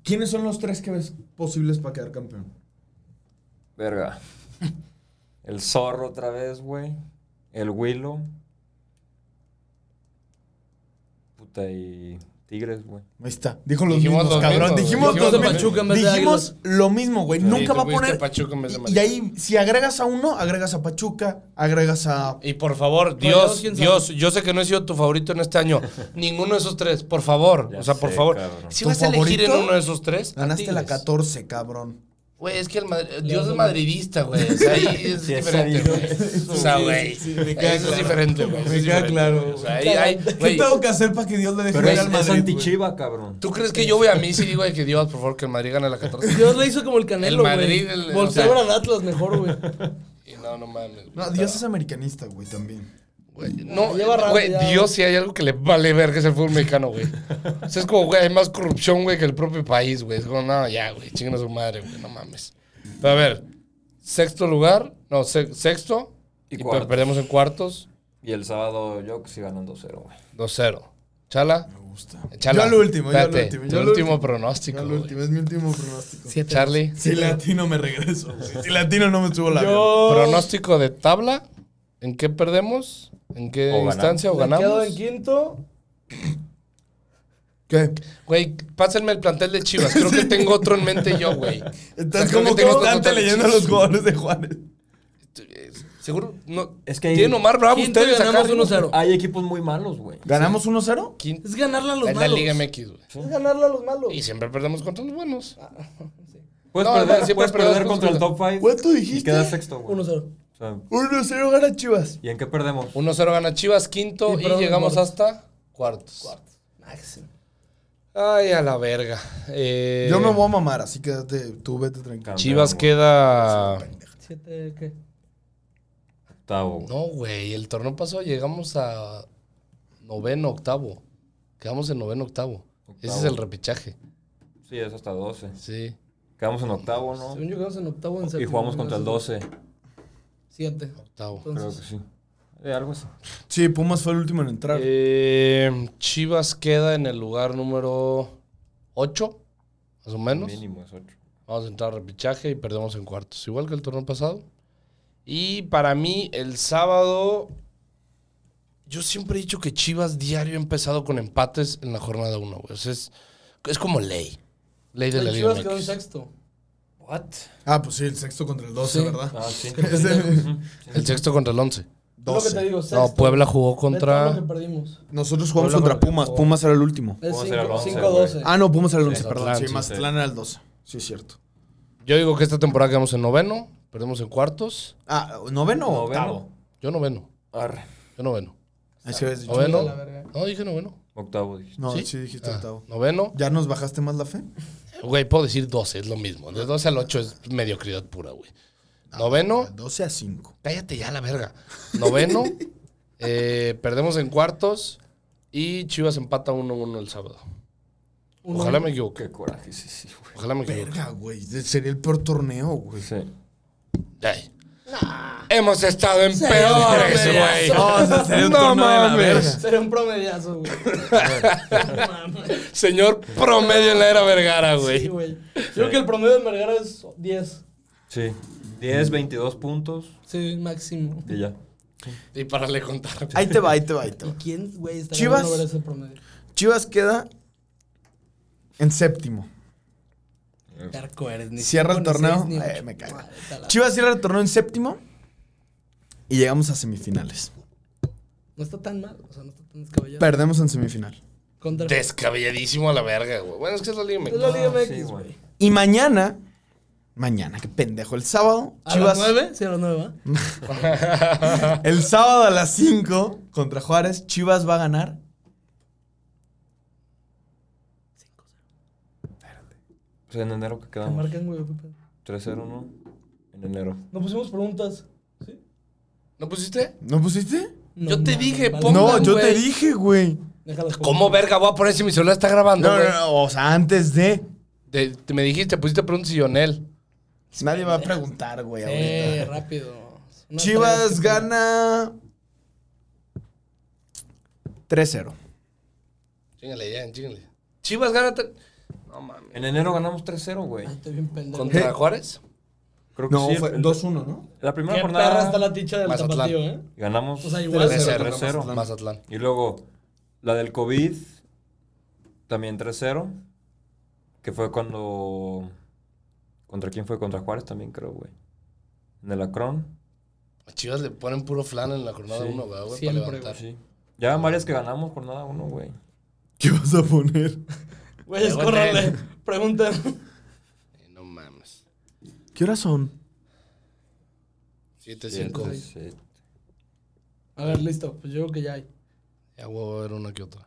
Speaker 4: ¿Quiénes son los tres que ves posibles para quedar campeón?
Speaker 2: Verga. El zorro otra vez, güey. El Willow. Puta, y Tigres, güey.
Speaker 4: Ahí está. Dijo los
Speaker 3: Dijimos
Speaker 4: mismos,
Speaker 3: los
Speaker 4: cabrón.
Speaker 3: mismos, güey.
Speaker 4: dijimos
Speaker 5: Dijimos
Speaker 4: los mismos.
Speaker 5: Pachuca en vez de
Speaker 4: Dijimos lo mismo, güey.
Speaker 3: Sí,
Speaker 4: Nunca
Speaker 3: tú
Speaker 4: va a
Speaker 3: fuiste
Speaker 4: poner.
Speaker 3: Pachuca en vez de
Speaker 4: y, y
Speaker 3: América.
Speaker 4: ahí, si agregas a uno, agregas a Pachuca, agregas a.
Speaker 3: Y por favor,
Speaker 5: Rayados,
Speaker 3: Dios,
Speaker 5: ¿quién
Speaker 3: Dios, yo sé que no he sido tu favorito en este año. Ninguno de esos tres, por favor.
Speaker 2: Ya
Speaker 3: o sea, por
Speaker 2: sé,
Speaker 3: favor.
Speaker 2: cabrón.
Speaker 3: Si
Speaker 4: ¿Tu
Speaker 3: vas a elegir en
Speaker 4: favorito?
Speaker 3: uno de esos tres,
Speaker 4: Ganaste la
Speaker 3: Tigres.
Speaker 4: 14, cabrón.
Speaker 3: Güey, es que el Madri- Dios es madridista, güey. O sea, ahí es
Speaker 2: Sí, es
Speaker 3: diferente,
Speaker 2: sabido.
Speaker 3: güey. O sea, güey.
Speaker 4: me queda
Speaker 3: Eso es
Speaker 4: claro.
Speaker 3: diferente, güey.
Speaker 4: Me
Speaker 3: eso es
Speaker 4: queda
Speaker 3: diferente.
Speaker 4: claro.
Speaker 3: O sea, ahí hay.
Speaker 4: ¿Qué
Speaker 3: güey,
Speaker 4: tengo que hacer para que Dios le deje
Speaker 2: Pero
Speaker 4: ir
Speaker 2: es,
Speaker 4: al
Speaker 2: es
Speaker 4: Madrid? güey?
Speaker 2: antichiva, cabrón.
Speaker 3: ¿Tú crees que yo voy a mí si digo de que Dios, por favor, que el Madrid gane la 14?
Speaker 5: Dios le hizo como el Canelo,
Speaker 3: El Madrid,
Speaker 5: güey.
Speaker 3: el-
Speaker 5: Voltearon
Speaker 3: o sea-
Speaker 5: al Atlas mejor, güey.
Speaker 3: Y no, no mames.
Speaker 4: Ah. No, Dios es americanista, güey, también.
Speaker 3: Güey, No,
Speaker 5: Lleva rato
Speaker 3: güey,
Speaker 5: ya.
Speaker 3: Dios, si hay algo que le vale ver que es el fútbol mexicano, güey. O sea, es como, güey, hay más corrupción, güey, que el propio país, güey. Es como, no, ya, güey, chingan a su madre, güey, no mames. Pero a ver, sexto lugar, no, se- sexto,
Speaker 2: Y
Speaker 3: y, per-
Speaker 2: cuartos.
Speaker 3: perdemos en cuartos,
Speaker 2: Y el sábado yo sí ganando 0, güey.
Speaker 3: 2-0. Chala,
Speaker 4: Me gusta.
Speaker 3: chala.
Speaker 4: yo al último, yo al
Speaker 3: espérate,
Speaker 4: último,
Speaker 3: tu
Speaker 4: yo al
Speaker 3: último
Speaker 4: último.
Speaker 3: pronóstico,
Speaker 4: Yo al
Speaker 3: güey.
Speaker 4: último, es mi último pronóstico.
Speaker 5: Siete.
Speaker 3: Charlie,
Speaker 4: Si latino me regreso. güey. Si latino no me subo la avión.
Speaker 5: Yo
Speaker 3: pronóstico de tabla, ¿en qué perdemos? ¿En qué
Speaker 2: O ganamos.
Speaker 3: instancia o
Speaker 5: me quedo
Speaker 3: ganamos?
Speaker 5: en quinto.
Speaker 4: ¿Qué?
Speaker 3: Güey, pásenme el plantel de Chivas. Creo que tengo otro en mente yo, güey.
Speaker 4: Estás
Speaker 3: Creo que
Speaker 4: como
Speaker 3: tengo otro
Speaker 4: constante
Speaker 3: contra-
Speaker 4: leyendo a los jugadores de Juárez.
Speaker 3: Seguro, no.
Speaker 2: Es que hay-
Speaker 3: Tiene Omar Bravo
Speaker 5: Quinto y
Speaker 3: ustedes acá.
Speaker 5: ganamos
Speaker 3: arriba.
Speaker 5: 1-0.
Speaker 2: Hay equipos muy malos, güey.
Speaker 4: ¿Ganamos 1-0?
Speaker 3: Quinto.
Speaker 5: Es ganarle a los
Speaker 3: Es la
Speaker 5: malos.
Speaker 3: Liga MX, güey.
Speaker 5: Es ganarle a los malos.
Speaker 3: Y siempre perdemos contra los buenos.
Speaker 2: Puedes
Speaker 3: No,
Speaker 2: perder,
Speaker 3: siempre
Speaker 2: puedes
Speaker 3: perdemos
Speaker 2: perder contra el
Speaker 3: contra-
Speaker 2: top 5.
Speaker 4: ¿Cuánto
Speaker 2: Y
Speaker 4: dijiste?
Speaker 2: quedas sexto, güey.
Speaker 5: 1-0.
Speaker 2: O sea,
Speaker 4: 1-0 gana Chivas.
Speaker 2: ¿Y en qué perdemos?
Speaker 3: 1-0 gana Chivas, quinto
Speaker 5: Y
Speaker 3: y,
Speaker 5: perdemos
Speaker 3: llegamos
Speaker 5: cuartos.
Speaker 3: hasta cuartos.
Speaker 5: Máximo.
Speaker 3: Ay, a la verga. Eh,
Speaker 4: Yo me voy a mamar, así que date- tú vete tranquilo.
Speaker 2: Campeón,
Speaker 3: Chivas
Speaker 2: güey.
Speaker 3: queda.
Speaker 5: ¿Siete qué?
Speaker 2: Octavo. güey.
Speaker 3: No, güey. El torneo pasado llegamos a noveno, octavo. Quedamos en noveno, octavo. Ese es
Speaker 2: Octavo.
Speaker 3: el repechaje.
Speaker 2: Sí, es hasta 12.
Speaker 3: Sí.
Speaker 2: Quedamos en octavo, ¿no?
Speaker 5: Según yo quedamos en octavo en
Speaker 2: Y
Speaker 5: séptimo,
Speaker 2: jugamos
Speaker 5: ¿no?
Speaker 2: contra el 12.
Speaker 5: Siete.
Speaker 3: Octavo.
Speaker 2: Creo que
Speaker 5: Entonces,
Speaker 2: sí. Eh, algo así.
Speaker 4: Sí, Pumas fue el último en entrar.
Speaker 3: Eh, Chivas queda en el lugar número 8, más o menos.
Speaker 2: Mínimo es 8.
Speaker 3: Vamos a entrar a repichaje y perdemos en cuartos, igual que el torneo pasado. Y para mí, el sábado, yo siempre he dicho que Chivas diario ha empezado con empates en la jornada 1, güey. O sea, es, es como ley. Ley de la
Speaker 5: el
Speaker 3: Liga
Speaker 5: Chivas quedó en
Speaker 3: MX.
Speaker 5: sexto.
Speaker 2: ¿What?
Speaker 4: Ah, pues sí, el sexto contra el 12,
Speaker 5: Sí.
Speaker 4: ¿verdad?
Speaker 2: Ah, sí.
Speaker 4: Es el-
Speaker 2: Ujú, sí.
Speaker 3: El sexto contra el 11.
Speaker 5: Es lo que te
Speaker 4: 12.
Speaker 5: digo, sexto.
Speaker 3: No, Puebla
Speaker 5: Ve
Speaker 3: jugó
Speaker 5: todo lo
Speaker 3: contra
Speaker 5: que perdimos.
Speaker 4: Nosotros jugamos
Speaker 3: Puebla
Speaker 4: contra
Speaker 3: contra
Speaker 4: Pumas.
Speaker 3: Pumas.
Speaker 4: Pumas era el último.
Speaker 5: Es
Speaker 2: Vamos a hacer al once,
Speaker 5: 5-12.
Speaker 4: Ah, no, Pumas era el 11,
Speaker 3: Mazatlán,
Speaker 4: perdón. Sí,
Speaker 3: sí,
Speaker 4: Mazatlán era el 12. Sí, es cierto.
Speaker 3: Yo digo que esta temporada quedamos en noveno, perdemos en cuartos.
Speaker 4: Ah, ¿noveno o octavo?
Speaker 2: Noveno.
Speaker 3: Yo noveno,
Speaker 2: Arre.
Speaker 3: yo noveno.
Speaker 4: Ahí sí habías dicho.
Speaker 5: Noveno.
Speaker 3: Noveno.
Speaker 5: la verga.
Speaker 3: No, dije noveno.
Speaker 2: Octavo, dijiste.
Speaker 4: No,
Speaker 3: ¿Sí?
Speaker 4: sí dijiste
Speaker 3: Ah,
Speaker 4: octavo.
Speaker 3: noveno.
Speaker 4: ¿Ya nos bajaste más la fe?
Speaker 3: Güey, puedo decir 12, es lo mismo.
Speaker 5: Ah.
Speaker 3: De 12 al 8 es mediocridad pura, güey. Noveno.
Speaker 4: 12 a 5.
Speaker 3: Cállate ya la verga. Noveno. eh, perdemos en cuartos. Y Chivas empata 1-1 el sábado.
Speaker 5: Uno.
Speaker 3: Ojalá me equivoque.
Speaker 2: Qué coraje, sí, sí, güey.
Speaker 3: Ojalá me equivoque.
Speaker 4: Verga, güey. Sería el peor torneo, güey.
Speaker 2: Pues Sí.
Speaker 3: Ay. Hemos estado en peores,
Speaker 5: hombre,
Speaker 3: güey.
Speaker 4: o sea, sería un
Speaker 3: No
Speaker 4: torneo de la
Speaker 3: mames.
Speaker 4: verga.
Speaker 5: Sería un promediazo, güey.
Speaker 3: Señor promedio en la era Vergara,
Speaker 5: Sí,
Speaker 3: güey.
Speaker 5: güey. Yo creo que el promedio de Vergara es 10.
Speaker 2: Sí. 10, 22 puntos
Speaker 5: Sí, máximo.
Speaker 2: y ya.
Speaker 3: y para le contar.
Speaker 4: Ahí te va, ahí te va, ahí te
Speaker 5: ¿Y
Speaker 4: va.
Speaker 5: quién, güey, está
Speaker 4: Chivas.
Speaker 5: Chivas? ver ese promedio?
Speaker 4: Chivas queda en séptimo.
Speaker 5: Terco eres. ni
Speaker 4: Cierra el
Speaker 5: cinco, ni
Speaker 4: torneo.
Speaker 5: seis, ni
Speaker 4: Eh,
Speaker 5: ocho.
Speaker 4: me cago.
Speaker 5: Madre, está la-
Speaker 4: Chivas cierra el torneo en séptimo. Y llegamos a semifinales.
Speaker 5: No está tan mal, o sea, no está tan descabellado.
Speaker 4: Perdemos en semifinal.
Speaker 5: Contra...
Speaker 3: Descabelladísimo a la verga, güey. Bueno, es que es la Liga
Speaker 5: Es la
Speaker 3: MX.
Speaker 5: Liga
Speaker 2: Ah, sí,
Speaker 5: MX,
Speaker 2: güey.
Speaker 5: güey.
Speaker 4: Y mañana. Mañana, qué pendejo. El sábado,
Speaker 5: ¿A
Speaker 4: Chivas.
Speaker 5: las 9? Sí, a las 9, ¿va?
Speaker 4: El sábado a las 5 contra Juárez, Chivas va a ganar.
Speaker 2: Pues en enero que
Speaker 5: Te
Speaker 2: quedamos.
Speaker 5: marcan, güey. Pepe.
Speaker 2: 3-0, ¿no? En enero.
Speaker 5: No pusimos preguntas. ¿Sí?
Speaker 3: ¿No pusiste?
Speaker 4: ¿No pusiste?
Speaker 5: No,
Speaker 3: Yo te
Speaker 5: mames,
Speaker 3: dije,
Speaker 5: vale.
Speaker 3: pongan,
Speaker 4: No, yo te
Speaker 3: güey.
Speaker 4: dije, güey.
Speaker 5: Déjalas,
Speaker 3: ¿Cómo
Speaker 2: Pues,
Speaker 3: verga voy a poner si mi celular está grabando,
Speaker 4: No,
Speaker 3: güey?
Speaker 4: no, no, o sea, antes de.
Speaker 3: De- te- me dijiste, pusiste preguntas y Lionel.
Speaker 4: Nadie va a preguntar, güey,
Speaker 5: Eh,
Speaker 4: ahorita.
Speaker 5: rápido. Una
Speaker 4: Chivas
Speaker 5: tres,
Speaker 4: gana 3-0.
Speaker 3: Chíngale ya, chíngale. Chivas gana. tre- No mames.
Speaker 2: En enero ganamos 3-0, güey.
Speaker 5: Ay, estoy bien pendejo.
Speaker 2: Eh.
Speaker 3: ¿Contra Juárez?
Speaker 2: Creo que
Speaker 4: No,
Speaker 2: sí.
Speaker 4: fue
Speaker 2: el-
Speaker 4: 2-1, ¿no?
Speaker 2: La
Speaker 5: Qué
Speaker 2: primera
Speaker 5: perra está
Speaker 2: jornada
Speaker 5: la ticha del
Speaker 3: Mazatlán.
Speaker 5: tapatío, ¿eh?
Speaker 2: ganamos
Speaker 5: O sea, igual.
Speaker 2: 3-0.
Speaker 3: 3-0.
Speaker 2: 3-0.
Speaker 3: Mazatlán.
Speaker 2: Y luego, la del COVID, también 3-0. Que fue cuando. ¿Contra quién fue? Contra Juárez también, creo, güey. En el Acron.
Speaker 3: A Chivas le ponen puro flan en la jornada
Speaker 2: Sí.
Speaker 3: 1, güey, para
Speaker 5: Siempre,
Speaker 3: levantar.
Speaker 2: Sí. Ya van varias que ganamos por nada uno, güey.
Speaker 4: ¿Qué vas a poner?
Speaker 5: Güey, es
Speaker 3: Pregúntale.
Speaker 5: correrle. Pregunten.
Speaker 3: Eh, No mames.
Speaker 4: ¿Qué horas son?
Speaker 3: 7-5.
Speaker 2: Sí, sí.
Speaker 5: A ver, listo. Pues yo creo que ya hay.
Speaker 3: Ya voy a ver una que otra.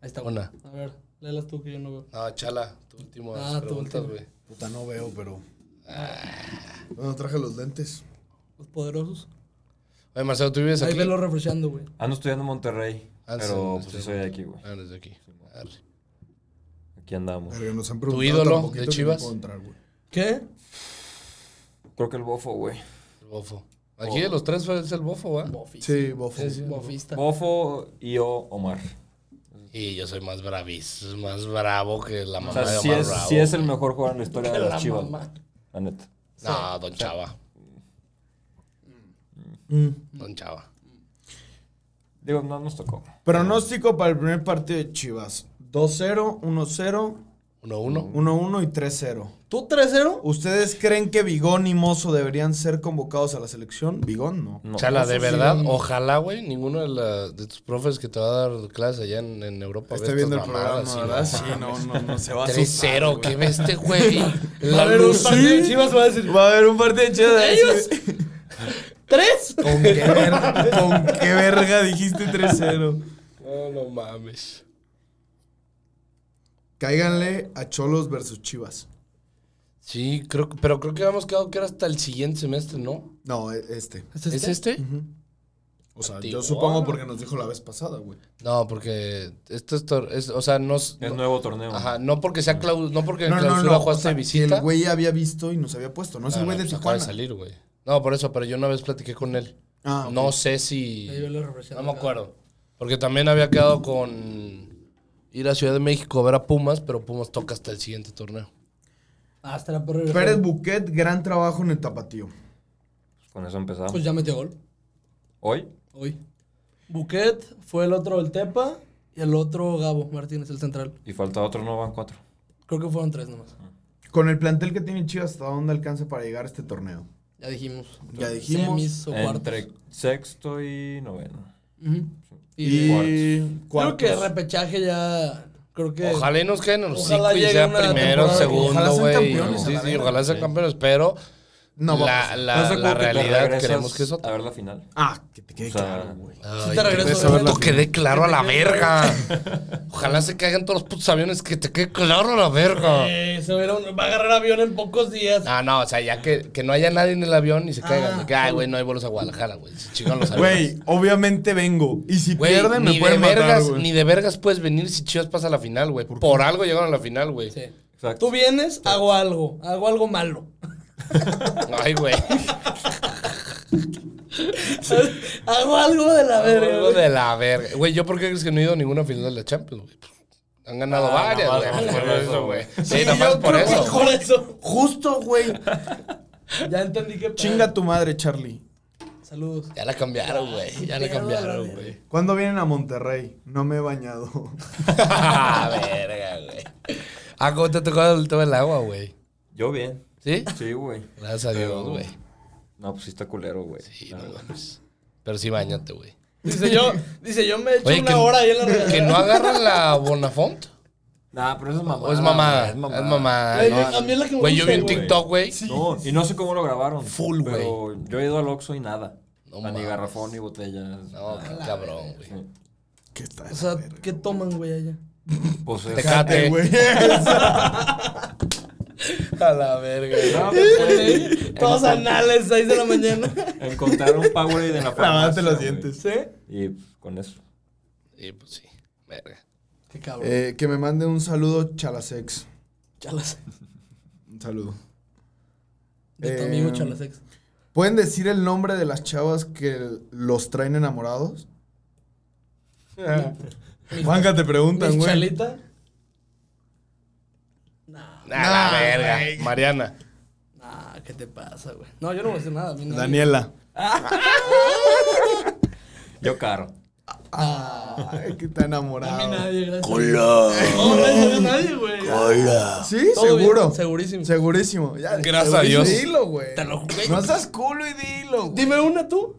Speaker 5: Ahí está.
Speaker 3: Una.
Speaker 5: A ver, léelas tú que yo no veo.
Speaker 3: No, chala, tu último.
Speaker 5: Ah, tu
Speaker 3: preguntas,
Speaker 5: último.
Speaker 3: güey.
Speaker 4: Puta, no
Speaker 3: Ah.
Speaker 4: veo, pero. No traje los lentes.
Speaker 5: Los poderosos.
Speaker 3: Oye, Marcelo, ¿tú vives
Speaker 5: Pues Ahí
Speaker 3: aquí?
Speaker 5: velo refrescando, güey.
Speaker 2: Ando estudiando en Monterrey.
Speaker 3: Ah, sí,
Speaker 2: pero pues
Speaker 3: estoy
Speaker 2: sí soy de aquí, güey.
Speaker 3: Ah, eres de aquí. Arre.
Speaker 2: Aquí andamos.
Speaker 1: Verga, nos han preguntado
Speaker 3: ídolo
Speaker 1: tan poquito
Speaker 3: de
Speaker 1: que no
Speaker 3: Chivas?
Speaker 1: puedo entrar, güey.
Speaker 5: ¿Qué?
Speaker 2: Creo que el bofo, güey.
Speaker 3: El bofo. Aquí de los tres fue- es el bofo, ¿va?
Speaker 5: Bofista.
Speaker 1: Sí, bofo.
Speaker 5: Bofista.
Speaker 2: Bofo y yo, Omar.
Speaker 3: Y yo soy más bravis, más bravo que la
Speaker 2: O
Speaker 3: mamá
Speaker 2: sea,
Speaker 3: de
Speaker 2: sí
Speaker 3: Omar
Speaker 2: es,
Speaker 3: Bravo.
Speaker 2: sí es el mejor jugador en la historia de
Speaker 5: Que la
Speaker 2: las Chivas.
Speaker 5: mamá.
Speaker 2: La neta.
Speaker 3: No, Don Chava,
Speaker 5: Mm.
Speaker 3: Don Chava.
Speaker 2: Digo, no nos tocó.
Speaker 4: Pronóstico para el primer partido de Chivas. 2-0, 1-0,
Speaker 3: 1-1.
Speaker 4: 1-1 y 3-0.
Speaker 5: ¿Tú 3-0?
Speaker 4: ¿Ustedes creen que Vigón y Mozo deberían ser convocados a la selección? Vigón no.
Speaker 2: No.
Speaker 3: O sea, la de
Speaker 5: eso sí.
Speaker 3: verdad, ojalá, güey, ninguno de, la- de tus profes que te va a dar clases allá en, en Europa. ve
Speaker 1: Está
Speaker 3: estas
Speaker 1: viendo el
Speaker 3: mamadas,
Speaker 1: programa,
Speaker 3: sí,
Speaker 1: ¿verdad?
Speaker 3: no
Speaker 4: Sí, no, no, no se va a asustar.
Speaker 3: 3-0, ¿qué ves este güey? La
Speaker 5: a ver, un
Speaker 3: luz-
Speaker 5: partido de Pues Chivas va a decir.
Speaker 4: Va a haber un partido de Chivas.
Speaker 5: ¿Ellos? ¿Tres?
Speaker 4: ¿Con qué verga, con qué verga dijiste 3-0?
Speaker 3: No, no mames.
Speaker 1: Cáiganle a Cholos versus Chivas.
Speaker 3: Sí, creo, que- pero creo que habíamos quedado que era hasta el siguiente semestre, ¿no?
Speaker 1: No, e- este.
Speaker 5: ¿Es
Speaker 3: ¿Es este?
Speaker 1: O sea,
Speaker 3: Antiguo.
Speaker 1: yo supongo porque nos dijo la vez pasada, güey.
Speaker 3: No, porque esto es, tor- es- o sea, no, s-
Speaker 2: Es
Speaker 3: no-
Speaker 2: nuevo torneo.
Speaker 3: ajá, no porque sea clau- no porque en
Speaker 1: No, no,
Speaker 3: clausura
Speaker 1: no,
Speaker 3: jugaste
Speaker 1: o sea,
Speaker 3: de
Speaker 1: Que
Speaker 3: visita.
Speaker 1: el güey había visto y nos había puesto, ¿no? Es
Speaker 3: Ah,
Speaker 1: el güey
Speaker 3: no,
Speaker 1: de
Speaker 3: pues acaba
Speaker 1: Tijuana.
Speaker 3: salir, güey. No, por eso, pero yo una vez platiqué con él.
Speaker 1: Ah, ok.
Speaker 3: No sé si
Speaker 5: Ahí velo refrescando.
Speaker 3: No me acuerdo. Porque también había quedado con ir a Ciudad de México a ver a Pumas, pero Pumas toca hasta el siguiente torneo.
Speaker 5: Hasta Ah, la perra.
Speaker 1: Pérez Buquet, gran trabajo en el tapatío.
Speaker 2: Con eso empezamos.
Speaker 5: Pues ya metió gol.
Speaker 2: Hoy,
Speaker 5: Hoy. Buquet fue el otro el Tepa y el otro Gabo Martínez, el central.
Speaker 2: y falta otro, no van cuatro.
Speaker 5: Creo que fueron tres nomás.
Speaker 1: Con el plantel que tiene Chivas, ¿hasta dónde alcanza para llegar a este torneo?
Speaker 5: Ya dijimos.
Speaker 1: Ya dijimos.
Speaker 5: Semis o cuartos.
Speaker 2: Entre sexto y noveno.
Speaker 5: Ujú.
Speaker 2: Y-
Speaker 5: Y, creo
Speaker 1: cuartos.
Speaker 5: que repechaje ya. Creo que.
Speaker 3: Ojalá y nos queden en los
Speaker 5: Ojalá
Speaker 3: cinco y
Speaker 5: llegue
Speaker 3: sea
Speaker 5: una
Speaker 3: primero,
Speaker 5: temporada que-
Speaker 1: Ojalá
Speaker 3: segundo,
Speaker 1: sean
Speaker 3: güey.
Speaker 1: campeones,
Speaker 3: Sí,
Speaker 1: a la
Speaker 3: sí,
Speaker 1: verga.
Speaker 3: ojalá sean campeones, pero
Speaker 1: No, vamos.
Speaker 3: la, la-
Speaker 2: ¿Estás de
Speaker 3: la
Speaker 2: acuerdo que te
Speaker 3: realidad
Speaker 2: regresas
Speaker 3: queremos que es
Speaker 2: A
Speaker 3: otra.
Speaker 2: ver la final.
Speaker 1: Ah, que te quede
Speaker 2: O sea,
Speaker 1: claro, güey.
Speaker 5: Sí te regreso,
Speaker 1: regreso a ver
Speaker 5: eh.
Speaker 1: la
Speaker 3: Puto, quedé claro a la verga. Ojalá se caigan todos los putos aviones, que te quede claro a la verga.
Speaker 5: Eh, se verá un- va a agarrar avión en pocos días.
Speaker 3: No, no, o sea, ya que, que no haya nadie en el avión y se
Speaker 1: Ah,
Speaker 3: caigan. de que, ay, güey, no hay vuelos a Guadalajara, güey. Se chingan los aviones.
Speaker 1: Güey, obviamente vengo. Y si
Speaker 3: Güey,
Speaker 1: pierden, me
Speaker 3: ni de
Speaker 1: pueden matar,
Speaker 3: vergas,
Speaker 1: güey.
Speaker 3: ni de vergas puedes venir si Chivas pasa a la final, güey. ¿Por, algo llegaron a la final, güey.
Speaker 5: Sí.
Speaker 2: Exacto.
Speaker 5: Tú vienes, hago algo. Hago algo malo.
Speaker 3: Ay, güey.
Speaker 5: hago algo de la verga.
Speaker 3: algo
Speaker 5: güey.
Speaker 3: de la verga. Güey, ¿yo por qué crees que no he ido a ninguna final de la Champions, güey? Han ganado varias, güey.
Speaker 2: nada más
Speaker 3: Por
Speaker 2: por
Speaker 3: eso,
Speaker 2: eso,
Speaker 3: güey.
Speaker 5: Sí,
Speaker 3: Sí, nada más
Speaker 5: yo
Speaker 3: por
Speaker 5: creo que
Speaker 3: eso.
Speaker 5: Por eso.
Speaker 1: Justo, güey.
Speaker 5: Ya entendí que.
Speaker 1: Chinga tu madre, Charlie.
Speaker 5: Saludos.
Speaker 3: Ya la cambiaron, güey. Ya
Speaker 5: Mierda,
Speaker 3: la
Speaker 5: la
Speaker 3: cambiaron,
Speaker 5: verga.
Speaker 3: güey.
Speaker 1: ¿Cuándo vienen a Monterrey? No me he bañado.
Speaker 3: verga, güey. Ah, ¿cómo te tocó el tema del agua, güey?
Speaker 2: Yo bien.
Speaker 3: ¿Sí?
Speaker 2: Sí, güey.
Speaker 3: Gracias a Dios,
Speaker 2: Pero-
Speaker 3: güey.
Speaker 2: No, pues sí está culero, güey.
Speaker 3: Sí,
Speaker 2: La
Speaker 3: no
Speaker 2: verdad.
Speaker 3: mames. Pero sí, bañate, güey.
Speaker 5: Dice yo, dice yo me echo
Speaker 3: Oye,
Speaker 5: una
Speaker 3: que-
Speaker 5: hora ahí en la regadera.
Speaker 3: ¿Que no agarran la Bonafont?
Speaker 2: Nah, pero eso es mamada.
Speaker 3: ¿O es mamada?
Speaker 2: güey,
Speaker 3: Es mamada. Es mamada.
Speaker 5: Güey,
Speaker 3: ¿no?
Speaker 5: yo- a mí es la que me
Speaker 3: Güey, yo vi
Speaker 5: gusta,
Speaker 3: en
Speaker 5: güey.
Speaker 3: TikTok, güey.
Speaker 2: No, y no sé cómo lo grabaron.
Speaker 3: Full, güey.
Speaker 2: Pero yo he ido al Oxxo y nada.
Speaker 3: No
Speaker 2: O sea, ni
Speaker 3: mames.
Speaker 2: garrafón ni botellas.
Speaker 3: No,
Speaker 5: Ah,
Speaker 3: qué cabrón, güey.
Speaker 1: ¿Qué está?
Speaker 5: O sea, ¿qué toman, güey, allá?
Speaker 2: Pues es-
Speaker 3: Tecate.
Speaker 1: güey.
Speaker 3: A la verga.
Speaker 2: No, pues, güey,
Speaker 5: Todos anales, 6 de la mañana.
Speaker 2: Encontraron un Powerade en la
Speaker 1: Lavate
Speaker 2: farmacia.
Speaker 1: los
Speaker 2: güey.
Speaker 1: dientes.
Speaker 2: Y pues, con eso.
Speaker 3: Y pues sí. Verga.
Speaker 5: Qué cabrón.
Speaker 1: Eh, que me mande un saludo, Chalasex.
Speaker 5: Chalas.
Speaker 3: eh,
Speaker 1: Un saludo.
Speaker 5: De tu
Speaker 1: Eh,
Speaker 5: amigo Chalasex.
Speaker 1: ¿Pueden decir el nombre de las chavas que los traen enamorados? Juanca, te preguntan,
Speaker 5: Eh. ¿Mis
Speaker 1: güey.
Speaker 5: chalita?
Speaker 3: A la verga. Mariana.
Speaker 5: Ah, ¿qué te pasa, güey? No, yo no voy a decir nada. a mí nadie.
Speaker 1: Daniela.
Speaker 2: Yo caro.
Speaker 1: Ay, que está
Speaker 5: A
Speaker 1: enamorado.
Speaker 5: mí nadie, gracias. ¡Cola! No, gracias a nadie, güey.
Speaker 1: Sí,
Speaker 5: Todo bien,
Speaker 1: seguro.
Speaker 5: segurísimo.
Speaker 1: Segurísimo. Ya,
Speaker 3: Gracias a Dios.
Speaker 1: Dilo, güey.
Speaker 5: Te lo juro.
Speaker 1: No seas culo y dilo, güey.
Speaker 5: Dime una tú.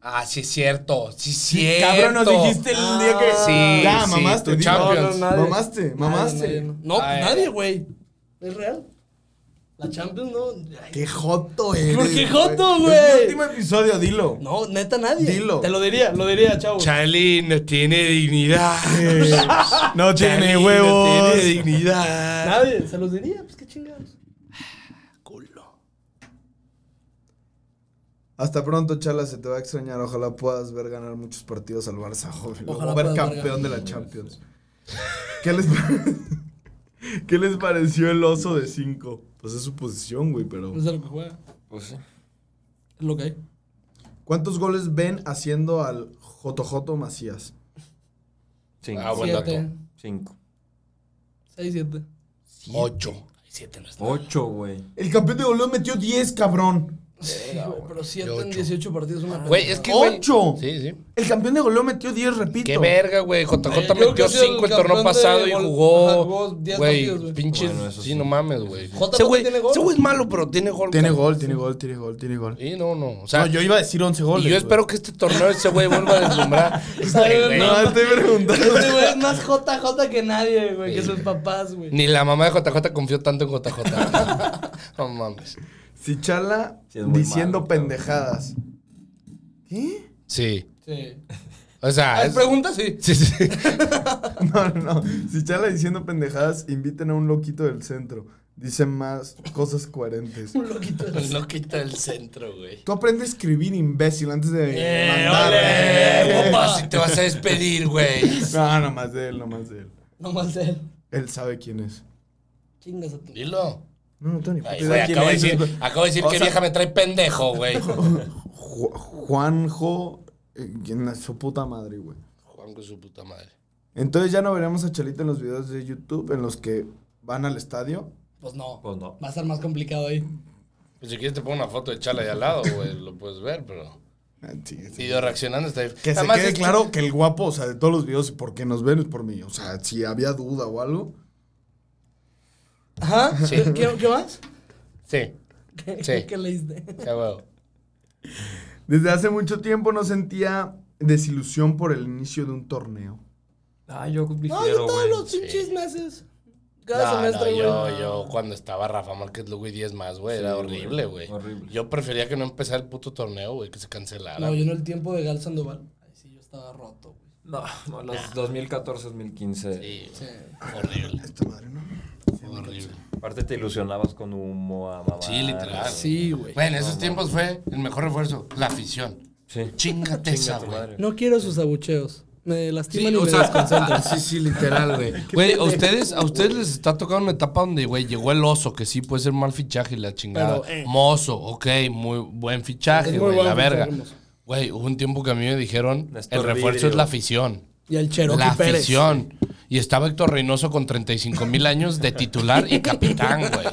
Speaker 3: Ah, sí es cierto. Sí es cierto.
Speaker 1: Cabrón, nos dijiste el día que.
Speaker 5: Ah,
Speaker 3: Sí,
Speaker 1: Ya,
Speaker 3: sí,
Speaker 1: mamaste.
Speaker 3: tu
Speaker 1: dilo.
Speaker 5: No,
Speaker 3: Champions.
Speaker 5: no, nadie.
Speaker 1: Mamaste,
Speaker 5: Nadie,
Speaker 1: mamaste.
Speaker 5: nadie, No, No,
Speaker 3: Ay.
Speaker 5: nadie, güey. Es real. La Champions no. ay.
Speaker 1: Qué joto eres.
Speaker 5: ¿Por qué joto,
Speaker 1: Es Pues, mi
Speaker 5: güey?
Speaker 1: último episodio, dilo.
Speaker 5: No, neta nadie.
Speaker 1: Dilo.
Speaker 5: Te lo diría, lo diría, chavo.
Speaker 3: Charlie no tiene dignidad.
Speaker 1: No
Speaker 3: Charlie
Speaker 1: tiene
Speaker 3: no
Speaker 1: huevos.
Speaker 3: tiene dignidad.
Speaker 5: Nadie, se los diría, pues qué chingados.
Speaker 3: Culo.
Speaker 4: Hasta pronto, Chala, se te va a extrañar. Ojalá puedas ver ganar muchos partidos al Barça, joven.
Speaker 5: Ojalá
Speaker 4: o ver
Speaker 5: puedas ver
Speaker 4: campeón de
Speaker 5: ganar.
Speaker 4: la Champions. ¿Qué les, pare- ¿Qué les pareció el oso de 5? Pues es su posición, güey, pero...
Speaker 5: No sé lo que juega.
Speaker 2: Pues sí.
Speaker 5: Es lo que hay.
Speaker 4: ¿Cuántos goles ven haciendo al Jotojoto Macías?
Speaker 2: Cinco.
Speaker 3: Ah, buen
Speaker 5: Siete.
Speaker 3: dato.
Speaker 2: Cinco.
Speaker 5: 6, 7.
Speaker 3: Ocho.
Speaker 5: 7 no es nada.
Speaker 2: Ocho, güey.
Speaker 4: El campeón de goleo metió 10, cabrón.
Speaker 5: Sí, güey, pero 7 en
Speaker 3: ocho.
Speaker 5: 18 partidos es una
Speaker 3: Güey,
Speaker 5: pendejada.
Speaker 3: es que, güey.
Speaker 4: ¡Ocho!
Speaker 3: Sí, sí.
Speaker 4: El campeón de goleo metió 10, repito.
Speaker 3: Qué verga, güey.
Speaker 5: Oye,
Speaker 3: JJ
Speaker 5: yo creo que
Speaker 3: metió
Speaker 5: ha sido el
Speaker 3: 5 el
Speaker 5: campeón
Speaker 3: torneo
Speaker 5: de
Speaker 3: pasado y
Speaker 5: gol- ajá, jugó
Speaker 3: jugó.
Speaker 5: 10 partidos,
Speaker 3: Güey,
Speaker 5: güey.
Speaker 3: pinches.
Speaker 2: Bueno, eso
Speaker 3: sí,
Speaker 2: sí.
Speaker 3: no mames, güey.
Speaker 5: JJ
Speaker 3: Ese güey
Speaker 5: tiene gol.
Speaker 3: ese güey es malo, pero tiene gol.
Speaker 4: Tiene
Speaker 3: cabrón.
Speaker 4: gol, tiene gol, tiene gol, tiene gol.
Speaker 3: Sí, no, no. O sea,
Speaker 4: no, yo iba a decir 11 goles.
Speaker 3: y yo
Speaker 4: güey.
Speaker 3: espero que este torneo ese güey vuelva a deslumbrar. Este
Speaker 5: Ay,
Speaker 3: güey.
Speaker 4: No, estoy preguntando.
Speaker 5: Este güey es más JJ que nadie, güey, que sus papás, güey.
Speaker 3: Ni la mamá de JJ confió tanto en JJ. no mames.
Speaker 4: Si Chala
Speaker 2: Sí, es muy
Speaker 4: diciendo
Speaker 2: malo, cabrón.
Speaker 4: pendejadas. ¿Qué?
Speaker 3: Sí.
Speaker 5: Sí.
Speaker 3: O sea,
Speaker 5: Hay
Speaker 3: es-
Speaker 5: preguntas, sí.
Speaker 3: sí, sí. sí.
Speaker 4: No, no, no. Si Chala diciendo pendejadas, inviten a un loquito del centro. Dicen más cosas coherentes.
Speaker 5: Un loquito. de-
Speaker 3: No quita el centro, güey.
Speaker 4: Tú aprendes a escribir, imbécil, antes de
Speaker 5: Eh,
Speaker 4: mandar.
Speaker 5: ole,
Speaker 4: Eh.
Speaker 5: papá.
Speaker 3: Así te vas a despedir, güey.
Speaker 4: No, nomás de él, nomás de él.
Speaker 5: No más él.
Speaker 4: Él sabe quién es.
Speaker 5: Chingas a tu.
Speaker 3: Dilo.
Speaker 4: No, no tengo ni puta
Speaker 3: Ay,
Speaker 4: idea
Speaker 3: güey,
Speaker 4: quién
Speaker 3: acabo, de
Speaker 4: es.
Speaker 3: decir, acabo de decir
Speaker 4: O
Speaker 3: que
Speaker 4: sea-
Speaker 3: vieja me trae pendejo, güey.
Speaker 4: Ju- Juanjo. eh, ¿Quién es su puta madre, güey?
Speaker 3: Juan con su puta madre.
Speaker 4: Entonces ya no veremos a Chalita en los videos de YouTube en los que van al estadio.
Speaker 5: Pues no.
Speaker 2: Pues no.
Speaker 5: Va a estar más complicado ahí.
Speaker 3: Pues si quieres te pongo una foto de Chala ahí al lado, güey. Lo puedes ver, pero...
Speaker 4: Ah, sí, sí.
Speaker 3: Video reaccionando está ahí.
Speaker 4: Que se
Speaker 3: Además,
Speaker 4: quede
Speaker 3: es-
Speaker 4: claro que el guapo, o sea, de todos los videos, porque nos ven es por mí. O sea, si había duda o algo.
Speaker 5: Ajá. ¿Qué, qué- qué más?
Speaker 3: Sí.
Speaker 5: ¿Qué,
Speaker 3: Sí.
Speaker 5: ¿Qué leíste?
Speaker 3: Ya, güey.
Speaker 4: Desde hace mucho tiempo no sentía desilusión por el inicio de un torneo.
Speaker 2: Ah, yo
Speaker 5: No, yo
Speaker 2: ligero,
Speaker 5: todos
Speaker 2: güey.
Speaker 5: los pinches meses. Cada
Speaker 3: No, no,
Speaker 5: semestre, güey.
Speaker 3: yo, yo cuando estaba Rafa Márquez Lugo y 10 más, güey, era horrible, güey.
Speaker 2: horrible.
Speaker 3: Yo prefería que no empezara el puto torneo, güey, que se cancelara.
Speaker 5: No, yo en el tiempo de Gal Sandoval. Ahí sí, yo estaba roto, güey.
Speaker 2: No, no, los 2014, 2015.
Speaker 3: Sí,
Speaker 5: Sí.
Speaker 3: horrible,
Speaker 4: Esta madre, ¿no?
Speaker 3: horrible.
Speaker 2: Aparte te ilusionabas con humo a mamá.
Speaker 3: Sí, literal.
Speaker 5: Sí, güey.
Speaker 3: Güey, en esos tiempos fue el mejor refuerzo, la afición.
Speaker 2: Sí.
Speaker 3: Chingate esa,
Speaker 2: tu
Speaker 3: güey.
Speaker 2: madre.
Speaker 5: No quiero sus abucheos. Me lastiman y me
Speaker 3: ah,
Speaker 5: desconcentran.
Speaker 3: sí, sí, literal, güey. Güey, a ustedes, a ustedes les está tocando una etapa donde, güey, llegó el oso, que sí puede ser mal fichaje, la chingada.
Speaker 5: Pero, eh.
Speaker 3: Mozo, ok, muy buen
Speaker 5: Es
Speaker 3: fichaje,
Speaker 5: muy
Speaker 3: güey,
Speaker 5: buen
Speaker 3: la
Speaker 5: fichaje,
Speaker 3: verga.
Speaker 5: hermoso.
Speaker 3: Güey, hubo un tiempo que a mí me dijeron,
Speaker 2: Néstor
Speaker 3: el refuerzo
Speaker 2: Vidrio.
Speaker 3: es la afición.
Speaker 5: Y al Cherokee
Speaker 3: la
Speaker 5: Pérez.
Speaker 3: afición. Y estaba Héctor Reynoso con 35 mil años de titular y capitán, güey.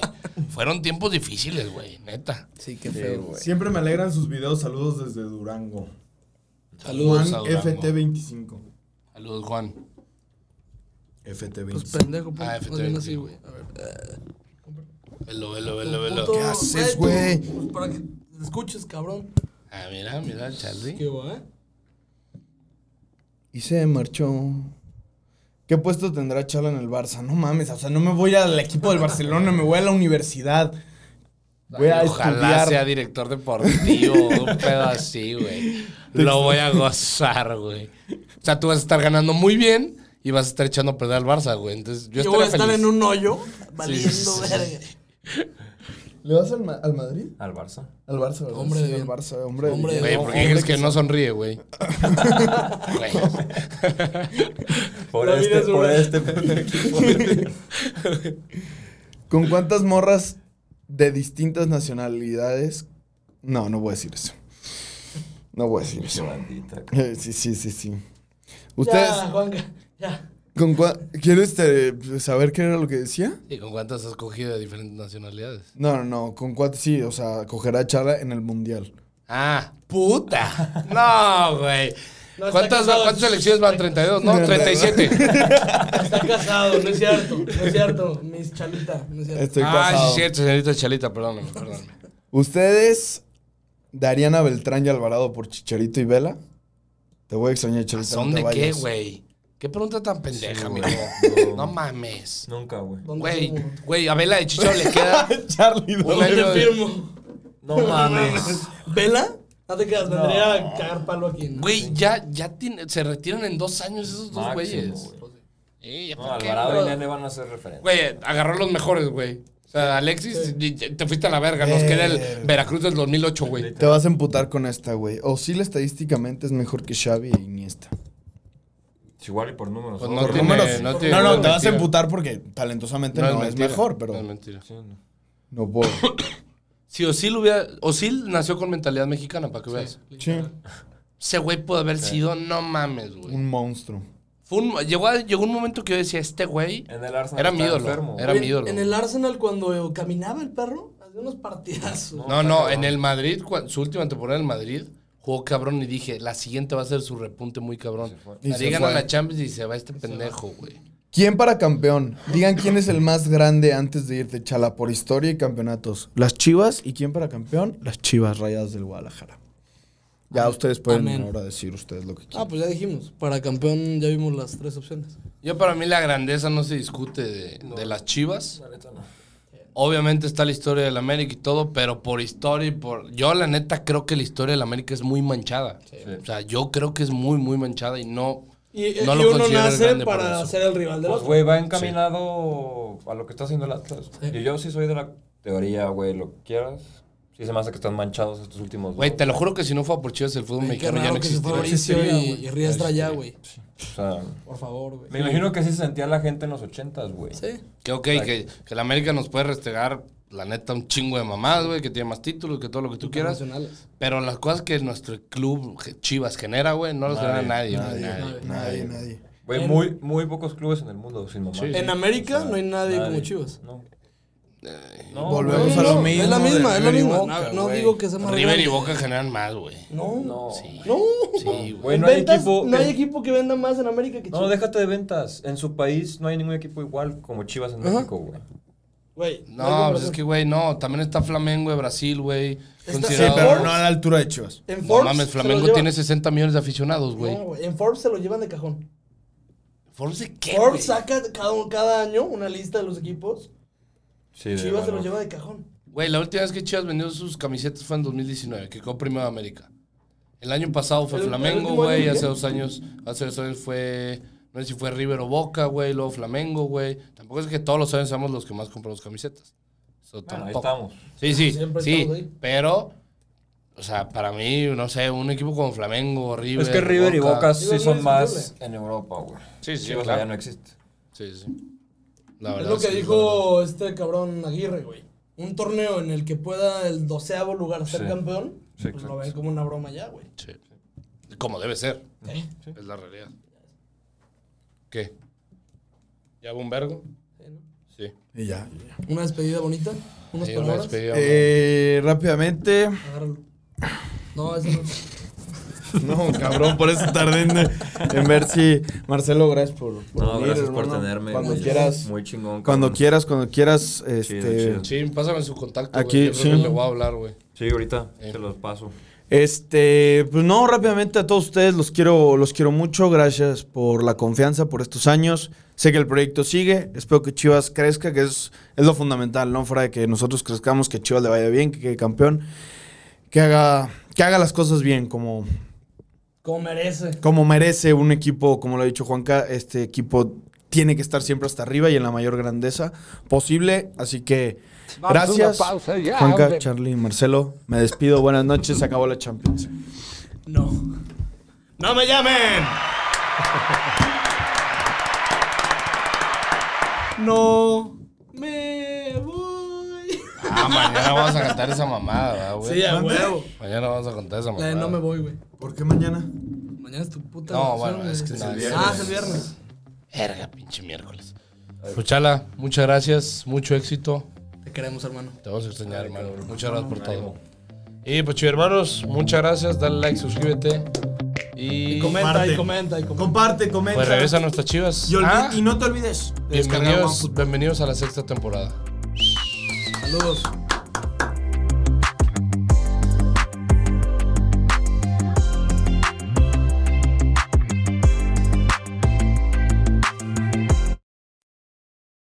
Speaker 3: Fueron tiempos difíciles, güey, neta.
Speaker 5: Sí, qué feo, güey.
Speaker 4: Siempre me alegran sus videos. Saludos desde Durango. Juan
Speaker 3: Saludos a Durango.
Speaker 4: FT25.
Speaker 3: Saludos, Juan.
Speaker 5: Pues
Speaker 4: FT25.
Speaker 5: pendejo, pues.
Speaker 3: Ah,
Speaker 5: más bien así,
Speaker 3: efectivamente.
Speaker 5: güey. A ver.
Speaker 3: Velo, velo, velo, velo.
Speaker 5: Puto-
Speaker 4: haces,
Speaker 5: Ay, tú,
Speaker 4: güey?
Speaker 5: Pues para que te escuches, cabrón.
Speaker 3: Ah, mira, mira, Charlie.
Speaker 5: Qué guay. ¿eh?
Speaker 4: pues, Y se marchó. ¿Qué puesto tendrá Chala en el Barça? No mames, o sea, no me voy al equipo del Barcelona, me voy a la universidad. Voy a
Speaker 3: Ojalá
Speaker 4: estudiar.
Speaker 3: sea director deportivo, un pedo así, güey. Lo voy a gozar, güey. O sea, tú vas a estar ganando muy bien y vas a estar echando a perder al Barça, güey. Entonces, yo,
Speaker 5: Yo, voy a estar
Speaker 3: feliz.
Speaker 5: en un hoyo
Speaker 3: Sí,
Speaker 5: valiendo
Speaker 3: sí, sí, sí.
Speaker 5: verga.
Speaker 4: ¿Le vas al, Ma- al Madrid?
Speaker 2: Al Barça.
Speaker 4: Al Barça, ¿verdad?
Speaker 5: Hombre
Speaker 4: Sí,
Speaker 5: de
Speaker 4: al
Speaker 5: bien.
Speaker 4: Barça, hombre. de
Speaker 5: Hombre de
Speaker 4: bien.
Speaker 3: Güey, ¿por qué crees que no sonríe, güey? Güey.
Speaker 2: Por
Speaker 5: La vida
Speaker 2: este,
Speaker 5: es
Speaker 2: por
Speaker 5: una-
Speaker 2: este puto equipo.
Speaker 4: ¿Con cuántas morras de distintas nacionalidades? No, no voy a decir eso. No voy a decir eso.
Speaker 2: Maldita.
Speaker 4: Eh, Sí, sí, sí, sí. ¿Ustedes
Speaker 5: Ya, Juanca. Ya.
Speaker 4: con cua- quieres este, saber qué era lo que decía?
Speaker 3: ¿Y con cuántas has cogido de diferentes nacionalidades?
Speaker 4: No, no, no, con cuántas sí, o sea, cogerá charla en el mundial.
Speaker 3: Ah, puta. No, güey.
Speaker 5: No, está
Speaker 3: ¿Cuántas,
Speaker 5: casado.
Speaker 3: ¿Cuántas elecciones van? 32, no, 37.
Speaker 5: Está casado, no es cierto. No es cierto. Mis chalita, no es cierto.
Speaker 4: Estoy
Speaker 3: ah, sí,
Speaker 4: casado.
Speaker 3: es cierto, señorita Chalita, perdóname, perdóname.
Speaker 4: ¿Ustedes darían a Beltrán y Alvarado por Chicharito y Vela? Te voy a extrañar, Chicharito.
Speaker 3: ¿Son
Speaker 4: no te
Speaker 3: de qué,
Speaker 4: vayas.
Speaker 3: güey? ¿Qué pregunta tan pendeja, amigo?
Speaker 2: No.
Speaker 3: No, mames.
Speaker 2: Nunca, güey.
Speaker 5: ¿Dónde
Speaker 3: Güey,
Speaker 5: firmo?
Speaker 3: güey, a Vela de Chicho le queda
Speaker 4: Charlie,
Speaker 3: un
Speaker 5: ¿Dónde
Speaker 3: año de...
Speaker 5: firmo?
Speaker 2: No mames.
Speaker 5: ¿Vela? No te quedas, vendría a cagar palo aquí. ¿no?
Speaker 3: Güey, ya, ya tiene- se retiran en dos años esos dos
Speaker 2: Máximo,
Speaker 3: güeyes.
Speaker 2: güey.
Speaker 3: Eh, ¿ya
Speaker 2: No,
Speaker 3: para qué,
Speaker 2: Alvarado y
Speaker 3: bro?
Speaker 2: Nene van a ser referentes.
Speaker 3: Güey, agarró los mejores, güey. O sea, Alexis, y- y- te fuiste a la verga. Nos queda el
Speaker 4: Verga. Este
Speaker 3: Veracruz del 2008, güey.
Speaker 4: Te vas a emputar con esta, güey. Osil estadísticamente es mejor que Xavi e Iniesta.
Speaker 2: Es igual y por números.
Speaker 3: Pues
Speaker 2: ¿no?
Speaker 3: no
Speaker 2: Por
Speaker 4: Por
Speaker 3: tiene-
Speaker 4: números.
Speaker 3: no
Speaker 4: No,
Speaker 3: tiene-
Speaker 4: no,
Speaker 3: no es
Speaker 4: te vas a
Speaker 3: mentira.
Speaker 4: emputar porque talentosamente no, es,
Speaker 3: mentira,
Speaker 4: mejor,
Speaker 3: no
Speaker 4: pero
Speaker 3: es mentira.
Speaker 2: números.
Speaker 4: no puedo.
Speaker 3: Si Osil hubiera. Osil nació con mentalidad mexicana, para que veas.
Speaker 4: Sí,
Speaker 3: Ese güey pudo haber sido, no mames, güey.
Speaker 4: un monstruo.
Speaker 3: Fue un- llegó, a- llegó un momento que yo decía, este güey.
Speaker 2: En el Arsenal
Speaker 3: Era mi
Speaker 2: estaba
Speaker 3: ídolo,
Speaker 2: enfermo.
Speaker 3: era
Speaker 5: Oye,
Speaker 3: mi ídolo.
Speaker 5: En el Arsenal, cuando caminaba el perro, hacía unos partidazos.
Speaker 3: No, no, en el Madrid, cua- su última temporada en el Madrid, jugó cabrón y dije, la siguiente va a ser su repunte muy cabrón.
Speaker 4: Y se
Speaker 3: Ahí gana
Speaker 4: fue.
Speaker 3: la Champions y se va este pendejo, güey.
Speaker 4: ¿Quién para campeón? Digan quién es el más grande antes de irte, chala, por historia y campeonatos. Las Chivas. ¿Y quién para campeón? Las Chivas Rayadas del Guadalajara. Ya
Speaker 3: Ah,
Speaker 4: ustedes pueden
Speaker 5: Amén.
Speaker 4: ahora decir ustedes lo que
Speaker 5: Ah,
Speaker 4: quieran.
Speaker 5: pues ya dijimos. Para campeón ya vimos las tres opciones.
Speaker 3: Yo para mí la grandeza no se discute de, de las Chivas. Obviamente está la historia del América y todo, pero por historia y por... Yo la neta creo que la historia del América es muy manchada. O sea, yo creo que es muy, muy manchada y no...
Speaker 5: Y, eh,
Speaker 3: No
Speaker 5: y
Speaker 3: lo
Speaker 5: uno
Speaker 3: considero
Speaker 5: nace
Speaker 3: grande por
Speaker 5: para
Speaker 3: eso.
Speaker 5: ser el rival del
Speaker 2: Pues,
Speaker 5: otro.
Speaker 2: güey, va encaminado a lo que está haciendo el Atlas. Y yo sí soy de la teoría, güey, lo que quieras. Sí se me hace que están manchados estos últimos
Speaker 3: Güey,
Speaker 2: dos.
Speaker 3: te lo juro que si no fuera por Chivas el fútbol
Speaker 5: Güey, Qué
Speaker 3: mexicano ya
Speaker 5: raro
Speaker 3: no
Speaker 5: que se fue
Speaker 3: existiría.
Speaker 5: Mauricio
Speaker 4: existiría,
Speaker 5: y,
Speaker 4: güey.
Speaker 5: y Riestra ya, güey.
Speaker 2: O sea,
Speaker 5: Por favor, güey.
Speaker 2: me imagino que sí se sentía la gente en los ochentas, güey.
Speaker 5: Sí.
Speaker 3: Que ok, que, que la América nos puede restregar, la neta, un chingo de mamás, güey, que tiene más títulos, que todo lo que tú quieras.
Speaker 5: Internacionales.
Speaker 3: Pero las cosas que nuestro club que Chivas genera, güey, no las genera nadie, güey, nadie.
Speaker 4: Nadie, nadie.
Speaker 2: Güey, muy, muy pocos clubes en el mundo, sin mamá.
Speaker 3: Sí.
Speaker 5: En América no hay nadie, como Chivas.
Speaker 2: No.
Speaker 4: Volvemos a
Speaker 5: No,
Speaker 4: lo
Speaker 5: no,
Speaker 4: mismo.
Speaker 5: Es la
Speaker 4: de
Speaker 5: misma, es la
Speaker 4: River y
Speaker 5: misma.
Speaker 4: Boca,
Speaker 5: no no
Speaker 4: güey.
Speaker 5: digo que sea más
Speaker 3: River y
Speaker 5: grande.
Speaker 3: Boca generan más, güey.
Speaker 5: No.
Speaker 2: No.
Speaker 3: Sí.
Speaker 5: No.
Speaker 3: Sí, güey.
Speaker 2: Güey,
Speaker 5: En
Speaker 2: no hay
Speaker 5: ventas,
Speaker 2: equipo
Speaker 5: no
Speaker 2: que-
Speaker 5: hay equipo que venda más en América que
Speaker 2: No,
Speaker 5: Chivas.
Speaker 2: déjate de ventas. En su país no hay ningún equipo igual como Chivas en México, güey.
Speaker 5: Güey,
Speaker 3: No,
Speaker 5: hay
Speaker 3: pues es que, güey, no. También está Flamengo de Brasil, güey.
Speaker 5: Está-
Speaker 4: Sí,
Speaker 3: Considerado...
Speaker 4: pero no a la altura de Chivas.
Speaker 5: En
Speaker 3: No
Speaker 5: Forbes
Speaker 3: mames,
Speaker 5: se lo
Speaker 3: Flamengo
Speaker 5: lleva-
Speaker 3: tiene 60 millones de aficionados, güey.
Speaker 5: No, güey. En Forbes se lo llevan de cajón.
Speaker 3: ¿Forbes de qué,
Speaker 5: Forbes
Speaker 3: güey?
Speaker 5: saca cada, cada año una lista de los equipos.
Speaker 2: Sí, de
Speaker 5: Chivas se lo
Speaker 2: valor.
Speaker 5: lleva de cajón.
Speaker 3: Güey, la última vez que Chivas vendió sus camisetas fue en 2019, que quedó primero de América. El año pasado fue
Speaker 5: El- el
Speaker 3: Flamengo,
Speaker 5: último
Speaker 3: güey.
Speaker 5: año,
Speaker 3: Hace
Speaker 5: ¿qué?
Speaker 3: dos años, hace dos años fue, no sé si fue River o Boca, güey. Luego Flamengo, güey. Tampoco es que todos los años seamos los que más compramos camisetas. Eso
Speaker 2: Bueno, ahí
Speaker 3: tampoco.
Speaker 2: estamos.
Speaker 3: Sí, sí,
Speaker 5: Siempre
Speaker 3: sí.
Speaker 5: estamos ahí.
Speaker 3: Pero, o sea, para mí, no sé, un equipo como Flamengo, River.
Speaker 2: es que River y Boca sí
Speaker 5: River
Speaker 2: son
Speaker 5: es
Speaker 2: más en Europa, güey.
Speaker 3: Sí, sí,
Speaker 2: Chivas
Speaker 3: claro.
Speaker 2: allá no existe.
Speaker 3: Sí, sí. La
Speaker 5: Es
Speaker 3: verdad,
Speaker 5: lo que
Speaker 3: sí, la verdad.
Speaker 5: dijo este cabrón Aguirre, güey. Un torneo en el que pueda el doceavo lugar ser
Speaker 2: Sí.
Speaker 5: campeón,
Speaker 2: Sí,
Speaker 5: pues lo
Speaker 2: exacto.
Speaker 5: ven como una broma ya, güey. ¿Eh?
Speaker 3: Sí. Como debe ser.
Speaker 5: Sí.
Speaker 3: Es la realidad. ¿Qué? ¿Ya hubo un vergo? Sí.
Speaker 4: Y ya.
Speaker 5: Una despedida bonita, unas
Speaker 3: Sí, una
Speaker 5: palabras.
Speaker 3: despedida,
Speaker 4: Eh, rápidamente.
Speaker 5: Agárralo. No, eso no.
Speaker 4: No, cabrón, por eso tardé en, en ver si. Marcelo, gracias por, por
Speaker 2: No,
Speaker 4: venir,
Speaker 2: gracias por
Speaker 4: hermano.
Speaker 2: tenerme.
Speaker 4: Cuando
Speaker 2: güey.
Speaker 4: quieras.
Speaker 2: Muy chingón.
Speaker 4: Cuando
Speaker 2: cabrón.
Speaker 4: quieras, cuando quieras. Este,
Speaker 2: chido.
Speaker 3: Sí, pásame su contacto.
Speaker 4: Aquí,
Speaker 3: Aquí, sí.
Speaker 4: sí.
Speaker 3: le voy a hablar, güey.
Speaker 2: Sí, ahorita
Speaker 3: Eh.
Speaker 2: te los paso.
Speaker 4: Este, pues no, rápidamente a todos ustedes los quiero, los quiero mucho. Gracias por la confianza, por estos años. Sé que el proyecto sigue. Espero que Chivas crezca, que es, es lo fundamental, ¿no? Fuera de que nosotros crezcamos, que Chivas le vaya bien, que quede campeón, que haga, que haga las cosas bien, como,
Speaker 5: Como merece.
Speaker 4: como merece un equipo, como lo ha dicho Juanca, este equipo tiene que estar siempre hasta arriba y en la mayor grandeza posible. Así que gracias. Juanca, Charlie, Marcelo, me despido. Buenas noches. Se acabó la Champions.
Speaker 5: No. ¡No me llamen! No me voy.
Speaker 3: Ah, mañana vamos a cantar esa mamada, ¿verdad, güey.
Speaker 5: Sí, a huevo.
Speaker 3: Mañana vamos a cantar esa
Speaker 5: La
Speaker 3: mamada.
Speaker 5: de no me voy, güey.
Speaker 4: ¿Por qué mañana?
Speaker 5: Mañana es tu puta.
Speaker 3: No,
Speaker 5: grabación,
Speaker 3: bueno, es
Speaker 5: güey.
Speaker 3: que es el
Speaker 5: Ah,
Speaker 3: viernes.
Speaker 5: es el viernes.
Speaker 3: Verga, pinche miércoles. Puchala, Pues, muchas gracias, mucho éxito.
Speaker 5: Te queremos, hermano.
Speaker 3: Te vamos a extrañar, hermano. Muchas gracias por todo. Y pues, chido, hermanos, muchas gracias. Dale like, suscríbete. Y,
Speaker 5: Comenta
Speaker 4: Marte.
Speaker 5: y comenta y comenta.
Speaker 4: Comparte, comenta.
Speaker 3: pues regresa a nuestras chivas.
Speaker 4: Y, olvi-
Speaker 3: Ah,
Speaker 4: y no te olvides de descargar
Speaker 3: bienvenidos,
Speaker 4: OneFootball.
Speaker 3: bienvenidos a la sexta temporada.
Speaker 5: Saludos.